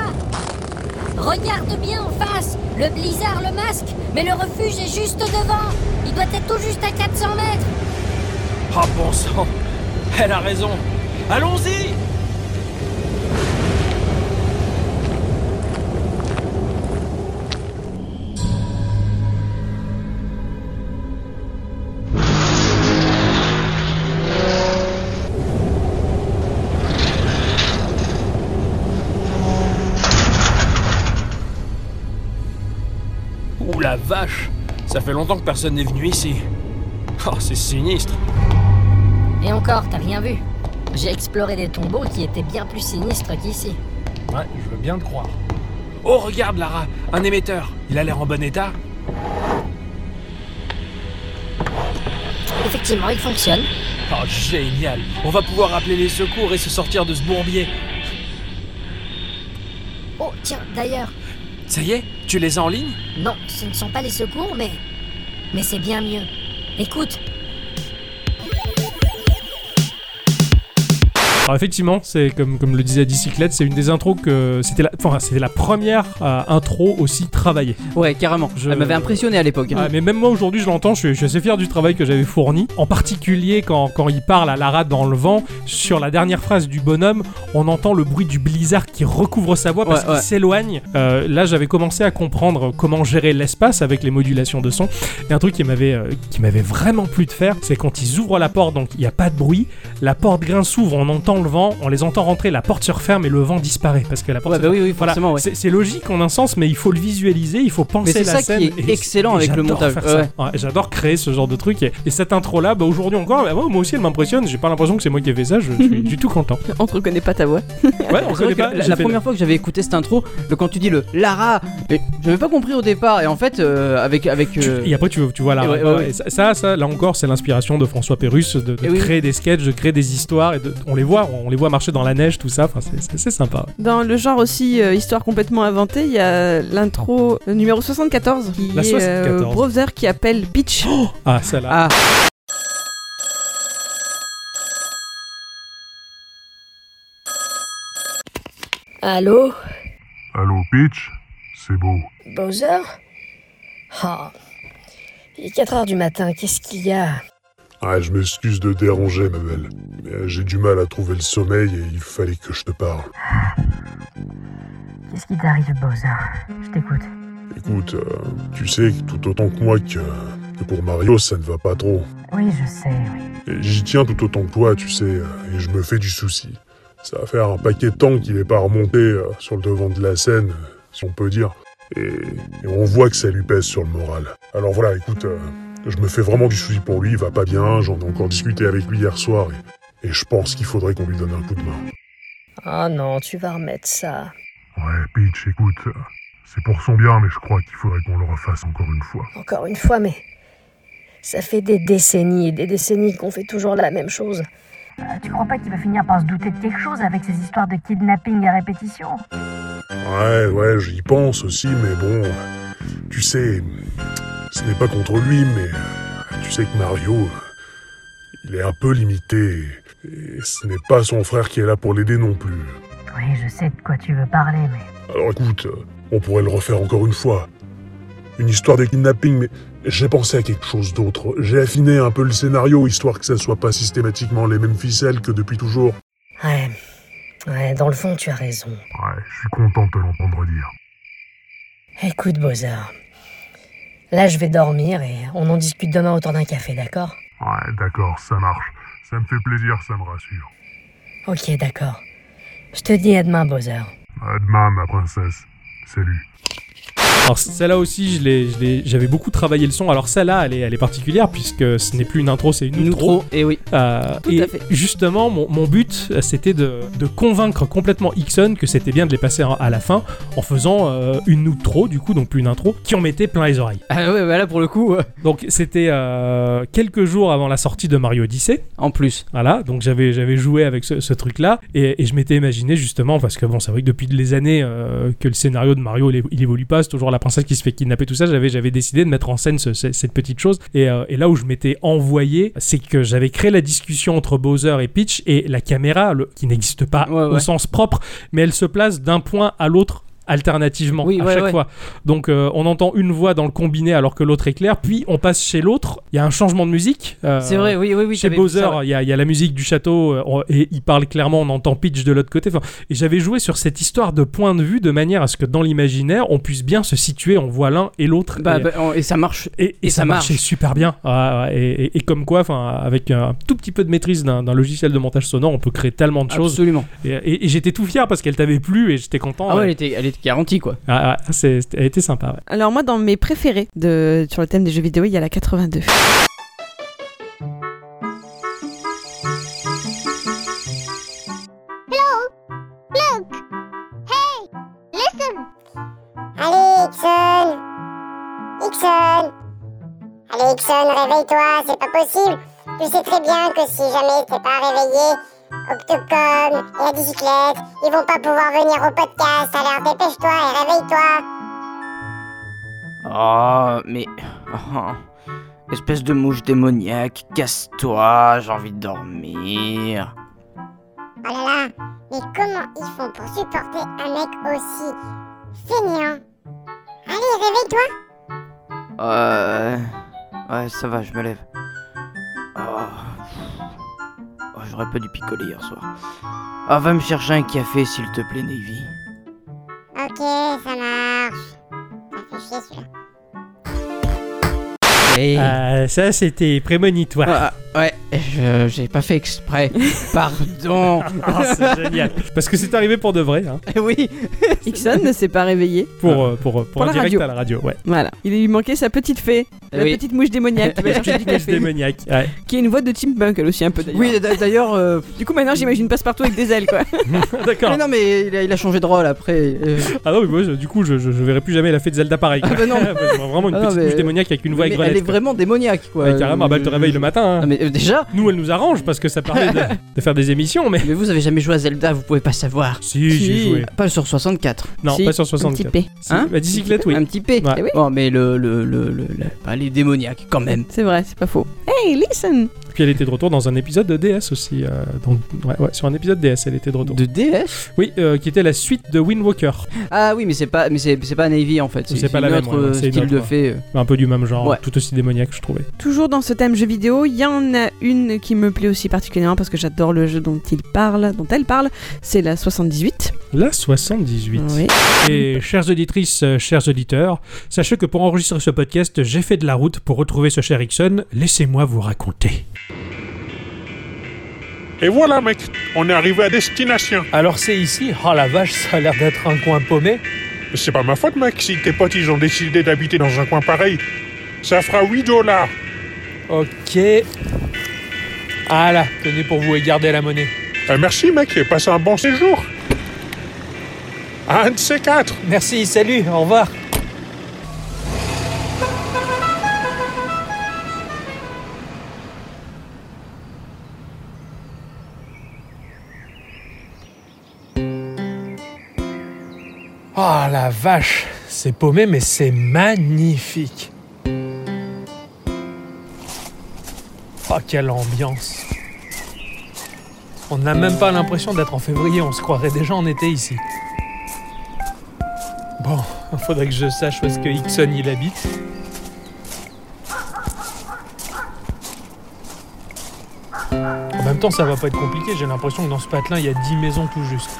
Regarde bien en face Le blizzard le masque, mais le refuge est juste devant Il doit être tout juste à 400 mètres Oh bon sang Elle a raison Allons-y Ouh la vache Ça fait longtemps que personne n'est venu ici. Oh, c'est sinistre Et encore, t'as rien vu J'ai exploré des tombeaux qui étaient bien plus sinistres qu'ici. Ouais, je veux bien te croire. Oh, regarde, Lara, un émetteur. Il a l'air en bon état. Effectivement, il fonctionne. Oh, génial. On va pouvoir appeler les secours et se sortir de ce bourbier. Oh, tiens, d'ailleurs, Ça y est, tu les as en ligne non, ce ne sont pas les secours, mais... Mais c'est bien mieux. Écoute, Alors effectivement, c'est comme, comme le disait Dicyclette, c'est une des intros que c'était la, enfin, c'était la première euh, intro aussi travaillée. Ouais, carrément. Elle m'avait impressionné à l'époque. Ah, mais même moi aujourd'hui, je l'entends, je, suis- je suis assez fier du travail que j'avais fourni. En particulier quand, quand il parle à Lara dans le vent, sur la dernière phrase du bonhomme, on entend le bruit du blizzard qui recouvre sa voix parce Ouais, qu'il ouais. s'éloigne. Euh, là, j'avais commencé à comprendre comment gérer l'espace avec les modulations de son. Et un truc qui m'avait euh, qui m'avait vraiment plu de faire, c'est quand ils ouvrent la porte, donc il n'y a pas de bruit, la porte grain s'ouvre, on entend le vent, on les entend rentrer, la porte se referme et le vent disparaît parce que la porte. Ouais, se bah oui, ferme. oui, Voilà. forcément, ouais. C'est- C'est logique en un sens, mais il faut le visualiser, il faut penser c'est la ça qui scène. est et- excellent et avec le j'adore montage, faire ouais, ça. ouais. Ouais, j'adore créer ce genre de truc et, et cette intro là, bah aujourd'hui encore, bah, moi, moi aussi elle m'impressionne. J'ai pas l'impression que c'est moi qui ai fait ça, je, je suis du tout content. On te reconnaît pas ta voix. Ouais, on C'est vrai connaît que pas. la, j'ai la fait- première fois que j'avais écouté cette intro, le, quand tu dis le Lara, mais j'avais pas compris au départ. Et en fait, euh, avec. avec euh, Et après, tu, tu vois là. Ouais, ouais, ouais. et ça- Ça, ça, là encore, c'est l'inspiration de François Pérusse de, de Et oui. créer des sketchs, de créer des histoires. Et de- on les voit, on les voit marcher dans la neige, tout ça. Enfin, c'est- c'est c'est sympa. Dans le genre aussi euh, histoire complètement inventée, il y a l'intro euh, numéro 74 qui La est 74. Browser qui appelle Peach. Ah, celle-là. allô Allô, Peach C'est beau. Bowser Oh, il est 4 heures du matin, qu'est-ce qu'il y a Ah, je m'excuse de déranger, ma belle. Mais euh, j'ai du mal à trouver le sommeil et il fallait que je te parle. Qu'est-ce qui t'arrive, Bowser Je t'écoute. Écoute, euh, tu sais tout autant que moi que, que pour Mario, ça ne va pas trop. Oui, je sais, oui. Et J'y tiens tout autant que toi, tu sais, euh, et je me fais du souci. Ça va faire un paquet de temps qu'il n'est pas remonté euh, sur le devant de la scène, euh, si on peut dire. Et, et on voit que ça lui pèse sur le moral. Alors voilà, écoute, euh, je me fais vraiment du souci pour lui, il va pas bien, j'en ai encore discuté avec lui hier soir, et, et je pense qu'il faudrait qu'on lui donne un coup de main. Oh non, tu vas remettre ça. Ouais, Peach, écoute, euh, c'est pour son bien, mais je crois qu'il faudrait qu'on le refasse encore une fois. Encore une fois, mais. Ça fait des décennies et des décennies qu'on fait toujours la même chose. Euh, tu crois pas qu'il va finir par se douter de quelque chose avec ces histoires de kidnapping à répétition Ouais, ouais, j'y pense aussi, mais bon, tu sais, ce n'est pas contre lui, mais tu sais que Mario, il est un peu limité, et ce n'est pas son frère qui est là pour l'aider non plus. Oui, je sais de quoi tu veux parler, mais. Alors écoute, euh, on pourrait le refaire encore une fois. Une histoire de kidnapping, mais j'ai pensé à quelque chose d'autre. J'ai affiné un peu le scénario, histoire que ça soit pas systématiquement les mêmes ficelles que depuis toujours. Ouais. Ouais, dans le fond, tu as raison. Ouais, je suis content de te l'entendre dire. Écoute, Bozard. Là, je vais dormir et on en discute demain autour d'un café, d'accord Ouais, d'accord, ça marche. Ça me fait plaisir, ça me rassure. Ok, d'accord. Je te dis à demain, Bozard. À demain, ma princesse. Salut. Alors celle-là aussi, je l'ai- je l'ai- j'avais beaucoup travaillé le son. Alors celle-là, elle est, elle est particulière puisque ce n'est plus une intro, c'est une Une outro. outro, et oui. Tout et à fait. justement, mon, mon but, euh, c'était de, de convaincre complètement Ixon que c'était bien de les passer à- à la fin en faisant euh, une outro, du coup, donc plus une intro, qui en mettait plein les oreilles. Ah ouais, bah là pour le coup. euh, Donc c'était euh, quelques jours avant la sortie de Mario Odyssey. En plus. Voilà, donc j'avais j'avais joué avec ce, ce truc-là et, et je m'étais imaginé justement parce que bon, c'est vrai que depuis les années euh, que le scénario de Mario il, é- il évolue pas, c'est toujours la princesse qui se fait kidnapper tout ça. J'avais j'avais décidé de mettre en scène ce- ce- cette petite chose et, euh, et là où je m'étais envoyé, c'est que j'avais créé la discussion entre Bowser et Peach et la caméra le- qui n'existe pas au ouais. sens propre, mais elle se place d'un point à l'autre alternativement à ouais, chaque ouais. fois. Donc euh, on entend une voix dans le combiné alors que l'autre est claire, puis on passe chez l'autre, il y a un changement de musique. euh, C'est vrai, oui, oui, oui, Chez j'avais vu Bowser, ça, ouais. il y, a- il y a la musique du château euh, on- et il parle clairement, on entend Peach de l'autre côté. Enfin, et j'avais joué sur cette histoire de point de vue de manière à ce que dans l'imaginaire, on puisse bien se situer, on voit l'un et l'autre. Bah, et, bah, on- et ça marche. et, et ça, marchait super bien. Ah, ouais, et, et- et comme quoi, enfin, avec un tout petit peu de maîtrise d'un d'un logiciel de montage sonore, on peut créer tellement de choses. Absolument. Et, et- et j'étais tout fier parce qu'elle t'avait plu et j'étais content. Ah ouais, ouais. elle était, elle était garantie quoi. Ah, ah, c'est- c'était- elle était sympa. ouais. Alors moi, dans mes préférés de, sur le thème des jeux vidéo, il y a la 82. Look! Hey! Listen! Allez, Ixon! Ixon! Allez, Ixon, réveille-toi, c'est pas possible! Tu sais très bien que si jamais t'es pas réveillé, Octocom et la bicyclette, ils vont pas pouvoir venir au podcast, alors dépêche-toi et réveille-toi! Oh, mais. oh, espèce de mouche démoniaque, casse-toi, j'ai envie de dormir. Oh là là! Mais comment ils font pour supporter un mec aussi fainéant? Allez, réveille-toi! Euh. Ouais, ça va, je me lève. Ah. Oh, oh, J'aurais pas dû picoler hier soir. Ah, va me chercher un café, s'il te plaît, Navy. Ok, ça marche. Ça fait chier celui-là. Euh, ça, c'était prémonitoire. Ah, ouais, je- j'ai pas fait exprès. Pardon. Ah, c'est génial. Parce que c'est arrivé pour de vrai. hein. oui. Ixon ne s'est pas réveillé. Pour, euh, pour, euh, pour, Pour un la direct radio. à la radio, ouais. Voilà. Il lui manquait sa petite fée, la Oui. petite mouche démoniaque qui va chercher du Mouche café. démoniaque. ouais. Qui est une voix de Chimpunk, elle aussi, un peu d'ailleurs. Oui, d'a- d'ailleurs. euh, Du coup, maintenant, j'imagine passe-partout avec des ailes, quoi. D'accord. mais non, mais il a, il a changé de rôle après. euh. Ah non, mais moi, je- du coup, je, je, je verrai plus jamais la fée de Zelda pareil. Ah bah non. Moi, je vois vraiment une Ah non, petite mais- mouche démoniaque avec une voix Mais avec elle est grenette. quoi. vraiment démoniaque quoi. Ouais, carrément, bah, elle te réveille le matin. hein. mais euh, déjà. Nous, elle nous arrange parce que ça parlait de, de faire des émissions, mais. Mais vous avez jamais joué à Zelda, vous pouvez pas savoir. Si, j'y ai joué. Pas sur 64. Non, Si. pas sur 64. Si, Hein La bicyclette, oui. Un petit P. Ouais. Eh oui. Bon, mais le. le, Euh, le, le- le- bah, les démoniaques quand même. C'est vrai, c'est pas faux. Hey, listen Puis elle était de retour dans un épisode de DS aussi. euh, dans- ouais, ouais, sur un épisode DS, elle était de retour. De DS Oui, euh, qui était la suite de Wind Walker. Ah oui, mais c'est pas, mais c'est, c'est pas Navy en fait. C'est pas la une même, autre, ouais, euh, c'est une style autre, de ouais. fée. euh. Un peu du même genre, Ouais. tout aussi démoniaque, je trouvais. Toujours dans ce thème jeu vidéo, il y en a une qui me plaît aussi particulièrement parce que j'adore le jeu dont il parle, dont elle parle, c'est la 78. La 78. Oui. Et chères auditrices, euh, chers auditeurs, sachez que pour enregistrer ce podcast, j'ai fait de la route pour retrouver ce cher Ixon. Laissez-moi vous raconter. Et voilà, mec, on est arrivé à destination. Alors c'est ici Oh la vache, ça a l'air d'être un coin paumé. C'est pas ma faute, mec, si tes potes ils ont décidé d'habiter dans un coin pareil. Ça fera 8 dollars. Ok. Ah là, tenez pour vous et gardez la monnaie. Euh, merci, mec, et passe un bon séjour. Ah, Un de ces quatre. Merci, salut, au revoir. Ah, Oh la vache, c'est paumé mais c'est magnifique. Oh quelle ambiance. Ah, On n'a même pas l'impression d'être en février, on se croirait déjà en été ici. Bon, faudrait que je sache où est-ce que Hickson il habite. En même temps, ça va pas être compliqué, j'ai l'impression que dans ce patelin, il y a 10 maisons tout juste.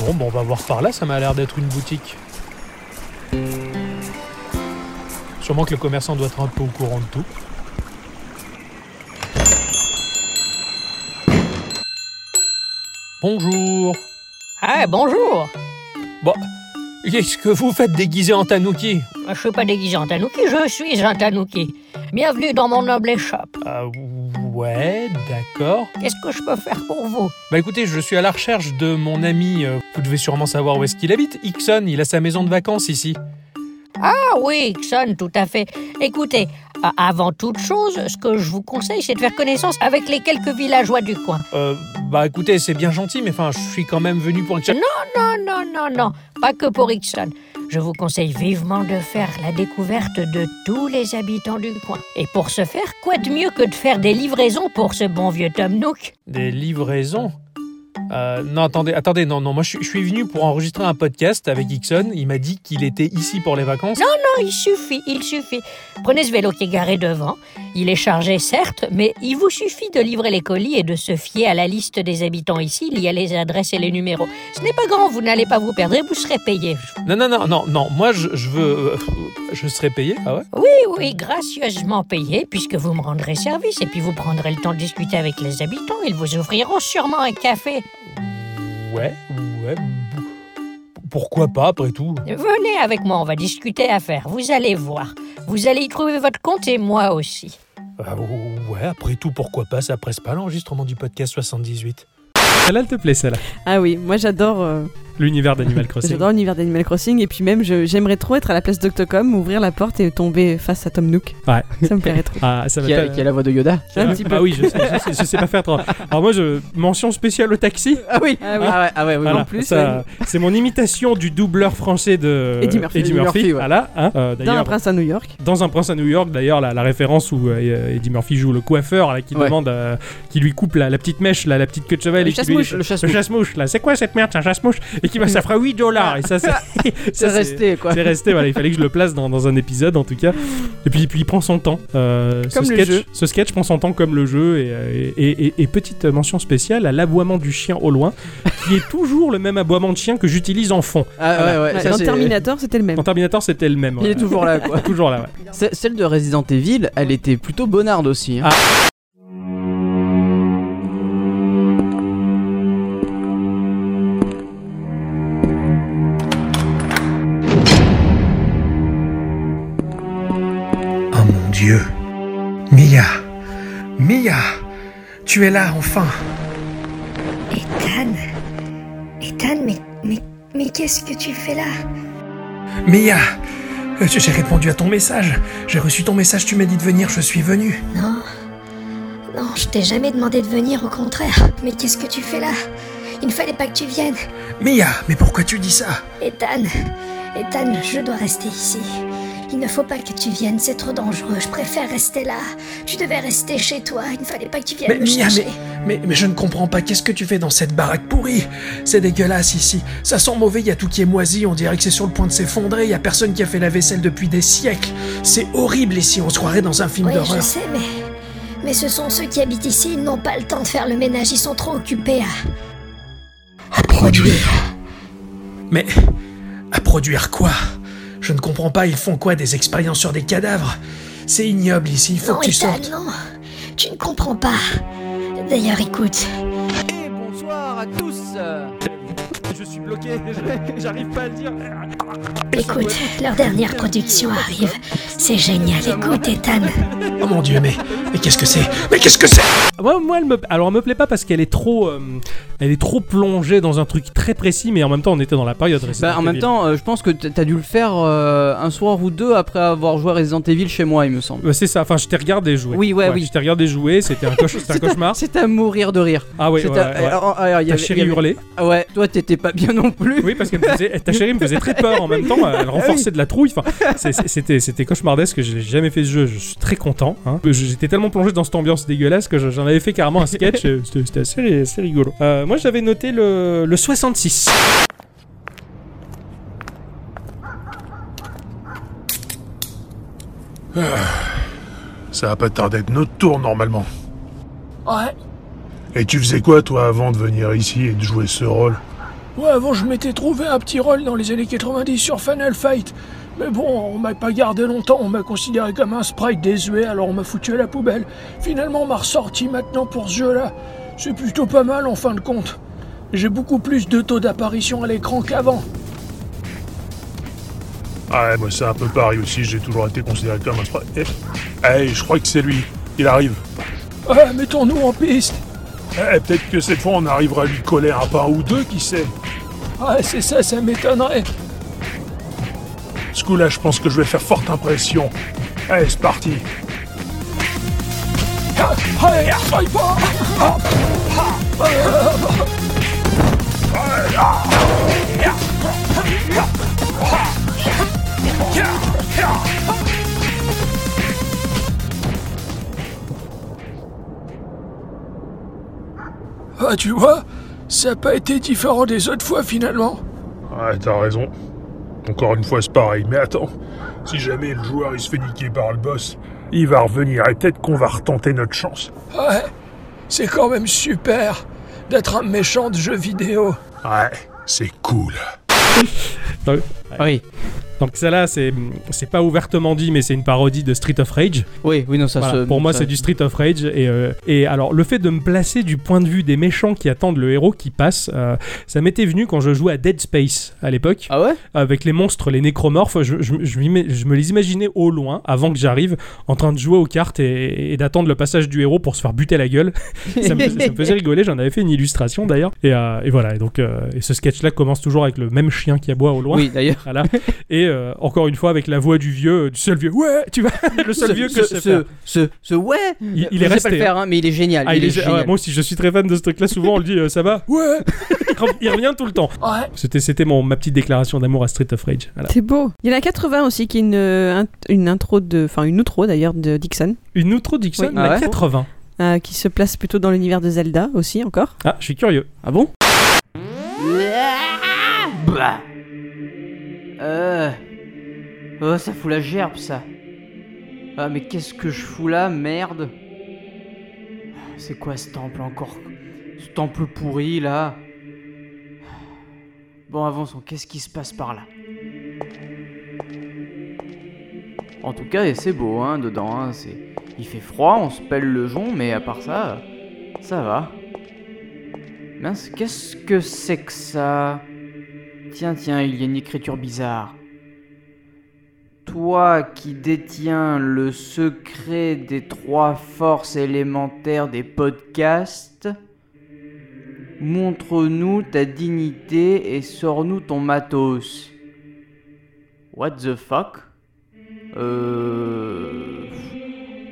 Bon, bon, on va voir par là, ça m'a l'air d'être une boutique. Sûrement que le commerçant doit être un peu au courant de tout. Bonjour. Ah, bonjour Bon, qu'est-ce que vous faites déguisé en tanuki Ah, Je suis pas déguisé en tanuki, je suis un tanuki. Bienvenue dans mon noble échoppe. Ah, ouais, d'accord. Qu'est-ce que je peux faire pour vous Bah écoutez, je suis à la recherche de mon ami, euh, vous devez sûrement savoir où est-ce qu'il habite, Hickson, il a sa maison de vacances ici. Ah oui, Ixon, tout à fait. Écoutez, a- avant toute chose, ce que je vous conseille, c'est de faire connaissance avec les quelques villageois du coin. Euh, bah écoutez, c'est bien gentil, mais enfin, je suis quand même venu pour une... Non, non, non, non, non, pas que pour Ixon. Je vous conseille vivement de faire la découverte de tous les habitants du coin. Et pour ce faire, quoi de mieux que de faire des livraisons pour ce bon vieux Tom Nook Des livraisons Euh, non, attendez, attendez, non, non, moi je, suis- je suis venu pour enregistrer un podcast avec Ixon. Il m'a dit qu'il était ici pour les vacances. Non, non, il suffit, il suffit. Prenez ce vélo qui est garé devant. Il est chargé, certes, mais il vous suffit de livrer les colis et de se fier à la liste des habitants ici. Il y a les adresses et les numéros. Ce n'est pas grand, vous n'allez pas vous perdre et vous serez payé. Non, non, non, non, non, moi je, je veux. euh, je serai payé, ah ouais Oui, oui, gracieusement payé, puisque vous me rendrez service et puis vous prendrez le temps de discuter avec les habitants. Ils vous offriront sûrement un café. Ouais, ouais. b- Pourquoi pas, après tout Venez avec moi, on va discuter affaires. Vous allez voir. Vous allez y trouver votre compte et moi aussi. Ah, Ouais, après tout, pourquoi pas Ça presse pas l'enregistrement du podcast 78. Celle-là, elle te plaît, celle-là. Ah oui, moi j'adore euh, L'univers d'Animal Crossing. j'adore l'univers d'Animal Crossing et puis même je- j'aimerais trop être à la place d'Octocom, ouvrir la porte et tomber face à Tom Nook. Ouais. Ça me plairait trop. Ah, ça Qui a- qui a la voix de Yoda Un petit peu. Ah oui, je sais, je sais- je sais pas faire. trop. Alors moi, je mention spéciale au taxi. Ah oui. Ah oui. Ah ouais, ah ouais, oui, Voilà, en plus, ça, c'est mon imitation du doubleur français de Eddie Murphy. Eddie Murphy, ouais. voilà, hein. Euh, Dans d'ailleurs, un prince à New York. Dans un prince à New York, d'ailleurs, la, la référence où euh, Eddie Murphy joue le coiffeur, là, qui Ouais. demande, euh, qui lui coupe la, la petite mèche, là, la petite queue de cheval, Le et qui lui- chasse-mouche, le chasse-mouche. chasse-mouche, là, c'est quoi cette merde, c'est un chasse-mouche, et qui va, ça fera 8 dollars, et ça, ça, ça, C'est resté, quoi. c'est resté, voilà, il fallait que je le place dans, dans un épisode en tout cas. Et puis, puis il prend son temps. Euh, Comme ce le sketch, jeu. Ce sketch prend son temps comme le jeu. Et, euh, et- et- et- et petite mention spéciale à l'aboiement du chien au loin, qui est toujours le même aboiement de chien que j'utilise en fond. Ah, ouais, ouais, ça, dans c'est- Terminator, c'était le même. Dans Terminator, c'était le même. Il est ouais. toujours là, quoi. toujours là, ouais. Ce- Celle de Resident Evil, elle était plutôt bonarde aussi. hein. Ah. Oh mon dieu. Mia Mia Tu es là, enfin Ethan Ethan, mais, mais, mais qu'est-ce que tu fais là Mia euh, J'ai répondu à ton message. J'ai reçu ton message, tu m'as dit de venir, je suis venu. Non. Non, je t'ai jamais demandé de venir, au contraire. Mais qu'est-ce que tu fais là Il ne fallait pas que tu viennes. Mia, mais pourquoi tu dis ça Ethan, Ethan, je dois rester ici. Il ne faut pas que tu viennes, c'est trop dangereux. Je préfère rester là. Tu devais rester chez toi. Il ne fallait pas que tu viennes Mais me Mia, mais, chercher. mais, mais je ne comprends pas, qu'est-ce que tu fais dans cette baraque pourrie C'est dégueulasse ici, ça sent mauvais, il y a tout qui est moisi, on dirait que c'est sur le point de s'effondrer, il y a personne qui a fait la vaisselle depuis des siècles. C'est horrible ici, on se croirait dans un film Oui, je d'horreur. sais, mais. Mais ce sont ceux qui habitent ici, ils n'ont pas le temps de faire le ménage, ils sont trop occupés à. À produire. Mais à produire quoi Je ne comprends pas, ils font quoi des expériences sur des cadavres C'est ignoble ici, il faut non, que tu Ethan, sortes. non Tu ne comprends pas. D'ailleurs, écoute. Bonsoir à tous Je suis bloqué, j'arrive pas à le dire. Écoute, leur dernière production arrive. C'est génial, écoute, Ethan. Oh mon dieu, mais, mais qu'est-ce que c'est Mais qu'est-ce que c'est Moi, moi, elle me... alors elle me plaît pas parce qu'elle est trop, euh, elle est trop plongée dans un truc très précis, mais en même temps, on était dans la période Resident Bah, en même Evil. temps, euh, je pense que t- t'as dû le faire euh, un soir ou deux après avoir joué à Resident Evil chez moi, il me semble. Euh, c'est ça, enfin je t'ai regardé jouer. Oui, ouais, oui. Je t'ai regardé jouer, c'était un, coche- c'était un cauchemar. C'était à mourir de rire. Ah ouais, C'était- ouais, ouais. alors, alors, il y Ta avait- chérie il y avait- hurlait. Ah Ouais, toi t'étais pas bien non plus. Ah Oui, parce que ta chérie me faisait très peur en même temps, elle renforçait de la trouille. Enfin, c'est- c'est- c'était, c'était cauchemardesque, je n'ai jamais fait ce jeu, je suis très content. hein. Je- J'étais tellement plongé dans cette ambiance dégueulasse que je- j'en avais fait carrément un sketch, euh, c'était, c'était assez, assez rigolo. Euh, moi j'avais noté le, le 66. Ah, Ça va pas tarder à être notre tour normalement. Ouais. Et tu faisais quoi toi avant de venir ici et de jouer ce rôle Ouais, avant je m'étais trouvé un petit rôle dans les années 90 sur Final Fight. Mais bon, on m'a pas gardé longtemps, on m'a considéré comme un sprite désuet, alors on m'a foutu à la poubelle. Finalement, on m'a ressorti maintenant pour ce jeu-là. C'est plutôt pas mal en fin de compte. J'ai beaucoup plus de taux d'apparition à l'écran qu'avant. Ah ouais, moi c'est un peu pareil aussi, j'ai toujours été considéré comme un sprite. Eh, eh, je crois que c'est lui, il arrive. Ah, mettons-nous en piste Eh, peut-être que cette fois on arrivera à lui coller un pain ou deux, qui sait Ah, c'est ça, ça m'étonnerait. Ce coup-là, je pense que je vais faire forte impression. Allez, c'est parti. Ah, ah, ah, ah, ah, ah, ah. Ah, tu vois, ça n'a pas été différent des autres fois finalement. Ouais, Ah, t'as raison. Encore une fois, c'est pareil. Mais attends, si jamais le joueur il se fait niquer par le boss, il va revenir et peut-être qu'on va retenter notre chance. Ouais, c'est quand même super d'être un méchant de jeu vidéo. Ouais, c'est cool. oui. Donc ça là, c'est, c'est pas ouvertement dit, mais c'est une parodie de Street of Rage. Oui, oui, non, ça Voilà, se- Pour moi, ça- c'est du Street of Rage. Et, euh, et alors, le fait de me placer du point de vue des méchants qui attendent le héros qui passe, euh, ça m'était venu quand je jouais à Dead Space à l'époque. Ah ouais Avec les monstres, les nécromorphes, je, je- je m'im- je me les imaginais au loin, avant que j'arrive, en train de jouer aux cartes et, et d'attendre le passage du héros pour se faire buter la gueule. ça, me, faisait- ça me faisait rigoler, j'en avais fait une illustration d'ailleurs. Et, euh, et voilà, et donc euh, et ce sketch-là commence toujours avec le même chien qui aboie au loin. Oui, d'ailleurs. Voilà. Et euh, encore une fois, avec la voix du vieux, euh, du seul vieux, ouais, tu vas, le seul Ce- vieux ce- que je sais ce- faire. Ce, ce ouais Il, il Je est sais resté. pas le faire, hein, mais il est génial. Ah, il, il est, est gé- ah ouais, génial. moi aussi, je suis très fan de ce truc-là. Souvent, on le dit, euh, ça va Ouais Il rem- Il revient tout le temps. Ouais. C'était, c'était mon, ma petite déclaration d'amour à Street of Rage. Voilà. C'est beau. Il y en a 80 aussi qui est une, euh, int- une intro de, enfin une outro d'ailleurs de Dixon. Une outro Ah Dixon Il y en a 80. Euh, qui se place plutôt dans l'univers de Zelda aussi encore. Ah, je suis curieux. Ah bon Bah. Euh. Oh, ça fout la gerbe, ça. Ah, mais qu'est-ce que je fous là, merde C'est quoi ce temple encore Ce temple pourri, là Bon, avançons, qu'est-ce qui se passe par là En tout cas, et c'est beau, hein, dedans, hein, c'est... Il fait froid, on se pèle le jonc, mais à part ça, ça va. Mince, qu'est-ce que c'est que ça Tiens, tiens, il y a une écriture bizarre. Toi qui détiens le secret des trois forces élémentaires des podcasts, montre-nous ta dignité et sors-nous ton matos. What the fuck Euh.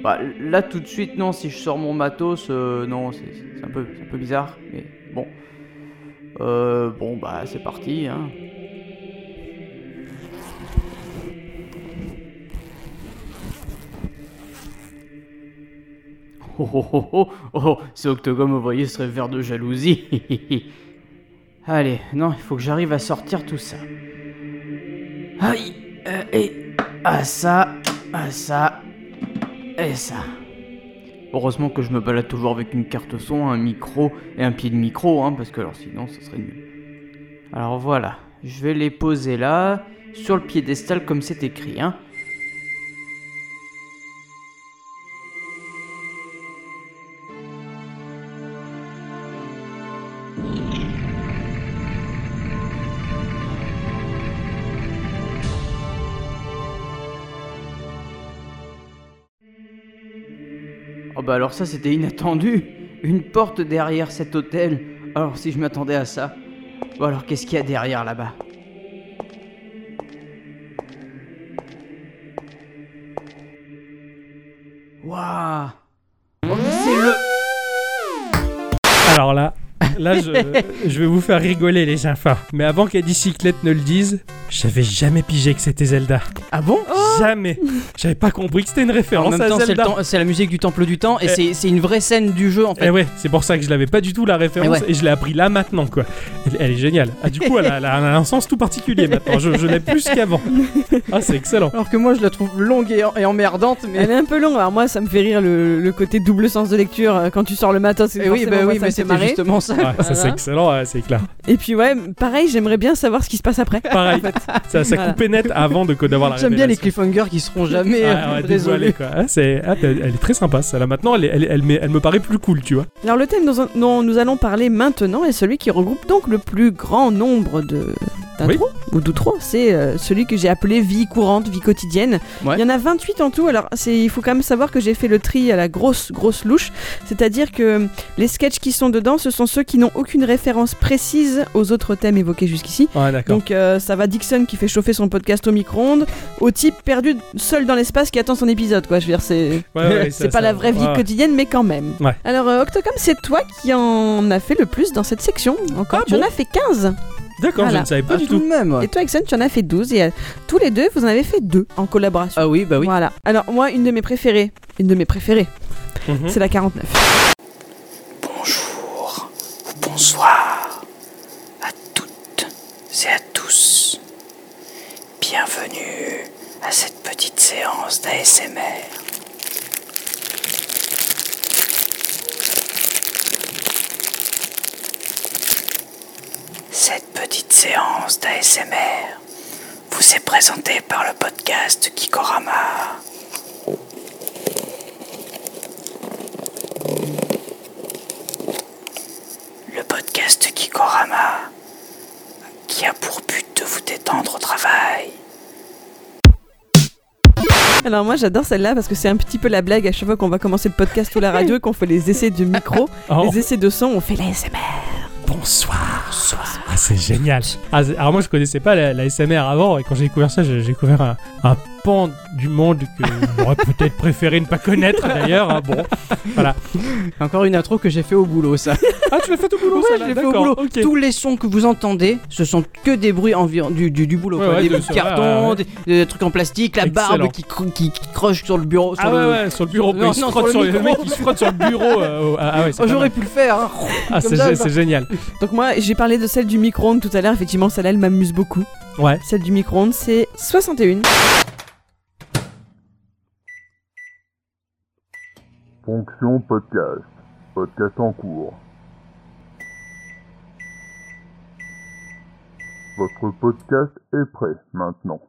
Bah, là tout de suite, non, si je sors mon matos, euh, non, c'est c'est un, peu- c'est un peu bizarre, mais bon. Euh, bon, bah, c'est parti, hein. Oh oh oh oh, oh ce octogone me voyait ce rêveur de jalousie. Allez, non, il faut que j'arrive à sortir tout ça. Aïe, euh, et à ça, à ça, et ça. Heureusement que je me balade toujours avec une carte son, un micro et un pied de micro, hein, parce que alors sinon ça serait nul. Alors voilà, je vais les poser là, sur le piédestal comme c'est écrit, hein. Oh bah alors ça c'était inattendu Une porte derrière cet hôtel Alors si je m'attendais à ça. Bon alors qu'est-ce qu'il y a derrière là-bas Waouh Oh, mais C'est le... Alors là, là je, je vais vous faire rigoler les enfants. Mais avant qu'Adicyclette ne le dise, j'avais jamais pigé que c'était Zelda. Ah bon Oh. Jamais. J'avais pas compris que c'était une En référence même temps, à c'est le Zelda. temps- c'est la musique du Temple du Temps et Eh. c'est c'est une vraie scène du jeu en fait. Et Eh ouais, c'est pour ça que je l'avais pas du tout la référence Eh ouais. et je l'ai appris là maintenant quoi. Elle, elle est géniale. Ah, du coup, elle a, elle a un sens tout particulier maintenant. Je, je l'ai plus qu'avant. Ah, c'est excellent. Alors que moi je la trouve longue et, et emmerdante, mais. Elle est un peu longue, alors moi ça me fait rire le, le côté double sens de lecture euh, quand tu sors le matin, c'est Eh oui, forcément, bah moi, oui, mais ça me fait c'était marrer. justement ça. Ouais, ça c'est excellent, ouais, c'est clair. Et puis ouais, pareil, j'aimerais bien savoir ce qui se passe après. Pareil, en fait. ça, ça Voilà. coupait net avant de d'avoir la J'aime bien les révélation. cliffhangers qui seront jamais Ouais, euh, ouais, dévoilée, résolus. quoi. Ah, c'est- ah, elle elle est très sympa celle-là. Maintenant, elle, est- elle- elle m'est- elle me paraît plus cool, tu vois. Alors le thème dont, dont nous allons parler maintenant est celui qui regroupe donc le plus grand nombre de d'intros ou d'outros, c'est euh, celui que j'ai appelé vie courante, vie quotidienne. Ouais. Il y en a 28 en tout, alors c'est il faut quand même savoir que j'ai fait le tri à la grosse grosse louche, c'est-à-dire que euh, les sketchs qui sont dedans, ce sont ceux qui n'ont aucune référence précise aux autres thèmes évoqués jusqu'ici. Ouais, Ah, d'accord. Donc euh, ça va Dixon qui fait chauffer son podcast au micro-ondes, au type perdu seul dans l'espace qui attend son épisode quoi, je veux dire c'est Ouais, ouais, ça- c'est ça- pas Ah. la vraie vie ouais, ouais. quotidienne mais quand même. Ouais. Alors euh, Octocom, c'est toi qui en as fait le plus dans cette section. Encore, tu en as fait 15. Ah D'accord, je ne savais Ah, pas du tout. Et toi, Exxon, tu en as fait 12. Et euh, tous les deux, vous en avez fait deux en collaboration. Ah oui, bah oui. Voilà. Alors, moi, une de mes préférées, une de mes préférées, Mhm. c'est la 49. Bonjour ou bonsoir à toutes et à tous. Bienvenue à cette petite séance d'ASMR. Cette petite séance d'ASMR vous est présentée par le podcast Kikorama. le podcast Kikorama, qui a pour but de vous détendre au travail. Alors, moi, j'adore celle-là parce que c'est un petit peu la blague à chaque fois qu'on va commencer le podcast ou la radio, qu'on fait les essais de micro, Oh. les essais de son, on fait l'ASMR. Bonsoir. Ah, c'est génial. Ah, c'est- alors moi, je connaissais pas la, la SMR avant et quand j'ai découvert ça, j'ai j'ai découvert un, un pan du monde que j'aurais peut-être préféré ne pas connaître d'ailleurs. hein. Bon, voilà. Encore une intro que j'ai fait au boulot, ça. Ah, tu l'as fait au boulot, Ouais, celle-là, je l'ai fait au d'accord, boulot. ok. Tous les sons que vous entendez, ce sont que des bruits environ du, du, du boulot. Ouais, quoi. ouais, des de bouts de ceux-là, carton, ouais. des, des trucs en plastique, la Excellent. barbe qui, cro- qui, qui croche sur le bureau. Sur Ah le... ouais, ouais, sur le bureau. Non, il se non, frotte sur sur le le, mec, il se frotte sur le bureau. euh, au- ah, ah ouais, c'est Oh, pas J'aurais mal. pu le faire. hein. Ah, Comme c'est ça, gé- bah. c'est génial. Donc, moi, j'ai parlé de celle du micro-ondes tout à l'heure. Effectivement, celle-là, elle m'amuse beaucoup. Ouais. Celle du micro-ondes, c'est 61. Fonction podcast. Podcast en cours. Votre podcast est prêt maintenant.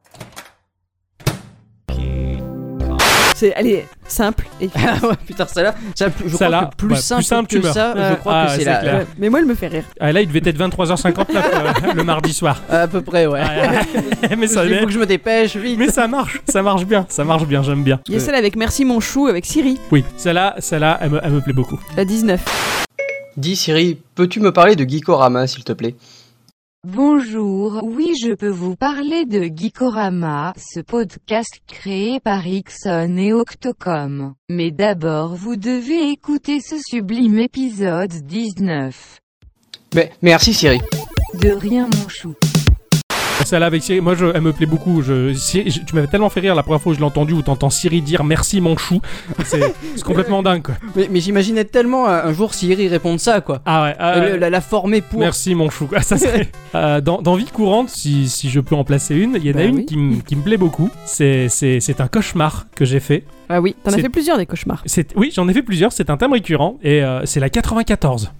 C'est, elle est simple. Et... Ah ouais, putain, celle-là, ça, je crois Celle-là, que plus, ouais, plus simple simple, tu que meurs. ça, euh, je Ouais. crois Ah, que c'est c'est la. clair. Mais moi, elle me fait rire. Ah, là, il devait être 23h59 euh, le mardi soir. Ah, À peu près, ouais. mais ça, Il faut que je me dépêche, vite. Mais ça marche, ça marche bien, ça marche bien, j'aime bien. Euh, Il y a celle avec Merci mon chou avec Siri, Oui, celle-là, celle-là, elle me, elle me plaît beaucoup. la 19. Dis Siri, peux-tu me parler de Gikorama, s'il te plaît Bonjour, oui je peux vous parler de Geekorama, ce podcast créé par Ixon et Octocom. Mais d'abord vous devez écouter ce sublime épisode 19. Mais, merci Siri. De rien mon chou. Celle-là avec Siri, moi je- elle me plaît beaucoup. Je, Siri- je- tu m'avais tellement fait rire la première fois où je l'ai entendu où t'entends Siri dire merci mon chou. C'est c'est complètement dingue quoi. Mais, mais j'imaginais tellement euh, un un jour Siri répondre ça, quoi. Ah ouais. ah Euh, ouais. la, la former pour. Merci mon chou. Ah, ça serait- Euh, dans, dans vie courante, si, si je peux en placer une, il y en a Bah une oui. qui me qui me plaît beaucoup. C'est- C'est c'est un cauchemar que j'ai fait. Ah oui, t'en as C'est- fait plusieurs des Ah. cauchemars. C'est- Oui, j'en ai fait plusieurs, c'est un thème récurrent et euh, c'est la 94.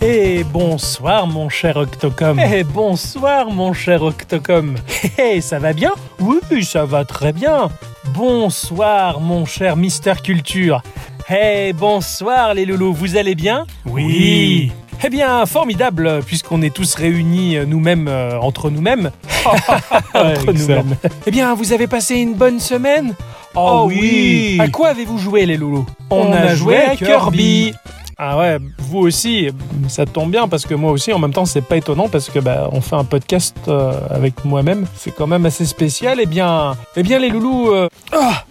Et bonsoir mon cher Octocom. Eh bonsoir mon cher Octocom. Eh ça va bien Oui, ça va très bien. Bonsoir mon cher Mister Culture. Eh bonsoir les loulous, vous allez bien Oui. Eh bien, formidable, puisqu'on est tous réunis euh, nous-mêmes, euh, entre nous-mêmes. Entre Excellent. nous-mêmes. Eh bien, vous avez passé une bonne semaine Oh oui. À quoi avez-vous joué les loulous On a joué à Kirby. Ah ouais, vous aussi, ça tombe bien parce que moi aussi, en même temps, c'est pas étonnant parce que bah, on fait un podcast euh, avec moi-même, c'est quand même assez spécial. Eh bien, eh bien les loulous, euh, ah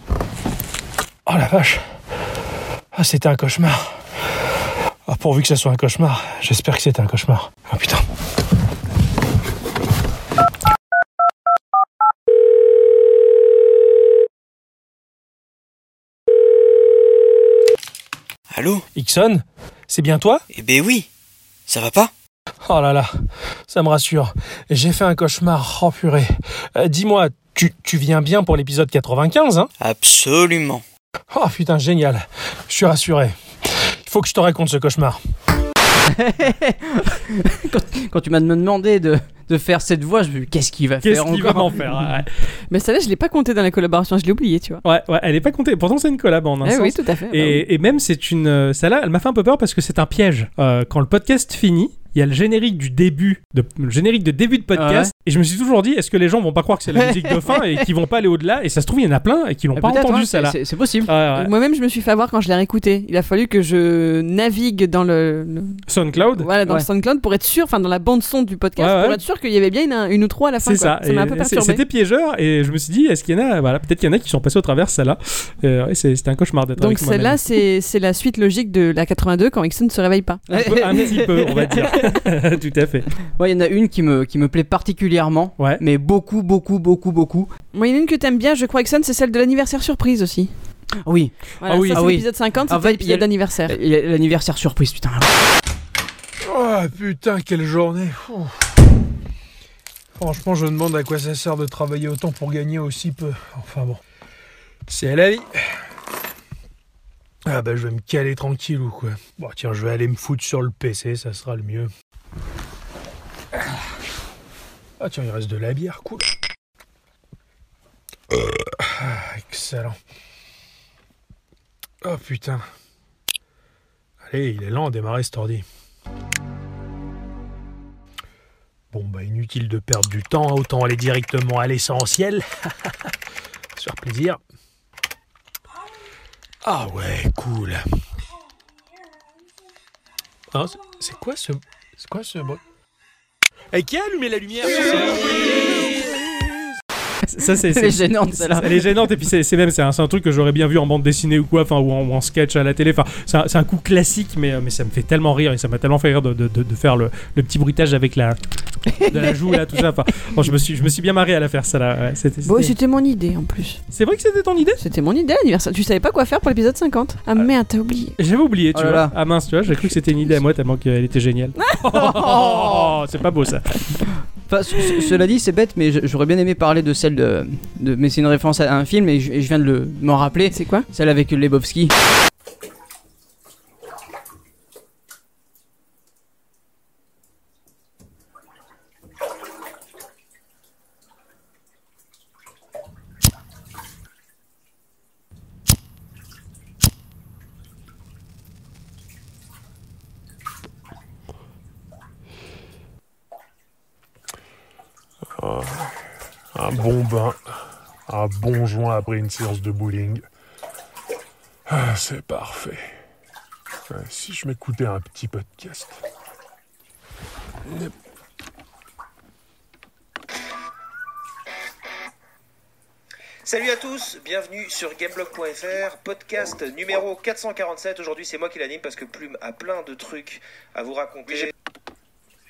oh la vache, ah c'était un cauchemar. Ah pourvu que ça soit un cauchemar, j'espère que c'était un cauchemar. Ah putain. Allô Ixon, c'est bien toi Eh ben oui, ça va pas Oh là là, ça me rassure. J'ai fait un cauchemar, oh purée. Euh, Dis-moi, tu, tu viens bien pour l'épisode 95, hein Absolument. Oh putain, génial. Je suis rassuré. Il faut que je te raconte ce cauchemar. Quand tu m'as demandé de, de faire cette voix, je me suis dit, qu'est-ce qu'il va Qu'est-ce faire qu'il va encore m'en faire ouais. Mais celle-là, je l'ai pas comptée dans la collaboration, je l'ai oubliée, tu vois. Ouais, ouais, elle est pas comptée. Pourtant, c'est une collab en un Eh sens. oui, tout à fait, bah Et, et même, c'est une. euh, Celle-là, elle m'a fait un peu peur parce que c'est un piège. Euh, quand le podcast finit, il y a le générique du début, de, le générique de début de podcast. Et je me suis toujours dit, est-ce que les gens vont pas croire que c'est la musique de fin et qu'ils vont pas aller au-delà Et ça se trouve, il y en a plein et qui l'ont Eh, pas peut-être, entendu hein, celle-là. c'est- c'est possible. Ouais, ouais. Moi-même, je me suis fait avoir quand je l'ai réécoutée. Il a fallu que je navigue dans le, le- SoundCloud. voilà, dans le Ouais. SoundCloud pour être sûr, enfin dans la bande son du podcast, Ouais, ouais. pour être sûr qu'il y avait bien une, une ou trois à la fin. C'est ça. quoi. m'a un peu Et c'est- perturbé. C'était piégeur et je me suis dit, est-ce qu'il y en a Voilà, peut-être qu'il y en a qui sont passés au travers celle-là. Euh, ouais, c'est- C'était un cauchemar d'être Donc avec moi-même. celle-là, c'est c'est la suite logique de la 82 quand Ixon ne se réveille pas. Un peu- un petit peu, on va dire. Tout à fait. Ouais, il y en a une qui me, qui me plaît particulièrement, mais beaucoup, beaucoup, beaucoup, beaucoup. Moi, il y en a une que t'aimes bien, je crois, Ixon, c'est celle de l'anniversaire surprise aussi. Oui. Voilà, Ah ça, c'est l'épisode 50, c'était il y a- l'épisode d'anniversaire. il y a L'anniversaire surprise, putain. Oh putain, quelle journée. Ouh. Franchement, je me demande à quoi ça sert de travailler autant pour gagner aussi peu. Enfin bon, c'est la vie. Ah bah je vais me caler tranquille ou quoi. Bon tiens, je vais aller me foutre sur le PC, ça sera le mieux. Ah tiens, il reste de la bière, cool. Ah, excellent. Oh putain. Allez, il est lent à démarrer cet ordi. Bon, bah inutile de perdre du temps, hein, autant aller directement à l'essentiel. Se faire plaisir. Ah ouais, cool. Hein, c'est- c'est quoi ce. C'est quoi ce bruit Et qui a allumé la lumière Ça, c'est, Elle est gênante, celle-là. Elle est gênante, et puis c'est, c'est même c'est un, c'est un truc que j'aurais bien vu en bande dessinée ou quoi, enfin, ou, en, ou en sketch à la télé. Enfin, c'est un, c'est un coup classique, mais, euh, mais ça me fait tellement rire et ça m'a tellement fait rire de, de- de- de faire le, le petit bruitage avec la, de la joue là, tout ça. Enfin, bon, je, me suis, je me suis bien marré à la faire, ça là. ouais, c'était- Bon, c'était- c'était mon idée en plus. C'est vrai que c'était ton idée C'était mon idée, l'anniversaire. Tu savais pas quoi faire pour l'épisode 50 Ah merde, t'as oublié. J'avais oublié, tu Oh là vois. là. Ah mince, tu vois, j'ai cru que c'était une idée à moi tellement qu'elle était géniale. Ah Oh, c'est pas beau ça. Enfin, ce- ce- cela dit, c'est bête, mais je- j'aurais bien aimé parler de celle de. de- mais c'est une référence à un film et je, et je viens de le- m'en rappeler. C'est quoi Celle avec Lebowski. Ah, un bon bain, un bon joint après une séance de bowling. Ah, c'est parfait. Ah, Si je m'écoutais un petit podcast. Salut à tous, bienvenue sur gameblog.fr, podcast numéro 447. Aujourd'hui, c'est moi qui l'anime parce que Plume a plein de trucs à vous raconter.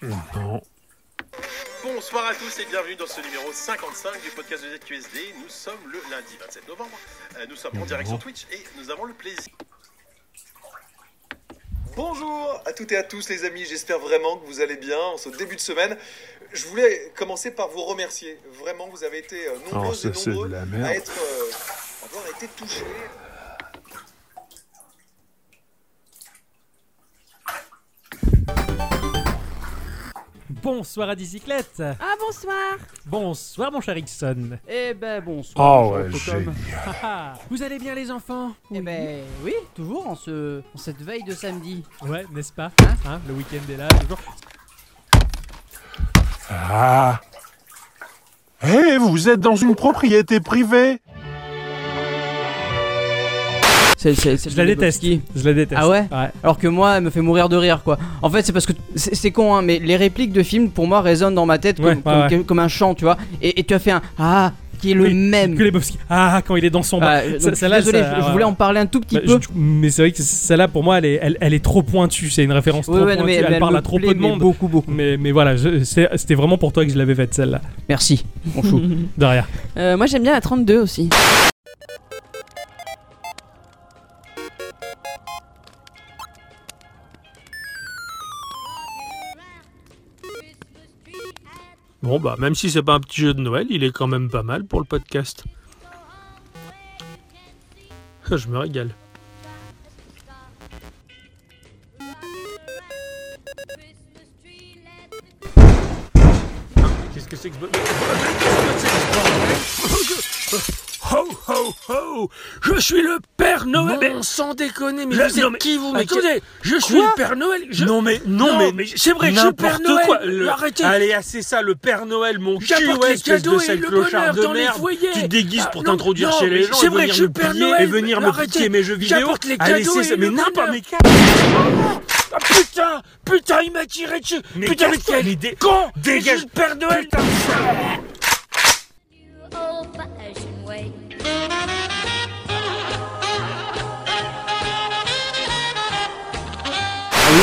Non. Bonsoir à tous et bienvenue dans ce numéro 55 du podcast de ZQSD. Nous sommes le lundi 27 novembre. Euh, Nous sommes en direct sur Twitch et nous avons le plaisir. Bonjour à toutes et à tous les amis, j'espère vraiment que vous allez bien en ce début de semaine. Je voulais commencer par vous remercier. Vraiment, vous avez été euh, Oh, nombreux ça c'est de la à merde. être, euh, avoir été touchés. Bonsoir à Dicyclette. Ah bonsoir. Bonsoir mon cher Ixon. Eh ben bonsoir. Ah Oh, ouais, cher Pocom. génial. Vous allez bien les enfants Eh ben oui, toujours en, ce, en cette veille de samedi. Ouais, n'est-ce pas Hein, Le week-end est là, toujours. Ah Eh, vous êtes dans une propriété privée Celle- celle- celle Je la de déteste. Lebowski. Je la déteste. Ah ouais, Alors que moi, elle me fait mourir de rire, quoi. En fait, c'est parce que c'est c'est con, hein, mais les répliques de films, pour moi, résonnent dans ma tête comme, Ouais, comme, ouais, ouais. comme un chant, tu vois. Et, et tu as fait un ah qui est le même. Que Lebowski. Ah, quand il est dans son bar. Ah, donc, je suis désolé, je- je voulais en parler un tout petit peu. Bah, mais c'est vrai que celle-là, pour moi, elle est, elle, elle est trop pointue. C'est une référence Ouais, trop ouais, non, mais- pointue. mais elle, elle parle me à trop plaît, peu de mais monde. beaucoup, beaucoup. Mais, mais voilà, je- c'est- c'était vraiment pour toi que je l'avais faite, celle-là. Merci, mon chou. de rien. Euh, moi j'aime bien la 32 aussi. Bon, bah, même si c'est pas un petit jeu de Noël, il est quand même pas mal pour le podcast. Ah, Je me régale. Qu'est-ce que c'est que ce Ho, ho, ho Je suis le Père Noël mais- sans déconner, mais vous êtes qui, vous, mais Attendez, que- Bah, je suis Quoi le Père Noël. je- Non, mais- non, mais- c'est vrai que je suis le Père n'importe Noël. quoi, le- Arrêtez. Allez, assez ça, le Père Noël, mon cul, J'apporte ouais, les espèce de cadeaux et sale le clochard bonheur de dans les merde. foyers. Tu te déguises Ah, pour non, t'introduire non, chez les mais gens C'est et vrai que je venir suis me le Père piller Noël. et venir mais me arrêtez. piquer mes jeux vidéo. J'apporte les Allez, cadeaux c'est et ça, le mais n'importe- bonheur. mais Ah, putain Putain, il m'a tiré dessus Putain, mais quelle idée Con Dégage Père Noël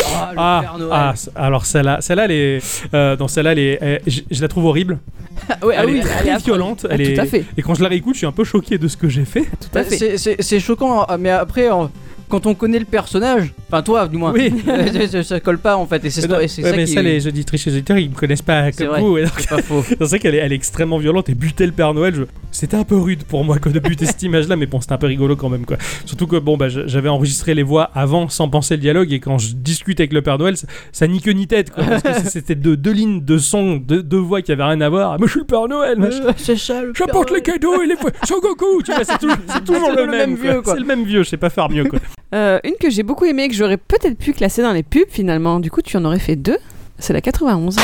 Ah, le Ah, Père Noël. ah, c- alors celle-là, celle-là, elle est, euh, dans celle-là, elle est- elle- je, je la trouve horrible. Ah ouais, ah elle oui, est elle est très affreuse. violente. Ah, Elle tout est- à fait. Et quand je la réécoute, je suis un peu choqué de ce que j'ai fait. Bah, c'est- C'est c'est choquant, hein, mais après, en- quand on connaît le personnage, enfin toi du moins, Oui. ça, ça colle pas en fait. Et c'est Mais non, et c'est ouais, ça mais qui ça, les jeux d'étriche et d'éditeur, ils me connaissent pas C'est comme vrai, vous. et c'est pas faux. c'est vrai qu'elle est, elle est extrêmement violente et buter le Père Noël, je- c'était un peu rude pour moi que de buter cette image-là, mais bon, c'était un peu rigolo quand même. quoi. Surtout que bon, bah, je- j'avais enregistré les voix avant sans penser le dialogue, et quand je discute avec le Père Noël, ça, ça ni queue ni tête. quoi, parce que c'est- c'était deux, deux lignes de son, deux, deux voix qui avaient rien à voir. Mais je suis le Père Noël, machin. C'est ça, le J'apporte les cadeaux et les fouets. Goku, tu vois, c'est toujours, c'est toujours le, même. quoi. vieux, quoi. C'est le même vieux, je sais pas faire mieux. Quoi. Euh, une que j'ai beaucoup aimée et que j'aurais peut-être pu classer dans les pubs finalement. Du coup, tu en aurais fait deux. C'est la 91.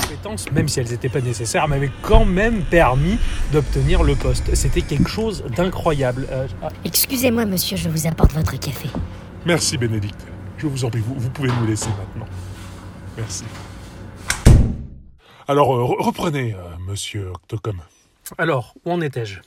compétences, même si elles n'étaient pas nécessaires, m'avaient quand même permis d'obtenir le poste. C'était quelque chose d'incroyable. Euh, ah, Excusez-moi, monsieur, je vous apporte votre café. Merci, Bénédicte. Je vous en prie, vous, vous pouvez nous laisser maintenant. Merci. Alors, euh, re- reprenez, euh, monsieur Octocom. Alors, où en étais-je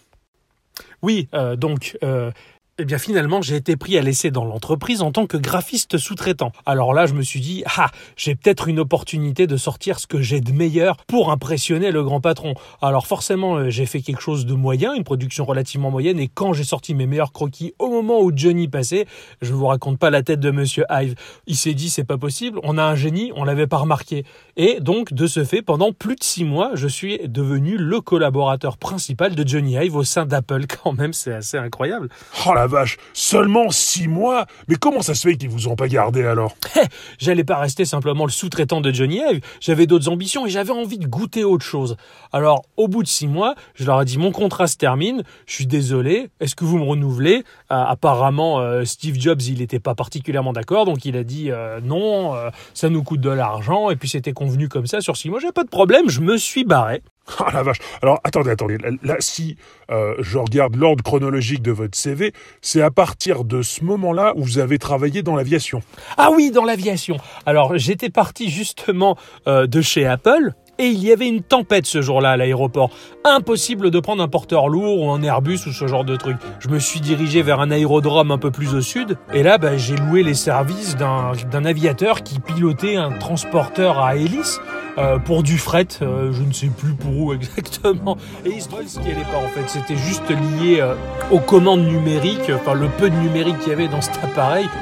Oui, euh, donc, euh, eh bien finalement, j'ai été pris à l'essai dans l'entreprise en tant que graphiste sous-traitant. Alors là, je me suis dit, ah, j'ai peut-être une opportunité de sortir ce que j'ai de meilleur pour impressionner le grand patron. Alors forcément, euh, j'ai fait quelque chose de moyen, une production relativement moyenne, et quand j'ai sorti mes meilleurs croquis au moment où Johnny passait, je vous raconte pas la tête de monsieur Hive. Il s'est dit, c'est pas possible, on a un génie, on l'avait pas remarqué. Et donc, de ce fait, pendant plus de six mois, je suis devenu le collaborateur principal de Johnny Hive au sein d'Apple. Quand même, c'est assez incroyable. Oh la vache, seulement six mois Mais comment ça se fait qu'ils vous ont pas gardé alors Hé, Eh, J'allais pas rester simplement le sous-traitant de Johnny Hive, j'avais d'autres ambitions et j'avais envie de goûter autre chose. Alors, au bout de six mois, je leur ai dit mon contrat se termine, je suis désolé, est-ce que vous me renouvelez Euh, Apparemment, euh, Steve Jobs, il n'était pas particulièrement d'accord, donc il a dit euh, non, euh, ça nous coûte de l'argent, et puis c'était convenu comme ça sur six mois, j'ai pas de problème, je me suis barré. Oh la vache Alors, attendez, attendez. Là, là, si euh, je regarde l'ordre chronologique de votre CV, c'est à partir de ce moment-là où vous avez travaillé dans l'aviation. Ah oui, dans l'aviation. Alors j'étais parti justement euh, de chez Apple. Et il y avait une tempête ce jour-là à l'aéroport. Impossible de prendre un porteur lourd ou un Airbus ou ce genre de truc. Je me suis dirigé vers un aérodrome un peu plus au sud. Et là, bah, j'ai loué les services d'un d'un aviateur qui pilotait un transporteur à hélice euh, pour du fret. euh, je ne sais plus pour où exactement. Et il se trouve ce qui allait pas en fait. C'était juste lié euh, aux commandes numériques, enfin le peu de numérique qu'il y avait dans cet appareil.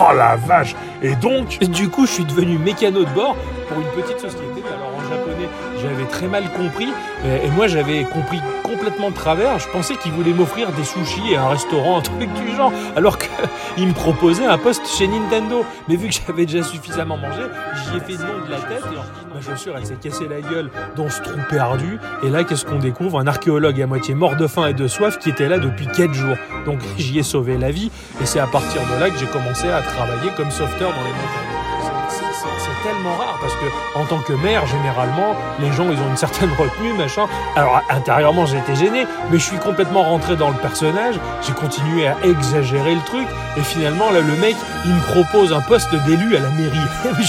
Oh la vache Et donc Du coup, je suis devenu mécano de bord pour une petite société. Alors en japonais, j'avais très mal compris. euh, Et moi, j'avais compris complètement de travers. Je pensais qu'ils voulaient m'offrir des sushis et un restaurant, un truc du genre. Alors qu'ils me proposaient un poste chez Nintendo. Mais vu que j'avais déjà suffisamment mangé, j'y ai fait non de la tête. Et ma chaussure, Bah, elle s'est cassée la gueule dans ce trou perdu. Et là, qu'est-ce qu'on découvre Un archéologue à moitié mort de faim et de soif qui était là depuis 4 jours. Donc j'y ai sauvé la vie. Et c'est à partir de là que j'ai commencé à travailler comme sauveteur dans les montagnes. C'est- c'est- c'est- C'était tellement rare parce que en tant que maire, généralement, les gens ils ont une certaine retenue, machin. Alors intérieurement j'ai été gêné, mais je suis complètement rentré dans le personnage, j'ai continué à exagérer le truc, et finalement là le mec il me propose un poste d'élu à la mairie.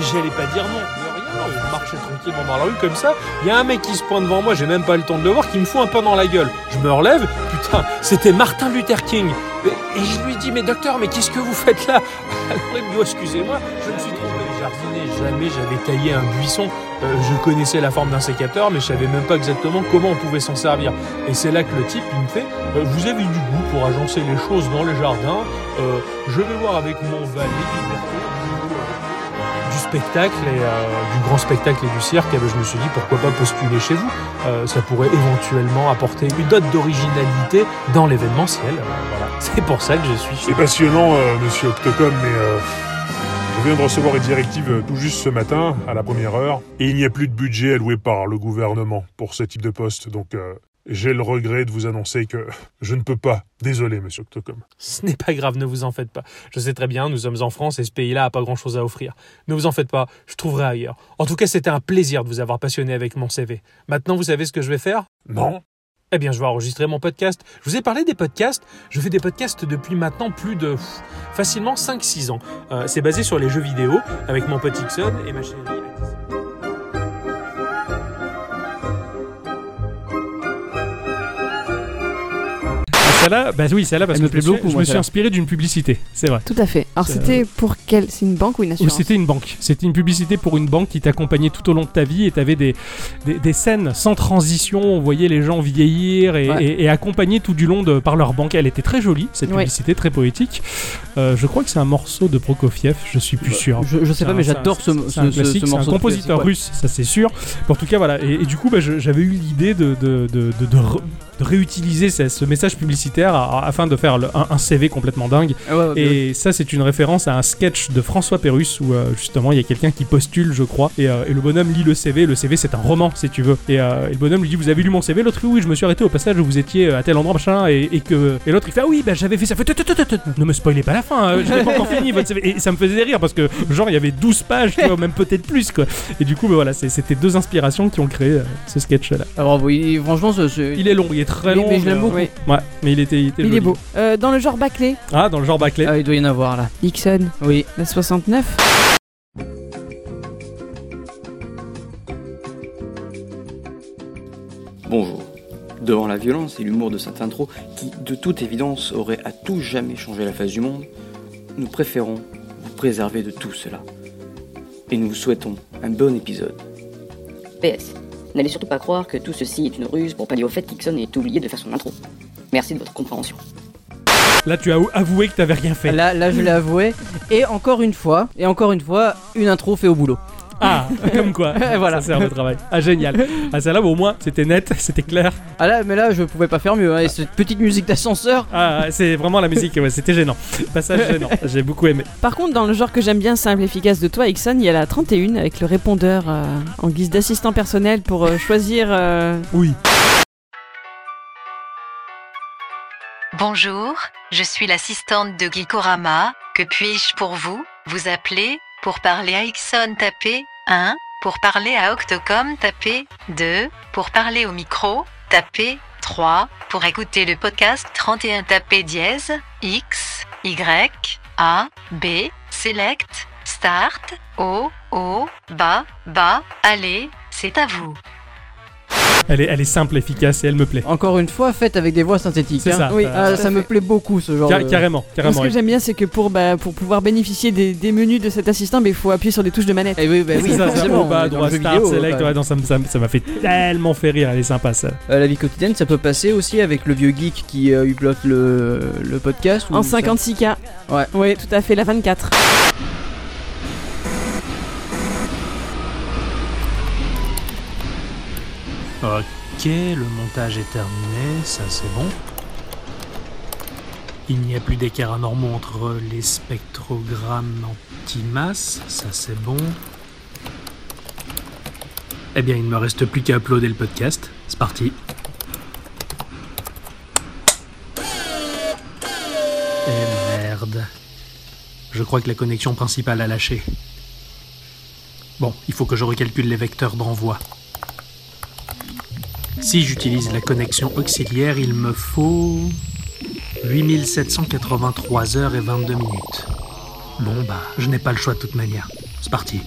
J'ai- J'allais pas dire non. de rien, euh, Je marchais tranquillement dans la rue comme ça, il y a un mec qui se pointe devant moi, j'ai même pas le temps de le voir, qui me fout un pain dans la gueule. Je me relève, putain, c'était Martin Luther King. Et et je lui dis, mais docteur, mais qu'est-ce que vous faites là Alors il me dit, oh, excusez-moi, je me suis trompé. Jardiné, jamais j'avais taillé un buisson. Euh, je connaissais la forme d'un sécateur, mais je savais même pas exactement comment on pouvait s'en servir. Et c'est là que le type il me fait, euh, vous avez du goût pour agencer les choses dans le jardin. Euh, je vais voir avec mon valet Gilberto, du spectacle et euh, du grand spectacle et du cirque, eh ben, je me suis dit pourquoi pas postuler chez vous. Euh, ça pourrait éventuellement apporter une dot d'originalité dans l'événementiel. Euh, voilà. C'est pour ça que je suis chez C'est passionnant, euh, monsieur Octocom, mais euh, je viens de recevoir une directive euh, tout juste ce matin, à la première heure, et il n'y a plus de budget alloué par le gouvernement pour ce type de poste, donc euh, j'ai le regret de vous annoncer que je ne peux pas. Désolé, monsieur Octocom. Ce n'est pas grave, ne vous en faites pas. Je sais très bien, nous sommes en France et ce pays-là a pas grand-chose à offrir. Ne vous en faites pas, je trouverai ailleurs. En tout cas, c'était un plaisir de vous avoir passionné avec mon CV. Maintenant, vous savez ce que je vais faire Non. Eh bien, je vais enregistrer mon podcast. Je vous ai parlé des podcasts. Je fais des podcasts depuis maintenant plus de pff, facilement 5-6 ans. Euh, C'est basé sur les jeux vidéo avec mon pote Ixon et ma chérie. Alice. Celle-là, bah oui, celle-là, parce Elle me que plaît je me suis, beaucoup, je moi, me suis celle-là. inspiré d'une publicité, c'est vrai. Tout à fait. Alors Ça- c'était pour quelle C'est une banque ou une Ou assurance c'était une banque. C'était une publicité pour une banque qui t'accompagnait tout au long de ta vie et t'avais des, des, des scènes sans transition. On voyait les gens vieillir et, Ouais. et- et accompagnés tout du long de, par leur banque. Elle était très jolie, cette Ouais. publicité, très poétique. Euh, je crois que c'est un morceau de Prokofiev, je suis plus sûr. je- je sais C'est pas, un- mais c'est un- j'adore ce- c'est un ce- ce- classique, ce c'est un morceau de compositeur classique, russe, ça c'est sûr. En tout cas, voilà. Et, et du coup, bah, je- j'avais eu l'idée de, de, de- de- de re- de réutiliser ce, ce message publicitaire a- afin de faire le- un, un CV complètement dingue. Ah ouais, bah bien et ça, c'est une référence à un sketch de François Pérus où euh, justement il y a quelqu'un qui postule, je crois, et, euh, et le bonhomme lit le CV. Le CV, c'est un roman, si tu veux. Et, euh, et le bonhomme lui dit Vous avez lu mon CV L'autre, oui, je me suis arrêté au passage où vous étiez euh, à tel endroit, machin, et, et que. Et l'autre, il fait Ah oui, bah j'avais fait ça. Fait, Tut, tut, tut, tut. Ne me spoilez pas la fin, euh, je l'ai pas encore fini votre CV. Et ça me faisait rire parce que, genre, il y avait 12 pages, tu vois, même peut-être plus, quoi. Et du coup, bah, voilà, c'est- c'était deux inspirations qui ont créé euh, ce sketch-là. Alors, oui, franchement, ce, ce- Il est long, il est très Mais- long. mais je l'aime beaucoup. Ouais, mais il était, il était Il est joli. beau. Euh, dans le genre bâclé, Ah, dans le genre bâclé. Ah, il doit y en avoir là. Ixon, Oui. la 69. Bonjour. Devant la violence et l'humour de cette intro, qui de toute évidence aurait à tout jamais changé la face du monde, nous préférons vous préserver de tout cela. Et nous vous souhaitons un bon épisode. PS. N'allez surtout pas croire que tout ceci est une ruse pour pallier au fait qu'Ixon ait oublié de faire son intro. Merci de votre compréhension. Là, tu as avoué que t'avais rien fait. Là, là, je l'ai avoué. Et encore une fois, et encore une fois, une intro fait au boulot. Ah, comme quoi. voilà. Ça sert de travail. Ah, génial. Ah, celle-là, bon, au moins, c'était net, c'était clair. Ah là, mais là, je pouvais pas faire mieux. hein. Et cette petite musique d'ascenseur. Ah, c'est vraiment la musique, ouais, c'était gênant. Passage gênant, j'ai beaucoup aimé. Par contre, dans le genre que j'aime bien, simple, efficace de toi, Ixon, il y a la 31 avec le répondeur euh, en guise d'assistant personnel pour euh, choisir. Oui. Bonjour, je suis l'assistante de Gikorama. Que puis-je pour vous Vous appelez Pour parler à Ixon, tapez 1. Pour parler à Octocom, tapez 2. Pour parler au micro, tapez 3. Pour écouter le podcast 31, tapez dièse X, Y, A, B, Select, Start, O, O, bas, bas, allez, c'est à vous. Elle est, elle est simple, efficace et elle me plaît. Encore une fois, faite avec des voix synthétiques. C'est hein. ça, Euh, oui, ça- ah, tout à ça me plaît beaucoup ce genre. Car- de- carrément, carrément. Ce que j'aime bien, c'est que pour, bah, pour pouvoir bénéficier des, des menus de cet assistant, mais il faut appuyer sur les touches de manette. oui, bah C'est ça, ça, forcément, haut, bas, on est dans droit, le jeu start, vidéo, select, ouais. ouais, non, ça me- ça me- ça m'a fait tellement fait rire, elle est sympa, ça. Euh, la vie quotidienne, ça peut passer aussi avec le vieux geek qui euh, upload le, le podcast. ou En ça- 56K. Ouais. Oui, tout à fait, la 24. Ok, le montage est terminé, ça c'est bon. Il n'y a plus d'écart anormaux entre les spectrogrammes anti-masse, ça c'est bon. Eh bien, il ne me reste plus qu'à uploader le podcast. C'est parti. Eh merde. Je crois que la connexion principale a lâché. Bon, il faut que je recalcule les vecteurs d'envoi. Si j'utilise la connexion auxiliaire, il me faut 8783 heures et 22 minutes. Bon bah, je n'ai pas le choix de toute manière. C'est parti.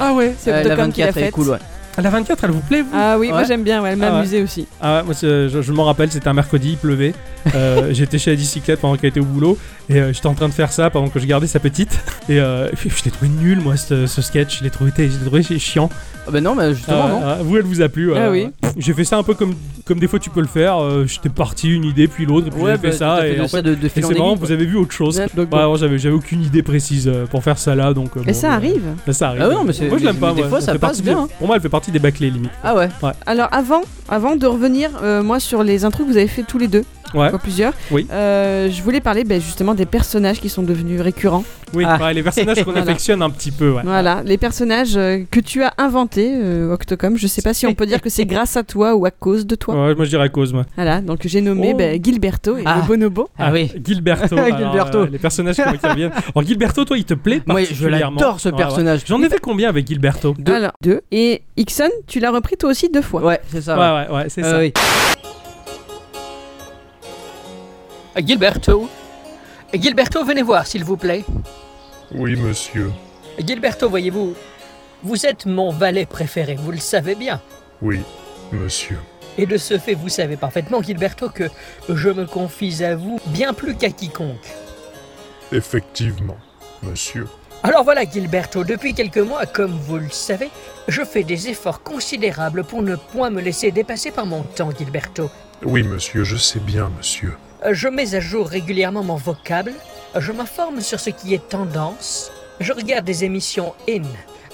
Ah ouais, c'est Euh, Octocom la qui l'a 24 est faite. cool, ouais. La 24, elle vous plaît, vous Ah oui, moi Ouais. j'aime bien, ouais, elle m'a Ah ouais. amusée aussi. Ah, moi, c'est- je, je m'en rappelle, c'était un mercredi, il pleuvait. Euh, j'étais chez la bicyclette pendant qu'elle était au boulot et euh, j'étais en train de faire ça pendant que je gardais sa petite. Et euh, puis, je l'ai trouvé nul, moi, ce, ce sketch. Je l'ai trouvé, je l'ai trouvé chi- chiant. Ah bah non, bah justement, Euh, non. euh, vous, elle vous a plu. Ah euh, oui. J'ai fait ça un peu comme, comme des fois tu peux le faire. euh, j'étais parti une idée, puis l'autre, et puis Ouais, j'ai fait bah, t'as ça. fait Et, de en ça fait, de- de et fil en c'est marrant, aiguille, quoi. vous avez vu autre chose. Ouais, donc bon. Bah, alors, j'avais, j'avais aucune idée précise euh, pour faire ça là. Donc, euh, Mais bon, ça arrive. Mais ça arrive. Ah ouais, non, mais c'est- moi, je mais- l'aime pas. mais des ouais, fois, ça fait partie passe bien, de- hein. Pour moi, elle fait partie des bâclés, limite. Ah ouais. Ouais. Alors avant, avant de revenir, euh, moi sur les intros que vous avez fait tous les deux, Ouais. ou plusieurs, Oui. euh, je voulais parler ben, justement des personnages qui sont devenus récurrents. Oui, Ah. ouais, les personnages qu'on Voilà. affectionne un petit peu. Ouais. Voilà, les personnages euh, que tu as inventés, euh, Octocom. Je sais pas si on peut dire que c'est grâce à toi ou à cause de toi. Ouais, moi je dirais à cause, moi. Voilà, donc j'ai nommé Oh. ben, Gilberto et Ah. le bonobo. Ah oui. Gilberto. alors, Gilberto. euh, les personnages qui qui reviennent. Alors, Gilberto, toi, il te plaît Moi, je particulièrement l'adore, ce Ouais, ouais. personnage. J'en ai fait combien avec Gilberto Deux. Alors, deux. Et Ixon, tu l'as repris toi aussi deux fois. Euh, Ouais, c'est ça. Ouais, ouais, ouais, c'est Ah ça. oui. Gilberto Gilberto, venez voir, s'il vous plaît. Oui, monsieur. Gilberto, voyez-vous, vous êtes mon valet préféré, vous le savez bien. Oui, monsieur. Et de ce fait, vous savez parfaitement, Gilberto, que je me confie à vous bien plus qu'à quiconque. Effectivement, monsieur. Alors voilà, Gilberto, depuis quelques mois, comme vous le savez, je fais des efforts considérables pour ne point me laisser dépasser par mon temps, Gilberto. Euh, Oui, monsieur, je sais bien, monsieur. Je mets à jour régulièrement mon vocable, euh, je m'informe sur ce qui est tendance, je regarde des émissions in,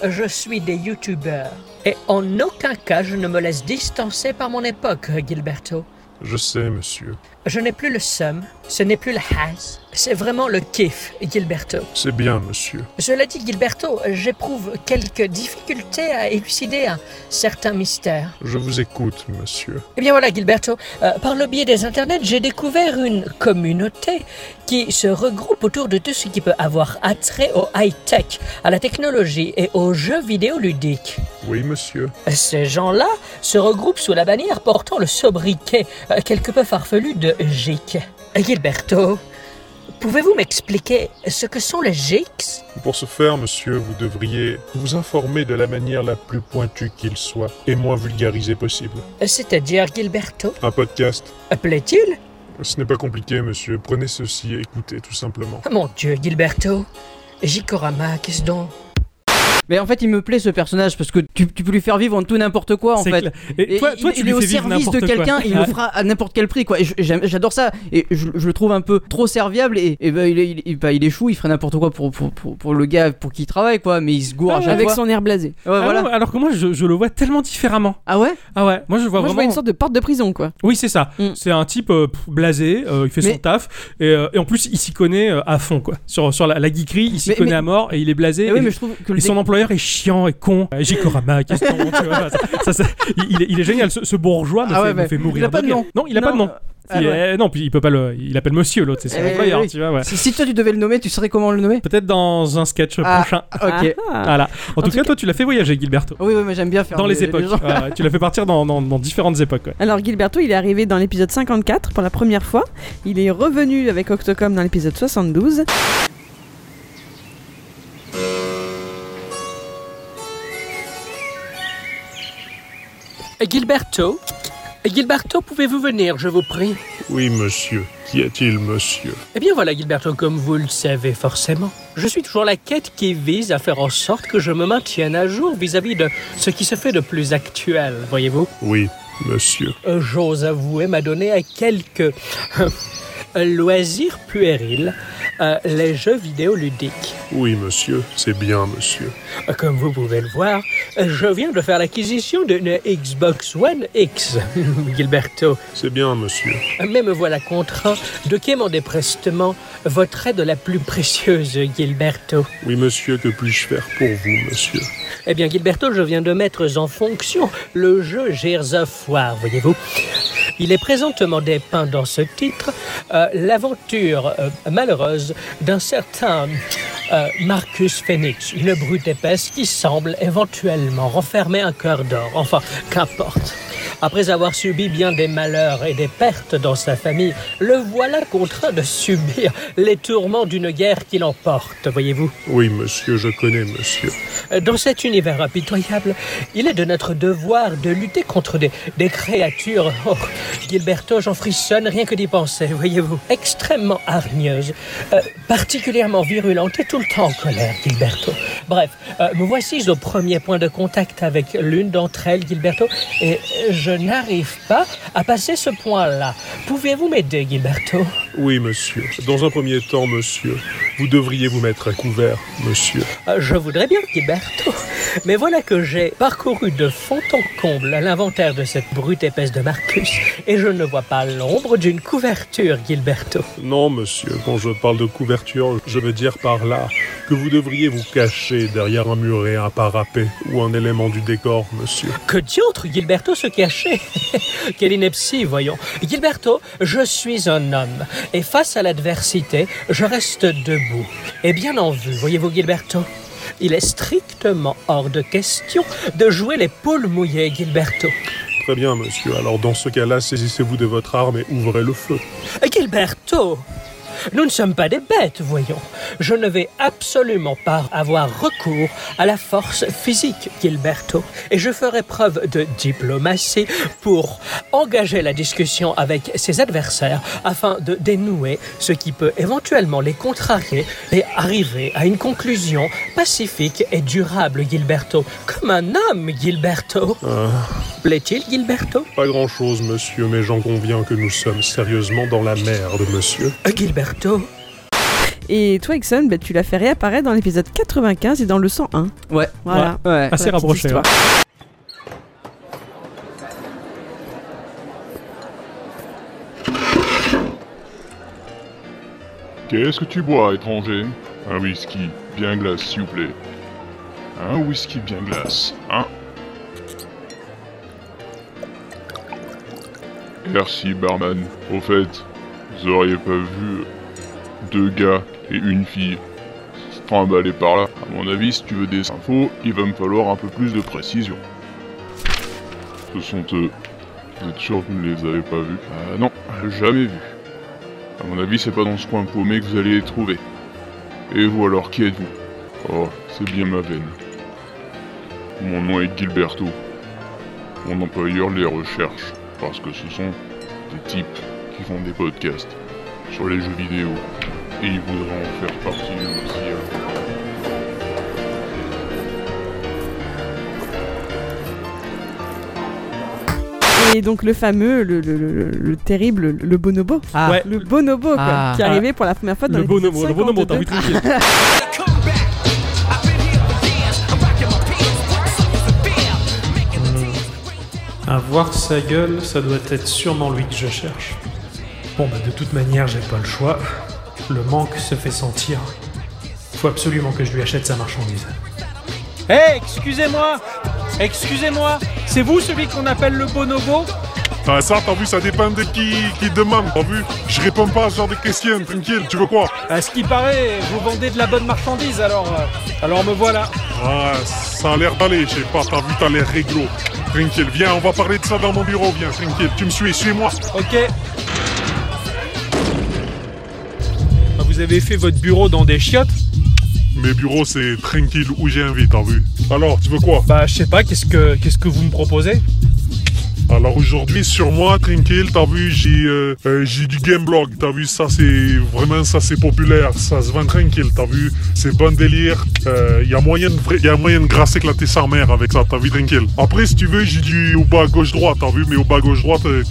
euh, je suis des youtubeurs. Et en aucun cas je ne me laisse distancer par mon époque, Gilberto. Je sais, monsieur. Je n'ai plus le seum, ce n'est plus le has, c'est vraiment le kiff, Gilberto. C'est bien, monsieur. Cela dit, Gilberto, j'éprouve quelques difficultés à élucider un certain mystère. Je vous écoute, monsieur. Eh bien voilà, Gilberto, euh, par le biais des internets, j'ai découvert une communauté qui se regroupe autour de tout ce qui peut avoir attrait au high-tech, à la technologie et aux jeux vidéo ludiques. Oui, monsieur. Ces gens-là se regroupent sous la bannière portant le sobriquet euh, quelque peu farfelu de GIC. Eh, Gilberto, pouvez-vous m'expliquer ce que sont les GICs Pour ce faire, monsieur, vous devriez vous informer de la manière la plus pointue qu'il soit et moins vulgarisée possible. Euh, C'est-à-dire, Gilberto, Un podcast plaît-il Ce n'est pas compliqué, monsieur. Prenez ceci et écoutez, tout simplement. Ah, Mon Dieu, Gilberto, Jikorama, qu'est-ce donc Mais en fait, il me plaît ce personnage parce que tu, tu peux lui faire vivre en tout n'importe quoi en C'est fait. clair. Et toi- il- toi, il, tu lui est au fais vivre service de n'importe quelqu'un, quoi. il le fera à n'importe quel prix quoi. Et je- j'aime- j'adore ça et je, je le trouve un peu trop serviable et, et ben, il, est- il- il- ben, il échoue, il ferait n'importe quoi pour, pour, pour, pour le gars pour qui il travaille quoi, mais il se gourre à chaque Avec fois. son air blasé. Ah voilà. non, alors que moi, je, je le vois tellement différemment. Ah ouais Ah ouais, moi je vois Moi vraiment. je vois une sorte de porte de prison quoi. Oui, c'est ça. Mm. C'est un type euh, pff, blasé, euh, il fait Mais- son taf, et, euh, et en plus, il s'y connaît euh, à fond, quoi. Sur, sur la, la geekerie, il s'y Mais- connaît mais- à mort, et il est blasé. Eh oui, et, mais je trouve que le et son dé- employeur est chiant et con. Euh, Jikorama, qu'est-ce qu'on- tu vois, ça- ça- ça- il, il est, il est génial, ce, ce bourgeois me, Ah fait, ouais, me mais fait mourir. il a pas de rire. nom. Non, il a pas de Non, nom. euh, ah Il est- ouais. non, puis il peut pas le. Il appelle monsieur l'autre, c'est son Eh employeur, oui. tu vois. ouais. si, si toi tu devais le nommer, tu saurais comment le nommer Peut-être dans un sketch Ah, prochain. ok. Ah. Voilà. En, tout, cas, toi, tu l'as fait voyager, Gilberto. Oui, oui, mais j'aime bien faire Dans les époques. gens. Ouais, ouais, tu l'as fait partir dans, dans- dans différentes époques. ouais. Alors Gilberto, il est arrivé dans l'épisode 54 pour la première fois. Il est revenu avec Octocom dans l'épisode 72. Gilberto Gilberto, pouvez-vous venir, je vous prie Oui, monsieur. Qu'y a-t-il, monsieur Eh bien voilà, Gilberto, comme vous le savez forcément, je suis toujours la quête qui vise à faire en sorte que je me maintienne à jour vis-à-vis de ce qui se fait de plus actuel, voyez-vous Oui, monsieur. Euh, J'ose avouer m'a donné à quelques euh, loisirs puérils euh, les jeux vidéo ludiques. Oui, monsieur, c'est bien, monsieur. Euh, Comme vous pouvez le voir, euh, je viens de faire l'acquisition d'une Xbox One X, Gilberto. Euh, C'est bien, monsieur. Mais me voilà contraint de quémander prestement votre aide la plus précieuse, Gilberto. Oui, monsieur, que puis-je faire pour vous, monsieur Eh bien, Gilberto, je viens de mettre en fonction le jeu Gears of War, voyez-vous. Il est présentement dépeint dans ce titre euh, l'aventure euh, malheureuse d'un certain euh, Marcus Phoenix, une brute épaisse qui semble éventuellement renfermer un cœur d'or. Enfin, qu'importe. Après avoir subi bien des malheurs et des pertes dans sa famille, le voilà contraint de subir les tourments d'une guerre qui l'emporte, voyez-vous. Oui, monsieur, je connais, monsieur. Euh, Dans cet univers impitoyable, il est de notre devoir de lutter contre des, des créatures, oh, Gilberto, j'en frissonne rien que d'y penser, voyez-vous, extrêmement hargneuses, euh, particulièrement virulentes et tout le temps en colère, Gilberto. Bref, euh, me voici au premier point de contact avec l'une d'entre elles, Gilberto, et je n'arrive pas à passer ce point-là. Pouvez-vous m'aider, Gilberto Oui, monsieur. Dans un premier temps, monsieur, vous devriez vous mettre à couvert, monsieur. Euh, Je voudrais bien, Gilberto. Mais voilà que j'ai parcouru de fond en comble l'inventaire de cette brute épaisse de Marcus, et je ne vois pas l'ombre d'une couverture, Gilberto. Non, monsieur, quand je parle de couverture, je veux dire par là que vous devriez vous cacher derrière un muret, un parapet ou un élément du décor, monsieur. Que diantre, Gilberto se cachait Quelle ineptie, voyons. Gilberto, je suis un homme, et face à l'adversité, je reste debout, et bien en vue, voyez-vous, Gilberto il est strictement hors de question de jouer les poules mouillées, Gilberto. Très bien, monsieur. Alors, dans ce cas-là, saisissez-vous de votre arme et ouvrez le feu. Gilberto Nous ne sommes pas des bêtes, voyons. Je ne vais absolument pas avoir recours à la force physique, Gilberto. Et je ferai preuve de diplomatie pour engager la discussion avec ses adversaires afin de dénouer ce qui peut éventuellement les contrarier et arriver à une conclusion pacifique et durable, Gilberto. Comme un homme, Gilberto. Ah. Plaît-il, Gilberto Pas grand-chose, monsieur, mais j'en conviens que nous sommes sérieusement dans la merde, monsieur. Gilberto Et toi, Ixon, bah, tu l'as fait réapparaître dans l'épisode 95 et dans le 101. Ouais, Voilà. ouais, ouais. Assez Pour la petite rapproché, hein. histoire. Qu'est-ce que tu bois, étranger Un whisky bien glace, s'il vous plaît. Un whisky bien glace, hein Merci, barman. Au fait, vous auriez pas vu deux gars et une fille se trimballer par là. À mon avis, si tu veux des infos, il va me falloir un peu plus de précision. Ce sont eux. Vous êtes sûr que vous ne les avez pas vus Ah non, jamais vus. À mon avis, c'est pas dans ce coin paumé que vous allez les trouver. Et vous alors, qui êtes-vous Oh, c'est bien ma veine. Mon nom est Gilberto. Mon employeur les recherche, parce que ce sont des types qui font des podcasts sur les jeux vidéo. Et ils voudront en faire partie eux aussi. hein. alors. Et donc le fameux, le, le- le- le- le terrible, le bonobo. Ah. Ouais. Le bonobo, quoi, Ah. qui est arrivé pour la première fois dans Le l'épisode bonobo, le bonobo, t'as 52. envie de tranquille. À voir sa gueule, ça doit être sûrement lui que je cherche. Bon, bah de toute manière, j'ai pas le choix. Le manque se fait sentir. Faut absolument que je lui achète sa marchandise. Hé, Eh, excusez-moi Excusez-moi C'est vous celui qu'on appelle le bonobo Ah ça, t'as vu, ça dépend de qui, qui demande, t'as vu Je réponds pas à ce genre de questions, tranquille, tu veux quoi À ce qui paraît, vous vendez de la bonne marchandise alors. euh, Alors me voilà. Ah, ça a l'air d'aller, je sais pas, t'as vu, t'as l'air réglo. Tranquille, viens, on va parler de ça dans mon bureau, viens, tranquille, tu me suis, suis-moi. Ok. Ah, Vous avez fait votre bureau dans des chiottes Mes bureaux, c'est tranquille où j'ai envie, t'as vu Alors, tu veux quoi Bah, je sais pas, qu'est-ce que, qu'est-ce que vous me proposez Alors aujourd'hui, sur moi, tranquille, t'as vu, j'ai euh, euh, j'ai du Gameblog, t'as vu, ça c'est vraiment, ça c'est populaire, ça se vend tranquille, t'as vu, c'est bon délire, euh, y a moyen de, vra- y a moyen de grasser éclater sa mère avec ça, t'as vu, tranquille. Après, si tu veux, j'ai du au bas gauche-droite, t'as vu, mais au bas gauche-droite, euh,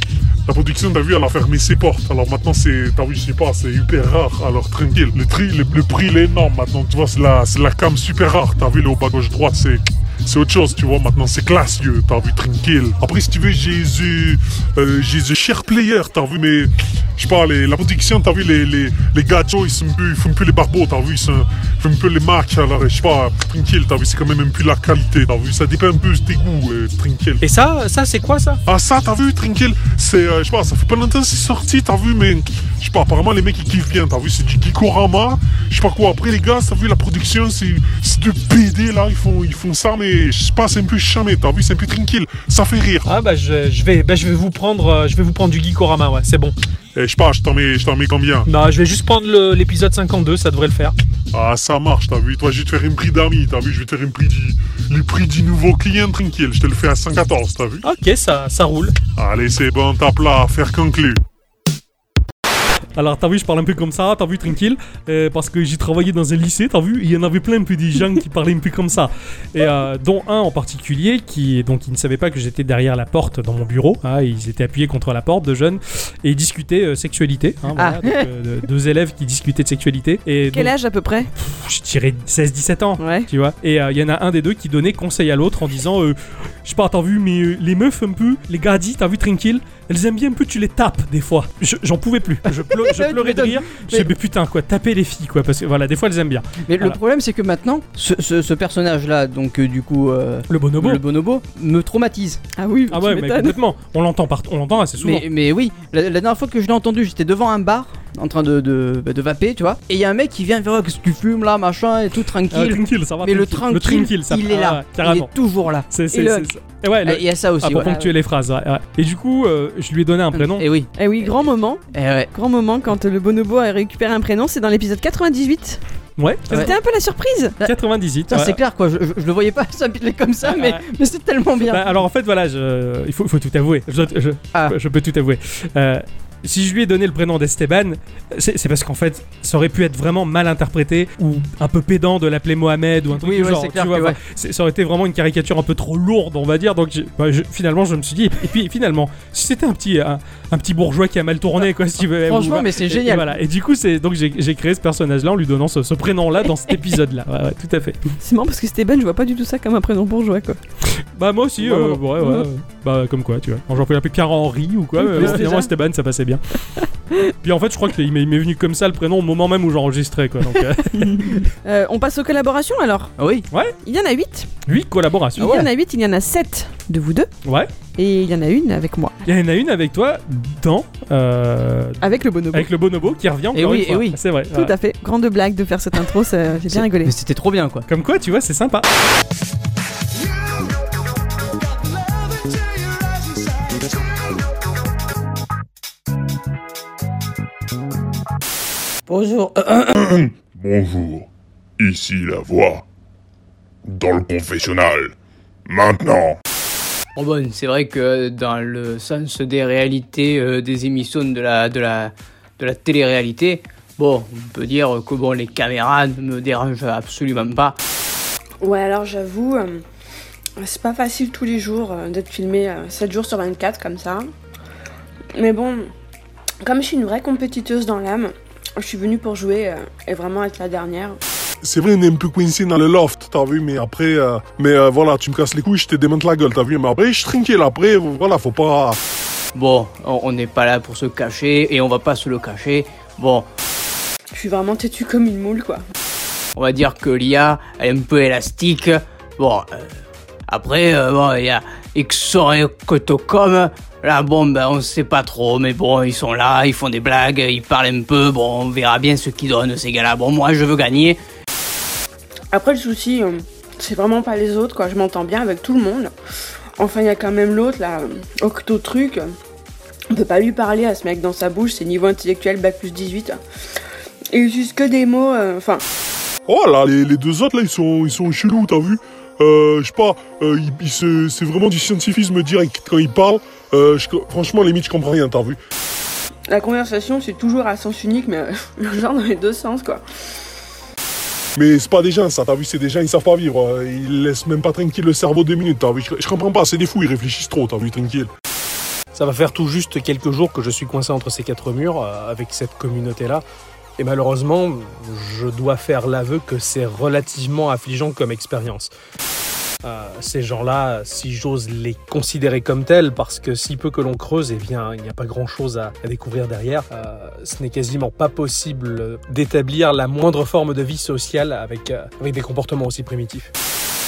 La production, t'as vu, elle a fermé ses portes. Alors maintenant, c'est, t'as vu, je sais pas, c'est hyper rare. Alors tranquille. Le, tri- le, le prix, il est énorme maintenant. Tu vois, c'est la, c'est la cam super rare. T'as vu, le haut bas gauche droite, c'est. C'est autre chose, tu vois, maintenant c'est classieux, t'as vu, tranquille. Après, si tu veux, j'ai eu, euh, j'ai eu Cher Player, t'as vu, mais je sais pas, les- la production, t'as vu, les, les, les gajos, ils, sont plus- ils font plus les barbeaux, t'as vu, ils, sont- ils font plus les matchs, alors je sais pas, tranquille, t'as vu, c'est quand même un peu la qualité, t'as vu, ça dépend un peu de tes goûts, euh, tranquille. Et ça, ça c'est quoi ça Ah, ça, t'as vu, tranquille, c'est, euh, je sais pas, ça fait pas longtemps que c'est sorti, t'as vu, mais je sais pas, apparemment les mecs ils kiffent bien, t'as vu, c'est du Gikorama, je sais pas quoi, après les gars, t'as vu, la production, c'est c'est de PD là, ils font, ils font ça, mais je sais pas, c'est un peu chamé, t'as vu, c'est un peu tranquille, ça fait rire. Ah bah je, je vais bah, je vais vous prendre euh, je vais vous prendre du Gikorama ouais, c'est bon. Et Eh, je sais pas, je t'en mets, je t'en mets combien Non, Bah, je vais juste prendre le- l'épisode 52, ça devrait le faire. Ah, ça marche, t'as vu. Toi, je vais te faire un prix d'amis, t'as vu. Je vais te faire un prix du, le prix du nouveau client tranquille. Je te le fais à 114, t'as vu. Ok, ça, ça roule. Allez, c'est bon, tape là, affaire conclue. Alors, t'as vu, je parle un peu comme ça, t'as vu, tranquille, euh, parce que j'ai travaillé dans un lycée, t'as vu, il y en avait plein un peu des gens qui parlaient un peu comme ça. Et euh, dont un en particulier qui, donc, il ne savait pas que j'étais derrière la porte dans mon bureau, hein, ils étaient appuyés contre la porte de jeunes et ils discutaient euh, sexualité. hein, voilà, Ah. donc, euh, de- deux élèves qui discutaient de sexualité. Et Quel donc, âge à peu près je dirais 16-17 ans, tu vois. Et euh, il y en a un des deux qui donnait conseil à l'autre en disant, euh, je sais pas, t'as vu, mais euh, les meufs un peu, les gadis, t'as vu, tranquille, elles aiment bien un peu, tu les tapes des fois. Je- J'en pouvais plus. Je, pleu- je pleurais de rire. Je sais, mais putain, quoi, taper les filles, quoi, parce que voilà, des fois elles aiment bien. Mais le Voilà. problème, c'est que maintenant, ce, ce- ce personnage-là, donc euh, du coup. euh, le bonobo. me traumatise. Ah oui, Ah ouais, mais complètement. On l'entend part- on l'entend assez souvent. Mais, mais oui, la, la dernière fois que je l'ai entendu, j'étais devant un bar en train de, de, bah, de vaper, tu vois. Et il y a un mec qui vient vers eux, qu'est-ce que tu fumes là, machin, et tout tranquille. Ah, tranquille, ça va, Mais le tranquille. tranquille, Le tranquille, ça- il est ah, là. ouais, carrément. Il est toujours là. C'est- c'est- Et le- c'est- c'est- Et ouais, le- il y a ça aussi. Ah, pour ouais. ponctuer les phrases. ouais, ouais. Et du coup, euh, je lui ai donné un prénom. Et oui. Eh oui, grand moment. Eh ouais. Grand moment quand le bonobo a récupéré un prénom, c'est dans l'épisode 98. Ouais. C'était un peu la surprise. 98. Bah, Putain, ouais. C'est clair quoi, je, je- je le voyais pas s'appeler comme ça, mais, mais c'est tellement bien. Ah, Ah. Bah, alors en fait, voilà, je- il faut, faut tout avouer. Je, je- je peux tout avouer. Euh, si je lui ai donné le prénom d'Esteban, c'est c'est parce qu'en fait, ça aurait pu être vraiment mal interprété ou un peu pédant de l'appeler Mohamed ou un truc Oui, du ouais, genre. c'est tu clair vois, que ouais. enfin, c'est- ça aurait été vraiment une caricature un peu trop lourde, on va dire. Donc j'ai- bah, je- finalement, je me suis dit. Et puis finalement, si c'était un petit un, un petit bourgeois qui a mal tourné, quoi, si tu veux. Ah, Franchement, ou- mais c'est et- et génial. voilà. Et du coup, c'est donc j'ai j'ai créé ce personnage-là en lui donnant ce, ce prénom-là dans cet épisode-là. Ouais, ouais, tout à fait. C'est marrant parce que c'était Ben, je vois pas du tout ça comme un prénom bourgeois quoi. Bah moi aussi, Ouais, euh, ouais, ouais, ouais. ouais. Bah comme quoi, tu vois. Quand j'en pouvais l'appeler Pierre-Henri ou quoi, Oui, euh, oui, finalement déjà. Esteban, ça passait bien. Puis en fait, je crois qu'il m'est il m'est venu comme ça le prénom au moment même où j'enregistrais, quoi. Donc, euh, Euh, on passe aux collaborations alors Ah oui. Ouais. Il y en a 8. Lui, collaboration. Il y en a 8, il y en a 7 de vous deux. Ouais. Et il y en a une avec moi. Il y en a une avec toi dans. euh, Avec le bonobo. Avec le bonobo qui revient encore Et Eh oui, une fois. et oui. C'est vrai. Tout à fait. Grande blague de faire cette intro, ça- j'ai bien rigolé. Mais c'était trop bien quoi. Comme quoi, tu vois, c'est sympa. Bonjour. Bonjour, ici la voix. Dans le confessionnal. Maintenant. Bon, bon, c'est vrai que dans le sens des réalités euh, des émissions de la, de la, de la télé-réalité, bon, on peut dire que bon, les caméras ne me dérangent absolument pas. Ouais, alors j'avoue, euh, c'est pas facile tous les jours euh, d'être filmé 7 jours sur 24 comme ça. Mais bon, comme je suis une vraie compétiteuse dans l'âme, je suis venue pour jouer euh, et vraiment être la dernière. C'est vrai, on est un peu coincé dans le loft, t'as vu, mais après, euh, mais euh, voilà, tu me casses les couilles, je te démonte la gueule, t'as vu, mais après, je suis tranquille, après, voilà, faut pas. Bon, on on n'est pas là pour se cacher et on va pas se le cacher. Bon, Je suis vraiment têtue comme une moule, quoi. on va dire que l'IA, elle est un peu élastique. Bon, euh, après, euh, bon, il y a XOR et Cotocom. Là, bon, ben, on sait pas trop, mais bon, ils sont là, ils font des blagues, ils parlent un peu. Bon, on verra bien ce qu'ils donnent, ces gars-là. Bon, moi, je veux gagner. Après, le souci, euh, c'est vraiment pas les autres, quoi. Je m'entends bien avec tout le monde. Enfin, il y a quand même l'autre, là, euh, Octo Truc. On peut pas lui parler à ce mec dans sa bouche, c'est niveau intellectuel, bac plus 18. Et il juste que des mots, euh, enfin. Oh là, les, les deux autres là, ils sont, ils sont chelous, t'as vu euh, Je sais pas, euh, ils- ils se- c'est vraiment du scientifisme direct quand ils parlent. Euh, je co- franchement, limite, je comprends rien, t'as vu La conversation, c'est toujours à sens unique, mais euh, genre dans les deux sens, quoi. Mais c'est pas des gens, ça, t'as vu C'est des gens, ils savent pas vivre. euh, Ils laissent même pas tranquille le cerveau deux minutes, t'as vu je, je comprends pas, c'est des fous, ils réfléchissent trop, t'as vu, tranquille. Ça va faire tout juste quelques jours que je suis coincé entre ces quatre murs euh, avec cette communauté-là. Et malheureusement, je dois faire l'aveu que c'est relativement affligeant comme expérience. Euh, ces gens-là, si j'ose les considérer comme tels, parce que si peu que l'on creuse, eh bien, il n'y a pas grand-chose à, à découvrir derrière. Euh, ce n'est quasiment pas possible d'établir la moindre forme de vie sociale avec, euh, avec des comportements aussi primitifs.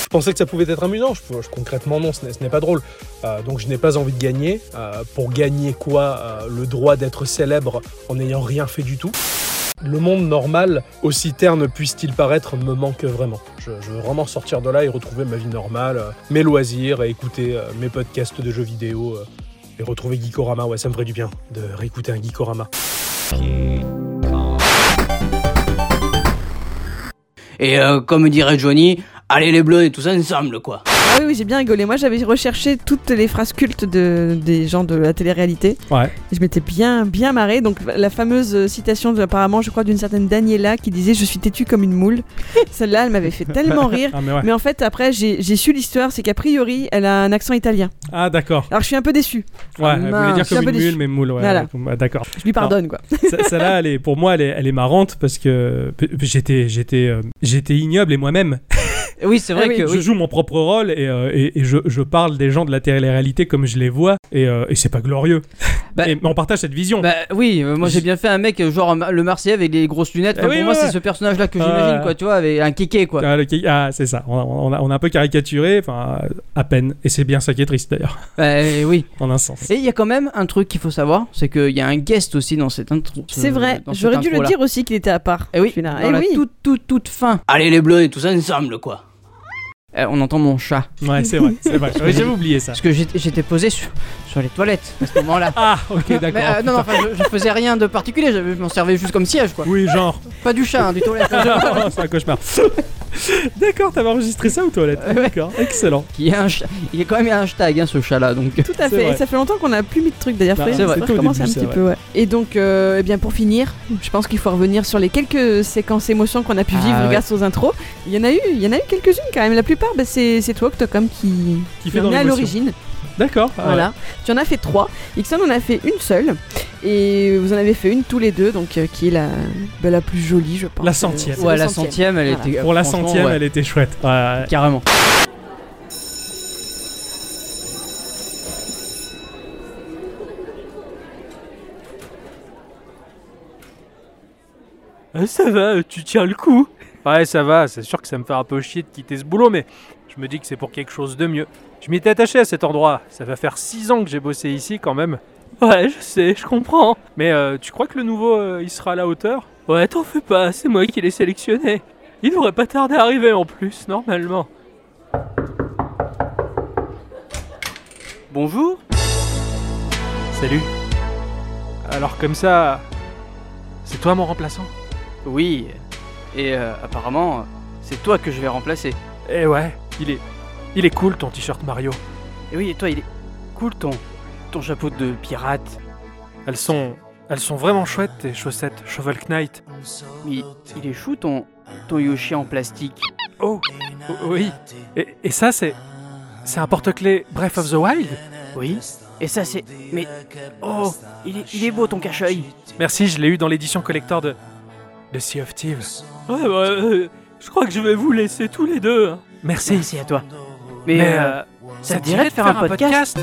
Je pensais que ça pouvait être amusant, je, je- concrètement non, ce n'est- ce n'est pas drôle. Euh, donc je n'ai pas envie de gagner. Euh, pour gagner quoi Euh, Le droit d'être célèbre en n'ayant rien fait du tout le monde normal, aussi terne puisse-t-il paraître, me manque vraiment. Je, je veux vraiment sortir de là et retrouver ma vie normale, euh, mes loisirs, et écouter euh, mes podcasts de jeux vidéo, euh, et retrouver Geekorama. Ouais, ça me ferait du bien de réécouter un Geekorama. Et euh, comme dirait Johnny, allez les bleus et tous ensemble quoi. Ah oui, oui, j'ai bien rigolé. Moi, j'avais recherché toutes les phrases cultes de, des gens de la télé-réalité. Ouais. Et je m'étais bien, bien marrée. Donc, la fameuse euh, citation, de- apparemment, je crois, d'une certaine Daniela qui disait Je suis têtue comme une moule. Celle-là, elle m'avait fait tellement rire. Ah, mais ouais. en fait, après, j'ai j'ai su l'histoire c'est qu'a priori, elle a un accent italien. Ah d'accord. Alors, je suis un peu déçue. Ouais, Ah, elle voulait mince, dire je suis un comme peu une déçue. mule, mais moule, ouais. Voilà. comme- ah, d'accord. Je lui pardonne, quoi. Ça- Celle-là, elle est, pour moi, elle est, elle est marrante parce que p- j'étais, j'étais, euh, j'étais ignoble et moi-même. Oui, c'est vrai Ah oui. que je oui. joue mon propre rôle et, euh, et- et je, je parle des gens de la télé-réalité comme je les vois et, euh, et c'est pas glorieux. Et- mais on partage cette vision. Bah oui, euh, moi j'ai bien fait un mec euh, genre euh, le Marseillais avec des grosses lunettes. Eh Enfin, oui, pour moi ouais, ouais. c'est ce personnage là que Ah, j'imagine ouais. quoi, tu vois, avec un kéké quoi. Ah, le qui- ah, c'est ça. On a, on a- on a un peu caricaturé, enfin à peine. Et c'est bien ça qui est triste d'ailleurs. oui. en un sens. Et il y a quand même un truc qu'il faut savoir, c'est qu'il y a un guest aussi dans cette intro. C'est vrai, dans cette j'aurais dû le intro-là. dire aussi qu'il était à part. Eh oui, celui-là. dans Eh la oui. toute, toute, toute fin. Allez les bleus et tous ensemble quoi. Eh, on entend mon chat. Ouais, c'est vrai, c'est vrai. Parce que J'avais j'ai- oublié ça. Parce que j'étais j'étais posé sur, sur les toilettes à ce moment-là. Ah, ok, d'accord. Mais, euh, non, non, enfin, je, je faisais rien de particulier, je, je m'en servais juste comme siège quoi. Oui, genre. Pas du chat, hein, du toilette. Ah, c'est un cauchemar. D'accord, t'avais enregistré ça aux toilettes. D'accord, excellent. Il y a un chat- il y a quand même un hashtag hein, ce chat là donc. Tout à fait. Et ça fait longtemps qu'on n'a plus mis de trucs d'ailleurs. Bah, Non, Faudrait- c'est vrai. faudrait C'était au recommencer début, un c'est petit vrai. peu. ouais. Et donc, euh, eh bien, pour finir, je pense qu'il faut revenir sur les quelques séquences émotions qu'on a pu Ah, vivre ouais. grâce aux intros. Il y en a eu, il y en a eu quelques-unes quand même. La plupart, bah, c'est c'est toi, Octocom, qui, Qui fait en dans est à l'émotion. l'origine. D'accord. ah Voilà. Tu en as fait trois. Ixon en a fait une seule. Et vous en avez fait une tous les deux, donc euh, qui est la, bah, la plus jolie, je pense. La centième. C'est Voilà. était. euh, Pour la centième, elle était chouette. euh, Carrément. Ah, ça va, euh, tu tiens le coup. Ouais, ça va, c'est sûr que ça me fait un peu chier de quitter ce boulot, mais je me dis que c'est pour quelque chose de mieux. Je m'étais attaché à cet endroit, ça va faire 6 ans que j'ai bossé ici quand même. Ouais, je sais, je comprends. Mais euh, tu crois que le nouveau, euh, il sera à la hauteur Ouais, t'en fais pas, c'est moi qui l'ai sélectionné. Il devrait pas tarder à arriver en plus, normalement. Bonjour Salut. Alors comme ça, c'est toi mon remplaçant Oui, et euh, apparemment, c'est toi que je vais remplacer. Eh ouais, il est, il est cool ton t-shirt Mario. Et oui, et toi, il est cool ton, ton chapeau de pirate. Elles sont, elles sont vraiment chouettes tes chaussettes Shovel Knight. Mais il est chou ton, ton Yoshi en plastique. Oh, o- oui. Et, et ça c'est, c'est un porte-clés Breath of the Wild Oui. Et ça, c'est. Mais. Oh, il est, il est beau ton cache-œil. Merci, je l'ai eu dans l'édition collector de, de Sea of Thieves. Ouais, bah, euh, je crois que je vais vous laisser tous les deux. hein. Merci. Merci à toi. Mais, euh, ça te dirait de faire un podcast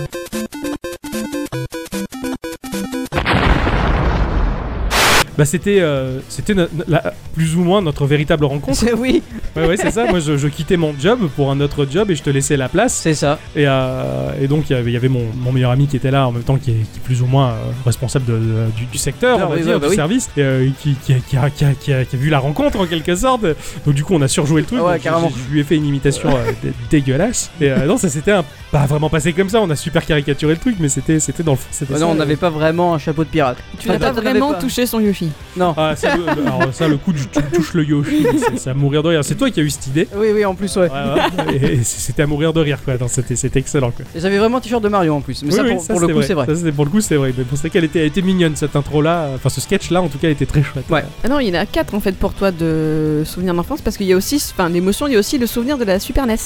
Bah c'était euh, c'était no- no- la- plus ou moins notre véritable rencontre. oui. Ouais ouais c'est ça. Moi je, je quittais mon job pour un autre job et je te laissais la place. C'est ça. Et, euh, et donc il y avait- il y avait mon, mon meilleur ami qui était là en même temps qui est, qui est plus ou moins euh, responsable de- de- du, du secteur Ah, on va oui, dire oui, bah du oui. service et euh, qui, qui a, qui a- qui a- qui a- qui a vu la rencontre en quelque sorte. Donc du coup on a surjoué le truc. Ah ouais, Donc, j'ai- carrément. j'ai- Je lui ai fait une imitation euh, dé- dégueulasse. Et euh, non ça c'était un- pas vraiment passé comme ça. On a super caricaturé le truc mais c'était c'était dans le. c'était Bah ça, Non, on euh, n'avait pas vraiment un chapeau de pirate. Tu n'as Enfin, pas t'en avais vraiment pas. touché son Yoshi. Non. Ah, ça, le- le- alors ça, le coup du tu touches le Yoshi, c'est- c'est à mourir de rire. C'est toi qui as eu cette idée. Oui, oui, en plus, ouais. ouais. Et, et c'était à mourir de rire, quoi. Non, C'était c'était excellent, quoi. Et J'avais vraiment un t-shirt de Mario en plus. Mais ça, Oui, oui, pour, pour le c'est coup, c'est vrai. Ça, c'était- pour le coup, c'est vrai. Mais pour ça qu'elle était, elle était mignonne, cette intro-là. Enfin, ce sketch-là, en tout cas, elle était très chouette. Ouais. Ah non, il y en a quatre en fait pour toi de souvenirs d'enfance parce qu'il y a aussi, enfin l'émotion, il y a aussi le souvenir de la Super E NES.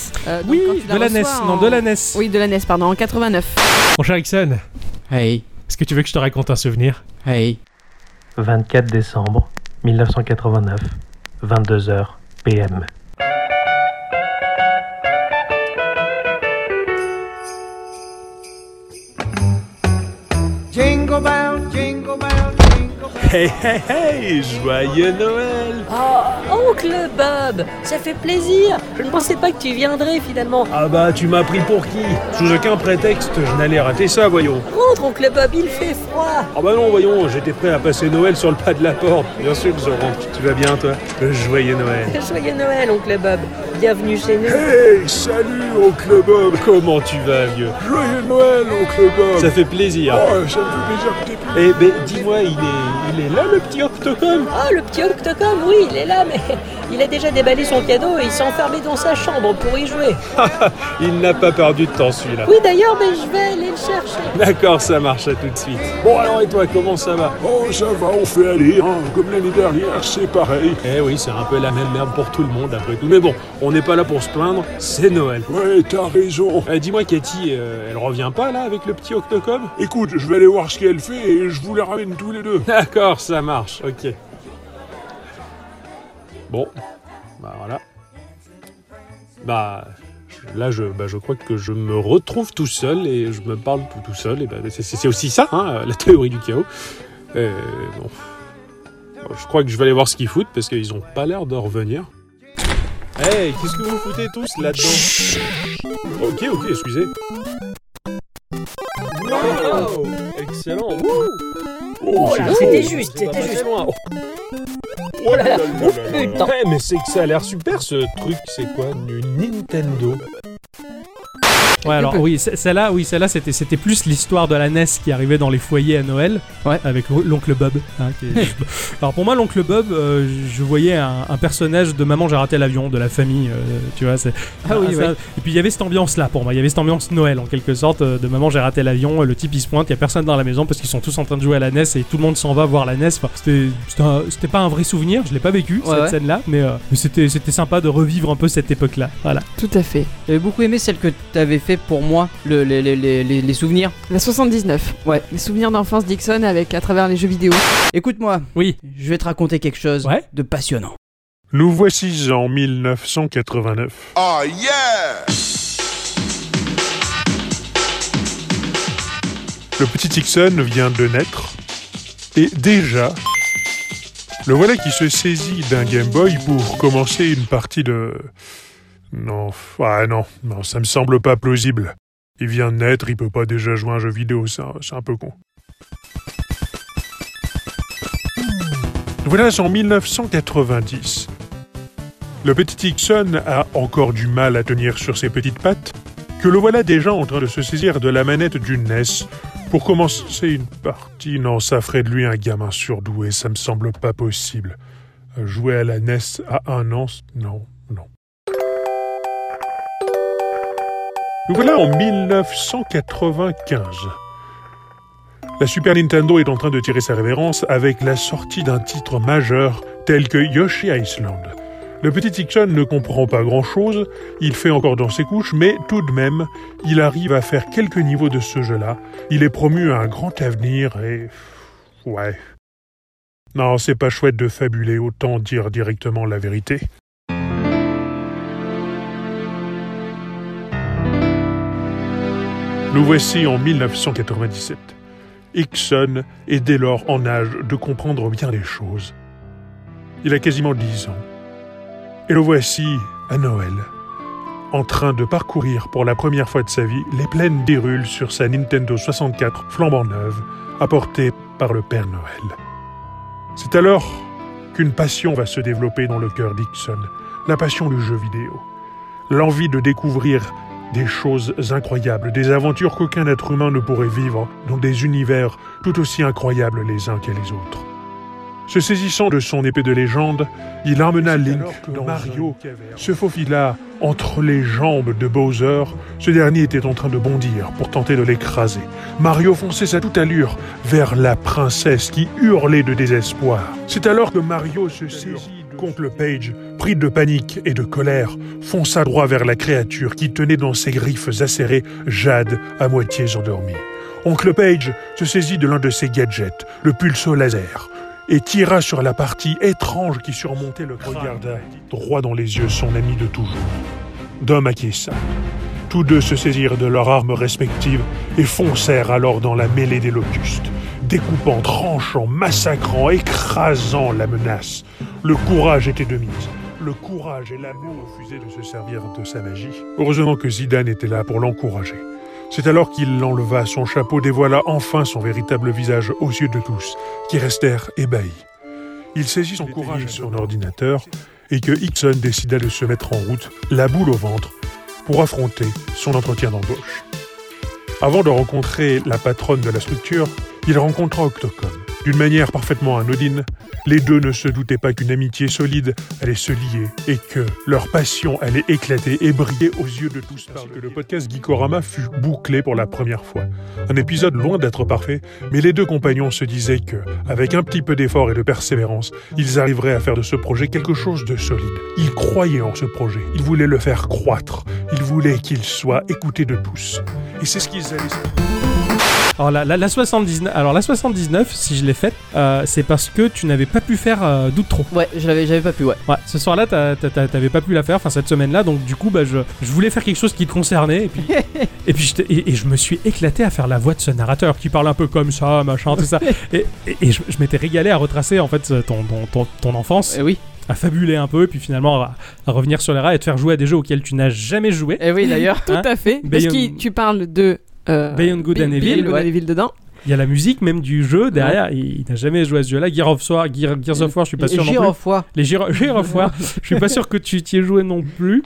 oui, de la E NES, non, de la NES. E Oui, de la NES, pardon, en 89. Mon cher Ixon, Hey. Est-ce que tu veux que je te raconte un souvenir Hey. 24 décembre 1989, 22h PM. Jingle bell, jingle bell. Hey hey hey, joyeux Noël Oh, oncle Bob, ça fait plaisir. Je ne pensais pas que tu viendrais finalement. Ah bah tu m'as pris pour qui Sous aucun prétexte, je n'allais rater ça, voyons. Rentre, oncle Bob, il fait froid. Ah bah non, voyons, j'étais prêt à passer Noël sur le pas de la porte. Bien sûr, Zoran, tu vas bien toi Joyeux Noël. Joyeux Noël, oncle Bob. Bienvenue chez nous. Hey, salut oncle Bob Comment tu vas, vieux Joyeux Noël oncle Bob Ça fait plaisir. Oh, ça me fait plaisir que t'aies pu- Eh ben dis-moi, il est, il est là le petit Octocom Oh, le petit Octocom, oui, il est là, mais il a déjà déballé son cadeau et il s'est enfermé dans sa chambre pour y jouer. Il n'a pas perdu de temps celui-là. Oui, d'ailleurs, mais je vais aller le chercher. D'accord, ça marche, à tout de suite. Bon alors et toi, comment ça va Oh, ça va, on fait aller, hein. comme l'année dernière, c'est pareil. Eh oui, c'est un peu la même merde pour tout le monde après tout. Mais bon, on n'est pas là pour se plaindre, c'est Noël. Ouais, t'as raison. Euh, Dis-moi, Cathy, euh, elle revient pas là avec le petit Octocom Écoute, je vais aller voir ce qu'elle fait et je vous la ramène tous les deux. D'accord, ça marche, ok. Bon, bah voilà. Bah, je- là, je, bah, je crois que je me retrouve tout seul et je me parle tout, tout seul. Et bah, c'est- c'est c'est aussi ça, hein, la théorie du chaos. Euh, bon. Bon, Je crois que je vais aller voir ce qu'ils foutent parce qu'ils ont pas l'air de revenir. Hey, qu'est-ce que vous foutez tous là-dedans Ok, ok, excusez. Wow Excellent Oh là, c'était juste, c'était juste. Oh là là, oh putain. Ouais, Eh, mais c'est que ça a l'air super ce truc, c'est quoi Du Nintendo Ouais, alors oui, ce- celle-là, oui, celle-là, c'était, c'était plus l'histoire de la NES qui arrivait dans les foyers à Noël, avec l'on- l'oncle Bob. hein, qui est- alors pour moi, l'oncle Bob, euh, je voyais un, un personnage de Maman j'ai raté l'avion de la famille, euh, tu vois. C'est, Ah oui, c'est ouais. un- Et puis il y avait cette ambiance-là pour moi, il y avait cette ambiance Noël en quelque sorte euh, de Maman j'ai raté l'avion, euh, le type il se pointe, il y a personne dans la maison parce qu'ils sont tous en train de jouer à la NES et tout le monde s'en va voir la NES. Enfin, c'était, c'était, un- c'était pas un vrai souvenir, je l'ai pas vécu Ouais, cette ouais. scène-là, mais, euh, mais c'était, c'était sympa de revivre un peu cette époque-là. Voilà. Tout à fait. J'avais beaucoup aimé celle que t'avais fait pour moi, le- les, les- les- les- les souvenirs. La 79. Ouais. Les souvenirs d'enfance Dixon avec à travers les jeux vidéo. Écoute-moi. Oui. Je vais te raconter quelque chose de passionnant. Nous voici en 1989. Oh yeah Le petit Tixon vient de naître. Et déjà, le voilà qui se saisit d'un Game Boy pour commencer une partie de... Non, f- ah non, non, ça me semble pas plausible. Il vient de naître, il peut pas déjà jouer à un jeu vidéo, c'est un- c'est un peu con. Nous Voilà en 1990. Le petit Ixon a encore du mal à tenir sur ses petites pattes, que le voilà déjà en train de se saisir de la manette d'une NES pour commencer une partie. Non, ça ferait de lui un gamin surdoué, ça me semble pas possible. Euh, Jouer à la NES à un an, c- non, non. Nous voilà en 1995. La Super Nintendo est en train de tirer sa révérence avec la sortie d'un titre majeur tel que Yoshi Island. Le petit Tixon ne comprend pas grand-chose, il fait encore dans ses couches, mais tout de même, il arrive à faire quelques niveaux de ce jeu-là. Il est promu à un grand avenir et... Ouais. Non, c'est pas chouette de fabuler, autant dire directement la vérité. Nous voici en 1997. Hickson est dès lors en âge de comprendre bien les choses. Il a quasiment 10 ans. Et le voici à Noël, en train de parcourir pour la première fois de sa vie les plaines d'Hyrule sur sa Nintendo 64 flambant neuve, apportée par le Père Noël. C'est alors qu'une passion va se développer dans le cœur d'Hickson, la passion du jeu vidéo. L'envie de découvrir des choses incroyables, des aventures qu'aucun être humain ne pourrait vivre dans des univers tout aussi incroyables les uns que les autres. Se saisissant de son épée de légende, il emmena Link dans Mario se faufila entre les jambes de Bowser. Ce dernier était en train de bondir pour tenter de l'écraser. Mario fonçait à toute allure vers la princesse qui hurlait de désespoir. C'est alors que Mario se saisit contre le Page, pris de panique et de colère, fonça droit vers la créature qui tenait dans ses griffes acérées Jade à moitié endormie. Oncle Page se saisit de l'un de ses gadgets, le pulso laser, et tira sur la partie étrange qui surmontait le crâne. Regarda droit dans les yeux son ami de toujours, Dom Akissa. Tous deux se saisirent de leurs armes respectives et foncèrent alors dans la mêlée des locustes, découpant, tranchant, massacrant, écrasant la menace. Le courage était de mise. Le courage et l'amour refusaient de se servir de sa magie. Heureusement que Zidane était là pour l'encourager. C'est alors qu'il enleva son chapeau, dévoila enfin son véritable visage aux yeux de tous, qui restèrent ébahis. Il saisit son courage et son ordinateur, et que Hickson décida de se mettre en route, la boule au ventre, pour affronter son entretien d'embauche. Avant de rencontrer la patronne de la structure, il rencontra Octocom. D'une manière parfaitement anodine, les deux ne se doutaient pas qu'une amitié solide allait se lier et que leur passion allait éclater et briller aux yeux de tous. Parce que le podcast Geekorama fut bouclé pour la première fois. Un épisode loin d'être parfait, mais les deux compagnons se disaient que, avec un petit peu d'effort et de persévérance, ils arriveraient à faire de ce projet quelque chose de solide. Ils croyaient en ce projet, ils voulaient le faire croître, ils voulaient qu'il soit écouté de tous. Et c'est ce qu'ils allaient... Alors la, la, la 79, alors la 79, si je l'ai faite, euh, c'est parce que tu n'avais pas pu faire euh, d'outro. Ouais, je l'avais, j'avais pas pu, ouais. Ouais, ce soir-là, t'as- t'as- t'as- t'avais pas pu la faire, enfin cette semaine-là, donc du coup, bah, je, je voulais faire quelque chose qui te concernait, et puis, et, puis j'étais- et, et je me suis éclaté à faire la voix de ce narrateur qui parle un peu comme ça, machin, tout ça. Et, et- et je, je m'étais régalé à retracer en fait ton, ton, ton- ton enfance. Eh oui. À fabuler un peu, et puis finalement à, à revenir sur les rails et te faire jouer à des jeux auxquels tu n'as jamais joué. Et Eh oui, d'ailleurs. Tout à fait. Parce Bayonne- que tu parles de. euh, hein. Beyond Good and Evil, Beyond Good ouais. and Evil dedans. Il y a la musique même du jeu derrière. Il, il n'a jamais joué à ce jeu-là. Gear of War, Gear, Gears of War, je suis pas Les sûr non Gears plus. of War. Les Gear, Gear of War, je suis pas sûr que tu t'y aies joué non plus.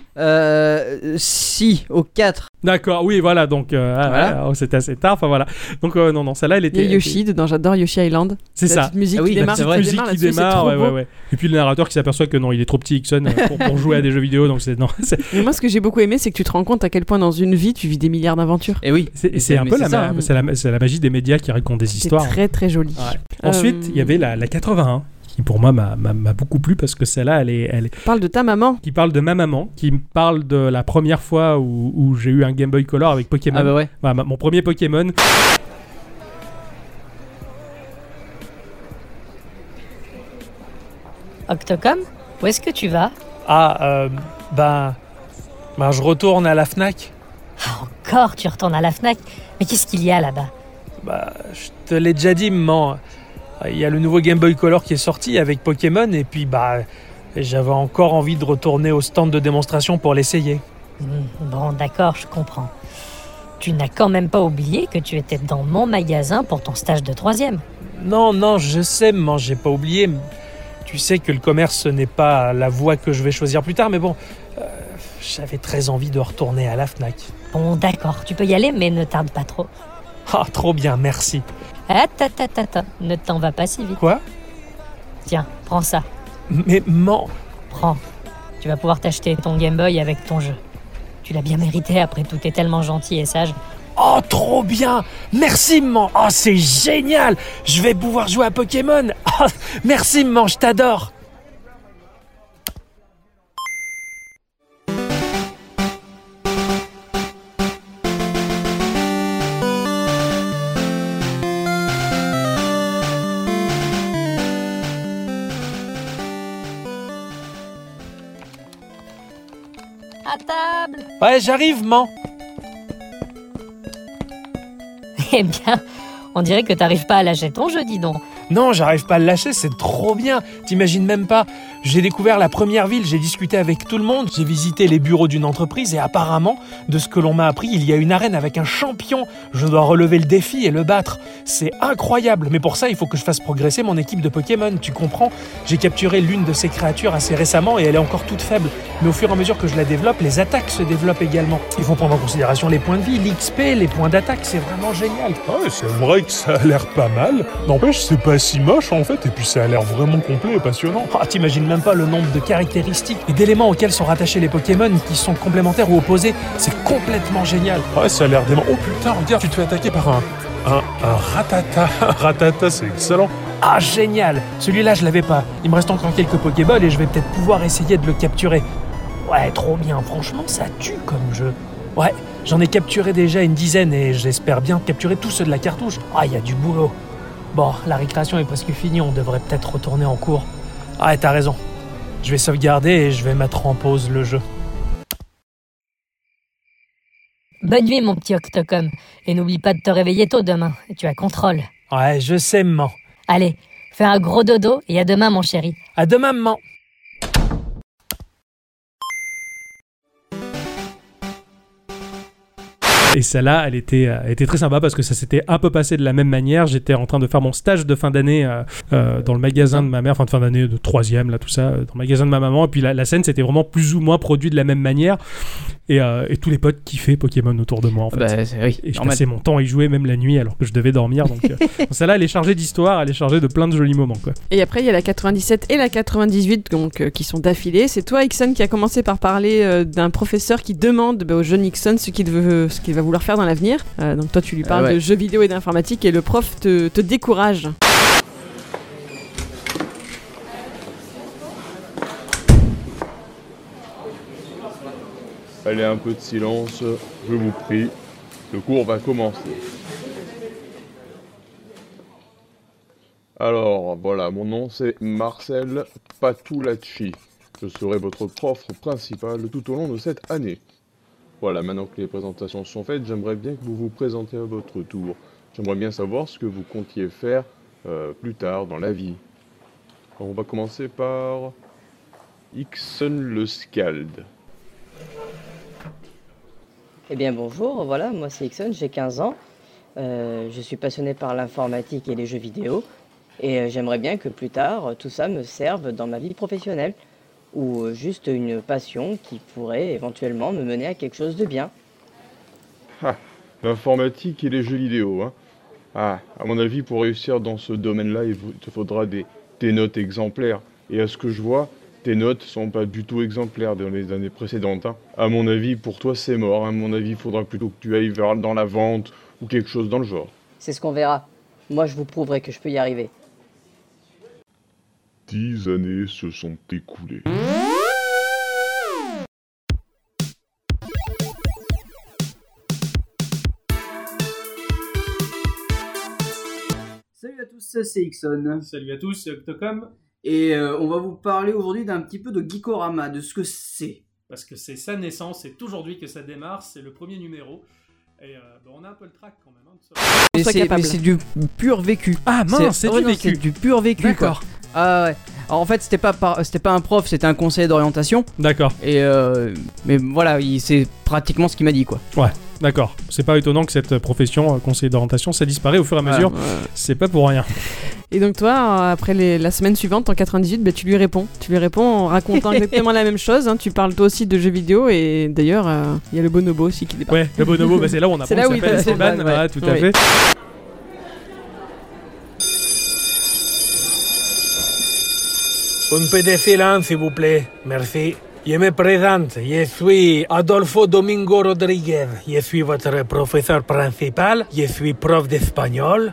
Euh, si, au 4. D'accord, oui, voilà. Donc euh, ah, Voilà. ah, oh, c'était assez tard. Enfin voilà. Donc euh, non, non, celle-là, elle Il était. y a Yoshi dedans, j'adore Yoshi Island. C'est La ça. petite musique Ah oui, qui démarre, la petite musique qui démarre qui là-dessus, c'est démarre, trop ouais, beau. ouais, ouais. Et puis le narrateur qui s'aperçoit que non, il est trop petit, Ixon, euh, pour, pour jouer à des jeux vidéo. Donc c'est non. c'est- Mais moi, ce que j'ai beaucoup aimé, c'est que tu te rends compte à quel point dans une vie tu vis des milliards d'aventures. Et oui. C'est c'est hein. un peu la, ma- c'est la, c'est la magie des médias qui racontent des C'est histoires. hein. très très joli. Euh, Ensuite, il y avait la, la 81 qui pour moi m'a- m'a m'a beaucoup plu parce que celle-là, elle est, elle est- Parle de ta maman. qui parle de ma maman, qui me parle de la première fois où, où j'ai eu un Game Boy Color avec Pokémon. Ah bah ouais. Voilà, ma- mon premier Pokémon. Octocom, où est-ce que tu vas Ah, euh, ben, ben, je retourne à la FNAC. Encore, tu retournes à la FNAC. Mais qu'est-ce qu'il y a là-bas Bah, je te l'ai déjà dit, maman. Il y a le nouveau Game Boy Color qui est sorti avec Pokémon, et puis bah, j'avais encore envie de retourner au stand de démonstration pour l'essayer. Hmm, Bon, d'accord, je comprends. Tu n'as quand même pas oublié que tu étais dans mon magasin pour ton stage de troisième. Non, non, je sais, maman, j'ai pas oublié. Tu sais que le commerce ce n'est pas la voie que je vais choisir plus tard, mais bon, euh, j'avais très envie de retourner à la FNAC. Bon, d'accord, tu peux y aller, mais ne tarde pas trop. Ah, trop bien, merci. Ah, ta, ta, ta, ta, ne t'en va pas si vite. Quoi Tiens, prends ça. Mais maman... Prends. Tu vas pouvoir t'acheter ton Game Boy avec ton jeu. Tu l'as bien mérité, après tout, t'es tellement gentil et sage. Oh, trop bien Merci, maman Oh, c'est génial Je vais pouvoir jouer à Pokémon Ah, Merci, maman, je t'adore À table Ouais, j'arrive, maman Eh bien, on dirait que t'arrives pas à lâcher ton jeu, dis donc. Non, j'arrive pas à le lâcher, c'est trop bien. T'imagines même pas. J'ai découvert la première ville, j'ai discuté avec tout le monde, j'ai visité les bureaux d'une entreprise et apparemment, de ce que l'on m'a appris, il y a une arène avec un champion. Je dois relever le défi et le battre. C'est incroyable, mais pour ça, il faut que je fasse progresser mon équipe de Pokémon, tu comprends J'ai capturé l'une de ces créatures assez récemment et elle est encore toute faible. Mais au fur et à mesure que je la développe, les attaques se développent également. Il faut prendre en considération les points de vie, l'XP, les points d'attaque, c'est vraiment génial. Ouais, c'est vrai que ça a l'air pas mal. N'empêche, c'est pas si moche en fait, et puis ça a l'air vraiment complet et passionnant. Ah, t'imagines même pas le nombre de caractéristiques et d'éléments auxquels sont rattachés les Pokémon qui sont complémentaires ou opposés. C'est complètement génial. Ouais, ça a l'air dément. Oh putain, regarde, tu te fais attaquer par un. Un, un ratata. Un ratata, c'est excellent. Ah, génial Celui-là, je l'avais pas. Il me reste encore quelques Pokéballs et je vais peut-être pouvoir essayer de le capturer. Ouais, trop bien. Franchement, ça tue comme jeu. Ouais, J'en ai capturé déjà une dizaine et j'espère bien capturer tous ceux de la cartouche. Ah, il y a du boulot. Bon, la récréation est presque finie, on devrait peut-être retourner en cours. Ah, et t'as raison. Je vais sauvegarder et je vais mettre en pause le jeu. Bonne nuit, mon petit Octocom. Et n'oublie pas de te réveiller tôt demain. Tu as contrôle. Ouais, je sais, maman. Allez, fais un gros dodo et à demain, mon chéri. À demain, maman. Et celle-là, elle était, euh, elle était très sympa parce que ça s'était un peu passé de la même manière. J'étais en train de faire mon stage de fin d'année euh, euh, dans le magasin de ma mère, enfin de fin d'année de troisième, là, tout ça, euh, dans le magasin de ma maman. Et puis la, la scène, c'était vraiment plus ou moins produit de la même manière. Et, euh, et tous les potes kiffaient Pokémon autour de moi, en fait. Bah, c'est- oui, et je normal. passais mon temps à y jouer, même la nuit, alors que je devais dormir. Donc, euh, donc celle-là, elle est chargée d'histoire, elle est chargée de plein de jolis moments, quoi. Et après, il y a la 97 et la 98 donc, euh, qui sont d'affilée. C'est toi, Ixon, qui a commencé par parler euh, d'un professeur qui demande bah, au jeune Ixon ce qu'il veut, ce qu'il va vouloir faire dans l'avenir. Euh, donc toi, tu lui Ah parles ouais. de jeux vidéo et d'informatique et le prof te, te décourage. Allez, un peu de silence, je vous prie. Le cours va commencer. Alors, voilà, mon nom c'est Marcel Patulacci. Je serai votre prof principal tout au long de cette année. Voilà, maintenant que les présentations sont faites, j'aimerais bien que vous vous présentiez à votre tour. J'aimerais bien savoir ce que vous comptiez faire euh, plus tard dans la vie. On va commencer par Ixon le Scald. Eh bien bonjour, voilà, moi c'est Ixon, j'ai 15 ans. Euh, je suis passionné par l'informatique et les jeux vidéo. Et euh, j'aimerais bien que plus tard, euh, tout ça me serve dans ma vie professionnelle. Ou euh, juste une passion qui pourrait éventuellement me mener à quelque chose de bien. Ah, l'informatique et les jeux vidéo, hein. Ah, à mon avis, pour réussir dans ce domaine-là, il vous- te faudra des, des notes exemplaires. Et à ce que je vois, tes notes sont pas du tout exemplaires dans les années précédentes. hein. À mon avis, pour toi, c'est mort. hein. À mon avis, il faudra plutôt que tu ailles vers dans la vente ou quelque chose dans le genre. C'est ce qu'on verra. Moi je vous prouverai que je peux y arriver. Dix années se sont écoulées. Salut à tous, c'est Ixon. Salut à tous, c'est Octocom. Et euh, on va vous parler aujourd'hui d'un petit peu de Geekorama, de ce que c'est. Parce que c'est sa naissance, c'est aujourd'hui que ça démarre, c'est le premier numéro. Et euh, bah, on a un peu le track quand même. Mais c'est, mais c'est du pur vécu. Ah mince, c'est du ouais, non, vécu. C'est du pur vécu. D'accord. quoi. Ah ouais. Alors, en fait, c'était pas par- c'était pas un prof, c'était un conseiller d'orientation. D'accord. Et euh, mais voilà, il- c'est pratiquement ce qu'il m'a dit quoi. Ouais, d'accord. C'est pas étonnant que cette profession, euh, conseiller d'orientation, ça disparaît au fur et à Ouais, mesure. ouais. C'est pas pour rien. Et donc toi, euh, après les- la semaine suivante, en 98, bah, tu lui réponds. Tu lui réponds en racontant exactement la même chose. hein. Tu parles toi aussi de jeux vidéo et d'ailleurs, euh, il y a le bonobo aussi qui débarque. Ouais, le bonobo, bah, c'est là où on apprend C'est là qu'il où il s'appelle passe les Esteban. vannes, ouais. Ah, tout à Oui. fait. Un peu de silence, s'il vous plaît. Merci. Je me présente, je suis Adolfo Domingo Rodriguez. Je suis votre professeur principal, je suis prof d'espagnol.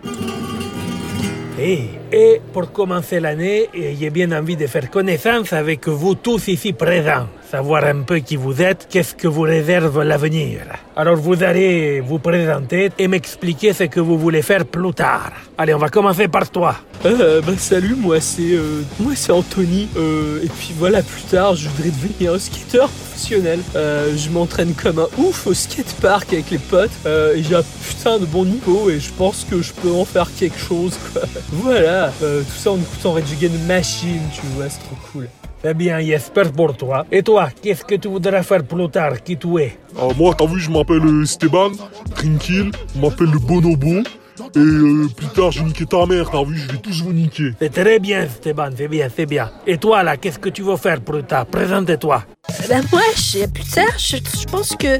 Et, et pour commencer l'année, euh, j'ai bien envie de faire connaissance avec vous tous ici présents, savoir un peu qui vous êtes, qu'est-ce que vous réserve l'avenir. Alors vous allez vous présenter et m'expliquer ce que vous voulez faire plus tard. Allez, on va commencer par toi. Euh, bah salut, moi c'est euh, moi c'est Anthony euh, et puis voilà plus tard je voudrais devenir un skateur professionnel. Euh, je m'entraîne comme un ouf au skatepark avec les potes euh, et j'ai un putain de bon niveau et je pense que je peux en faire quelque chose. quoi. Voilà, euh, tout ça en écoutant Rage Against the Machine, tu vois, c'est trop cool. Eh bien, j'espère pour toi. Et toi, qu'est-ce que tu voudras faire plus tard Qui tu es Ah, moi, t'as vu, je m'appelle euh, Esteban, tranquille, je m'appelle le Bonobo, et euh, plus tard, j'ai niqué ta mère, t'as vu, je vais tous vous niquer. C'est très bien, Stéban, c'est bien, c'est bien. Et toi, là, qu'est-ce que tu veux faire plus tard Présente-toi. Bah moi, je- plus tard, je, je pense que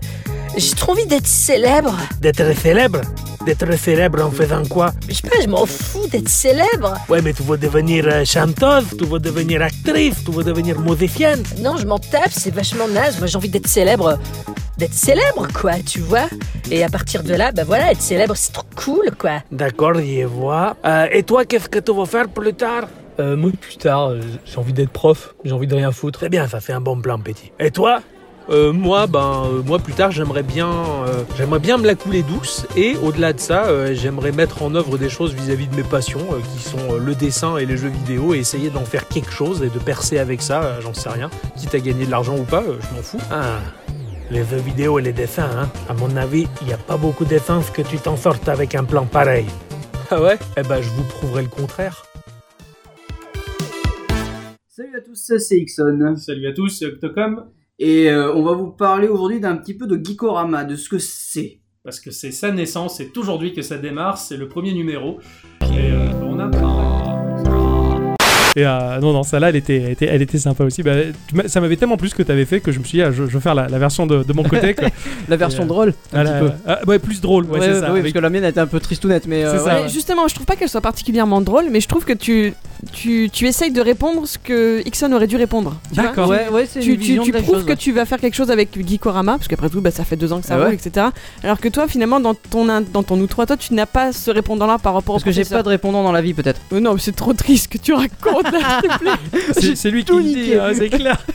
j'ai trop envie d'être célèbre. D'être célèbre D'être célèbre en faisant quoi Je sais pas, je m'en fous d'être célèbre. Ouais, mais tu veux devenir euh, chanteuse, tu veux devenir actrice, tu veux devenir musicienne. Non, je m'en tape, c'est vachement naze. Moi, j'ai envie d'être célèbre. D'être célèbre, quoi, tu vois. Et à partir de là, bah voilà, être célèbre, c'est trop cool, quoi. D'accord, je vois. Euh, et toi, qu'est-ce que tu veux faire plus tard Euh, moi plus tard euh, j'ai envie d'être prof, j'ai envie de rien foutre. Très bien, ça c'est un bon plan, petit. Et toi Euh, moi, ben, euh, moi plus tard, j'aimerais bien, euh, j'aimerais bien me la couler douce. Et au-delà de ça, euh, j'aimerais mettre en œuvre des choses vis-à-vis de mes passions, euh, qui sont euh, le dessin et les jeux vidéo, et essayer d'en faire quelque chose et de percer avec ça. euh, J'en sais rien. Quitte à gagner de l'argent ou pas, euh, je m'en fous. Ah, les jeux vidéo et les dessins, hein. À mon avis, il n'y a pas beaucoup de chances que tu t'en sortes avec un plan pareil. Ah ouais Eh ben, je vous prouverai le contraire. Salut à tous, c'est Ixon. Salut à tous, c'est Octocom. Et euh, on va vous parler aujourd'hui d'un petit peu de Geekorama, de ce que c'est. Parce que c'est sa naissance, c'est aujourd'hui que ça démarre, c'est le premier numéro. Et euh, on a... Et euh, non, non, celle-là, elle était, elle était, elle était sympa aussi. Bah, tu m'as- ça m'avait tellement plus que t'avais fait que je me suis dit, ah, je, je vais faire la, la version de, de mon côté. quoi. La version Et, euh, drôle, un ah, petit la- peu. ah, ouais, plus drôle, ouais, Ouais, c'est ouais, ça. oui, avec- parce que la mienne était un peu tristounette, mais. euh, C'est ça, ouais. ouais. Justement, je trouve pas qu'elle soit particulièrement drôle, mais je trouve que tu, tu, tu essayes de répondre ce que Ixon aurait dû répondre. tu vois. D'accord. Ouais, ouais, c'est Tu, une tu, vision tu de la prouves chose, que ouais. tu vas faire quelque chose avec Geekorama, parce qu'après tout, bah, ça fait deux ans que ça Ah roule, ouais. etc. Alors que toi, finalement, dans ton, in- dans ton outre, toi, tu n'as pas ce répondant-là par rapport Euh, Parce que j'ai pas de répondant dans la vie, peut-être. non, mais c'est trop triste que tu racontes, là, s'il te plaît. C'est c'est lui qui tout le dit, niqué. hein, c'est clair.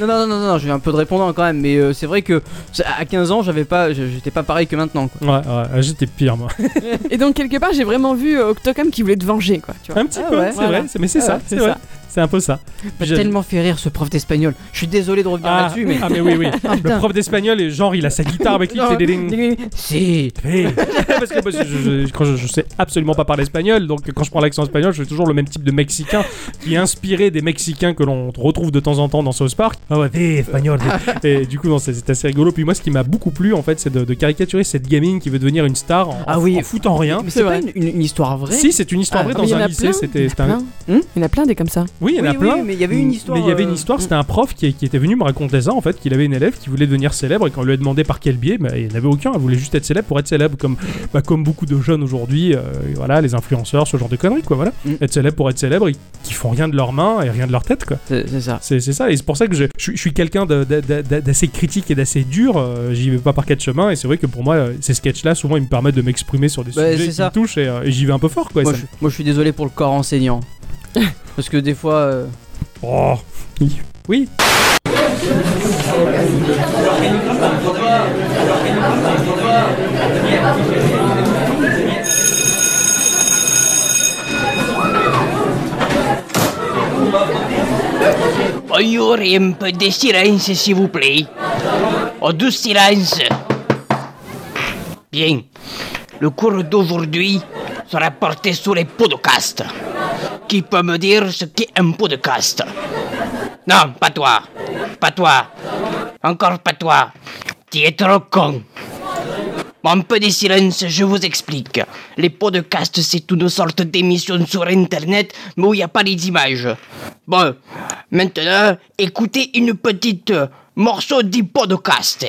non, non, non, non, non, j'ai un peu de répondant quand même, mais euh, c'est vrai que ça- à 15 ans, j'avais pas, je- j'étais pas pareil que maintenant. Ouais, ouais, euh, j'étais pire, moi. Et donc, quelque part, j'ai vraiment vu euh, Octocom qui voulait te venger, quoi. Tu vois. Un petit peu, c'est vrai, c'est- mais c'est Ah ça, ouais, c'est vrai. C'est un peu ça. M'a J'ai- tellement fait rire ce prof d'espagnol. Je suis désolé de revenir Ah, là-dessus, mais. ah, mais oui, oui. Ah, le putain. prof d'espagnol, et genre, il a sa guitare avec lui. Non, il fait des ding. Si. Eh. parce que moi, je, je- quand je, je sais absolument pas parler espagnol, donc quand je prends l'accent espagnol, je suis toujours le même type de mexicain qui est inspiré des mexicains que l'on retrouve de temps en temps dans South Park. Ah ouais, eh, espagnol. eh. Et du coup, non, c'est c'est assez rigolo. Puis moi, ce qui m'a beaucoup plu, en fait, c'est de, de caricaturer cette gamine qui veut devenir une star en, Ah oui. en foutant rien. Mais c'est pas une, une- une histoire vraie. Si, c'est une histoire vraie Ah, mais il dans y en un a lycée. plein, il y en C'était a c'était un, plein. Hein? Il y en a plein des comme ça. oui, il y en a Oui, oui, plein. mais il y avait une histoire, Mais il y avait euh, une histoire. C'était un prof qui, qui était venu me raconter ça, en fait, qu'il avait une élève qui voulait devenir célèbre et qu'on lui a demandé par quel biais, bah, il n'y en avait aucun. Elle voulait juste être célèbre pour être célèbre, comme, bah, comme beaucoup de jeunes aujourd'hui, euh, et voilà, les influenceurs, ce genre de conneries, quoi. Voilà. Mm. Être célèbre pour être célèbre, ils, qui font rien de leurs mains et rien de leur tête, quoi. C'est ça. C'est ça. Et c'est pour ça que je, je suis- je suis quelqu'un de- de- de- de- d'assez critique et d'assez dur. euh, J'y vais pas par quatre chemins. Et c'est vrai que pour moi, euh, ces sketchs-là, souvent, ils me permettent de m'exprimer sur des Ouais, sujets Bah, c'est qui ça. me touchent et, euh, et j'y vais un peu fort, quoi. moi, Ça je, me- moi, je suis désolé pour le corps enseignant. Parce que des fois. euh, Oh. Oui. y aurait un peu de silence, s'il vous plaît. Oh, du silence. Bien. Le cours d'aujourd'hui sera porté sur les podcasts. Qui peut me dire ce qu'est un podcast Non, pas toi. Pas toi. Encore pas toi. Tu es trop con. Bon, Un peu de silence, je vous explique. Les podcasts, c'est une sorte d'émission sur Internet, mais où il n'y a pas les images. Bon, maintenant, écoutez une petite euh, morceau du podcast.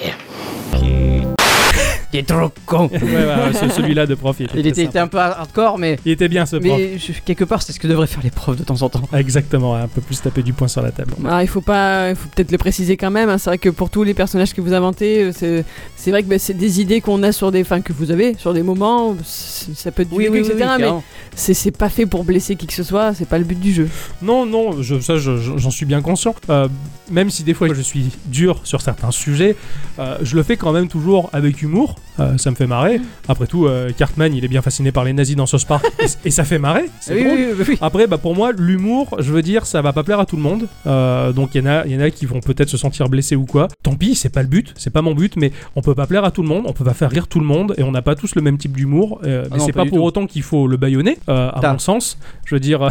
Il est trop con. Ouais, ouais, ce- celui-là de prof, il était, Il très était, sympa. un peu hardcore, mais. Il était bien ce prof. Mais je- quelque part, c'est ce que devraient faire les profs de temps en temps. Exactement, un peu plus taper du poing sur la table. Ah, il faut pas, il faut peut-être le préciser quand même. hein. C'est vrai que pour tous les personnages que vous inventez, euh, c'est, c'est vrai que bah, c'est des idées qu'on a sur des, fins que vous avez sur des moments. c'est- Ça peut être Oui, du oui, oui, etc. oui, mais carrément. c'est, c'est pas fait pour blesser qui que ce soit. C'est pas le but du jeu. Non, non, je- ça je- je- j'en suis bien conscient. Euh, même si des fois je suis dur sur certains sujets, euh, je le fais quand même toujours avec humour. Euh, ça me fait marrer. Après tout, euh, Cartman, il est bien fasciné par les nazis dans South Park et, et ça fait marrer. C'est Oui, drôle. oui, oui, Après, bah, pour moi, l'humour, je veux dire, ça va pas plaire à tout le monde. Euh, donc il y, en a- il y en a qui vont peut-être se sentir blessés ou quoi. Tant pis, c'est pas le but, c'est pas mon but, mais on peut pas plaire à tout le monde, on peut pas faire rire tout le monde et on n'a pas tous le même type d'humour. euh, Ah mais non, c'est pas pas, du pour tout. autant qu'il faut le bâillonner, euh, à mon sens. Je veux dire, euh,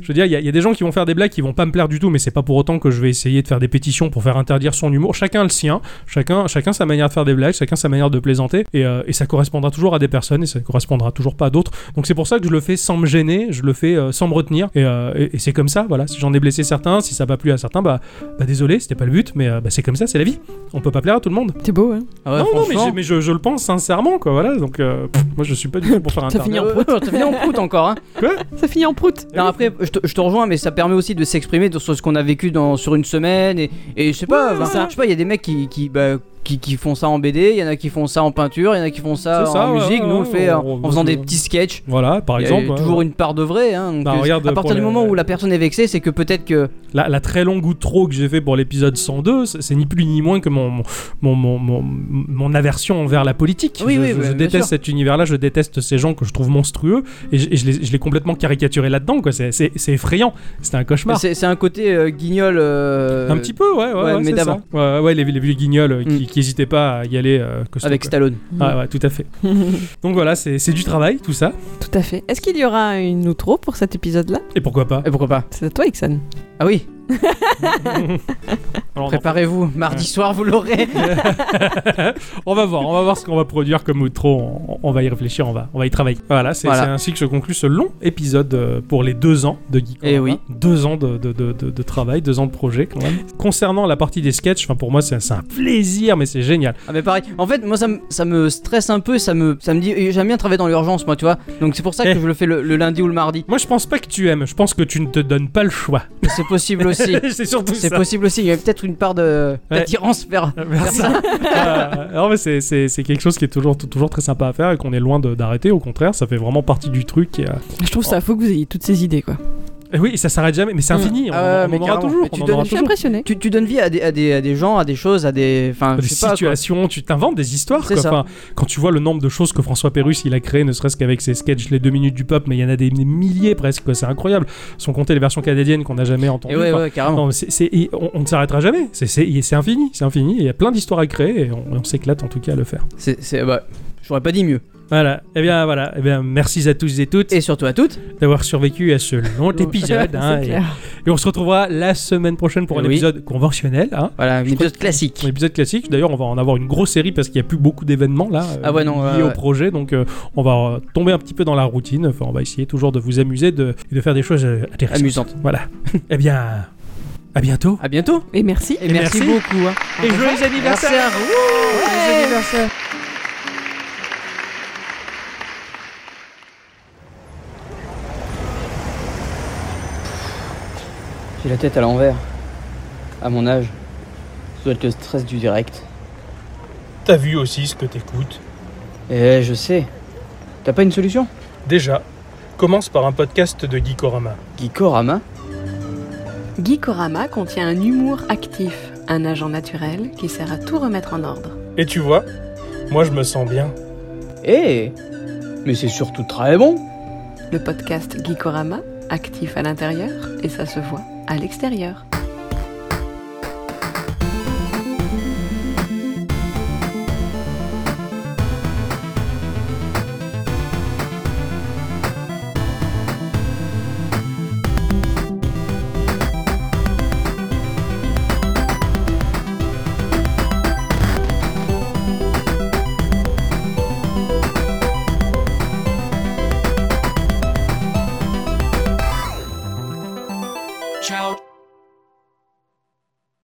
je veux dire, il y, a- il y a des gens qui vont faire des blagues qui vont pas me plaire du tout, mais c'est pas pour autant que je vais essayer de faire des pétitions pour faire interdire son humour. Chacun le sien, chacun, chacun sa manière de faire des blagues, chacun sa manière de plaisanter, et, euh, et ça correspondra toujours à des personnes et ça correspondra toujours pas à d'autres. Donc c'est pour ça que je le fais sans me gêner, je le fais euh, sans me retenir, et, euh, et- et c'est comme ça. Voilà, si j'en ai blessé certains, si ça n'a pas plu à certains, bah, bah désolé, c'était pas le but, mais euh, bah, c'est comme ça, c'est la vie. On peut pas plaire à tout le monde. C'est beau, hein. Ah ouais, non, non, mais, franchement. j'ai- mais je, je le pense sincèrement, quoi. Voilà, donc euh, pff, moi je suis pas du tout pour faire un T'as fini en prout, t'as fini en prout encore, hein Quoi Ça finit en prout. Eh Non, après, je te, je te rejoins, mais ça permet aussi de s'exprimer sur ce qu'on a vécu dans, sur une semaine et, et je sais pas, Ouais, bah, c'est ça. je sais pas, il y a des mecs qui, qui, bah, qui, qui font ça en BD, il y en a qui font ça en peinture, il y en a qui font ça, C'est ça, en ouais, musique. ouais, Nous, on le ouais, fait on- en, en on- faisant des petits sketchs. Voilà, par Il y a exemple, ouais, toujours ouais. une part de vrai. hein, donc, Bah, euh, regarde, à partir pour du les- moment où la personne est vexée, c'est que peut-être que. La, la très longue outro que j'ai fait pour l'épisode 102, c'est c'est ni plus ni moins que mon, mon, mon, mon, mon- mon aversion envers la politique. Oui, je, oui, je- bah, je bien déteste sûr. cet univers-là, je déteste ces gens que je trouve monstrueux, et je, et je les, je les complètement caricaturé là-dedans. quoi. C'est- C'est c'est effrayant, c'était un cauchemar. C'est c'est un côté euh, guignol. euh, Un petit peu, ouais, ouais, ouais, mais c'est d'avant. Mm. ça. Ouais, ouais, les, les vieux guignols euh, qui qui hésitaient pas à y aller. euh, costaud, Avec quoi. Stallone. Ah, ouais, tout à fait. Donc voilà, c'est c'est du travail, tout ça. Tout à fait. Est-ce qu'il y aura une outro pour cet épisode-là Et pourquoi pas Et pourquoi pas C'est à toi, Ixon. Ah oui Préparez-vous, mardi soir vous l'aurez. on va voir, on va voir ce qu'on va produire comme outro. On, on va y réfléchir, on va, on va y travailler. Voilà, c'est Voilà. c'est ainsi que se conclut ce long épisode euh, pour les deux ans de Geek. hein. Eh oui. Deux ans de, de- de- de- de travail, deux ans de projet quand même. Concernant la partie des sketchs, enfin, pour moi c'est c'est un plaisir, mais c'est génial. Ah mais pareil. En fait, moi ça me, ça me stresse un peu, ça me ça me dit et j'aime bien travailler dans l'urgence moi, tu vois. Donc c'est pour ça que je le fais le, le lundi ou le mardi. Eh. Moi je pense pas que tu aimes, je pense que tu ne te donnes pas le choix. C'est possible aussi. C'est surtout C'est ça. possible aussi, il y a peut-être une part de Ouais. d'attirance vers, vers ça. Euh, non, mais c'est- c'est c'est quelque chose qui est toujours, toujours très sympa à faire et qu'on est loin de- d'arrêter. Au contraire, ça fait vraiment partie du truc. Et, euh, Je trouve ça faux que vous ayez toutes ces idées, quoi. et oui, ça s'arrête jamais, mais c'est infini. On, Ah ouais, on mais en aura carrément. toujours. Mais tu on en donnes- aura je suis toujours. impressionné. Tu, tu donnes vie à des, à, des, à des gens, à des choses, à des enfin Des je sais pas, quoi. situations, tu t'inventes des histoires. C'est quoi. ça. Enfin, quand tu vois le nombre de choses que François Pérus il a créé, ne serait-ce qu'avec ses sketchs Les 2 minutes du peuple, mais il y en a des, des milliers presque, quoi. c'est incroyable. Sans compter les versions canadiennes qu'on n'a jamais entendues. Et Eh ouais, Enfin, ouais, carrément. non, mais c'est- c'est- et on, on ne s'arrêtera jamais. C'est- C'est c'est infini, c'est infini. Il y a plein d'histoires à créer et on, on s'éclate en tout cas à le faire. C'est c'est bah j'aurais pas dit mieux. Voilà, et bien voilà, et bien merci à tous et toutes. Et surtout à toutes. D'avoir survécu à ce long épisode. hein, C'est et, clair. et on se retrouvera la semaine prochaine pour un Oui. épisode conventionnel. hein. Voilà, un épisode classique. Un épisode classique. D'ailleurs, on va en avoir une grosse série parce qu'il n'y a plus beaucoup d'événements là euh, Ah ouais, non, liés ouais, au ouais. projet. Donc, euh, on va euh, tomber un petit peu dans la routine. Enfin, on va essayer toujours de vous amuser de, et de faire des choses euh, intéressantes. Amusantes. Voilà. Eh bien, à bientôt. À bientôt. Et merci. Et merci, beaucoup. hein. Et joyeux anniversaire. Joyeux anniversaire. J'ai la tête à l'envers. À mon âge, ça doit être le stress du direct. T'as vu aussi ce que t'écoutes Eh, je sais. T'as pas une solution Déjà, commence par un podcast de Geekorama. Geekorama Geekorama contient un humour actif, un agent naturel qui sert à tout remettre en ordre. Et tu vois, moi je me sens bien. Eh Mais c'est surtout très bon Le podcast Geekorama, actif à l'intérieur et ça se voit à l'extérieur.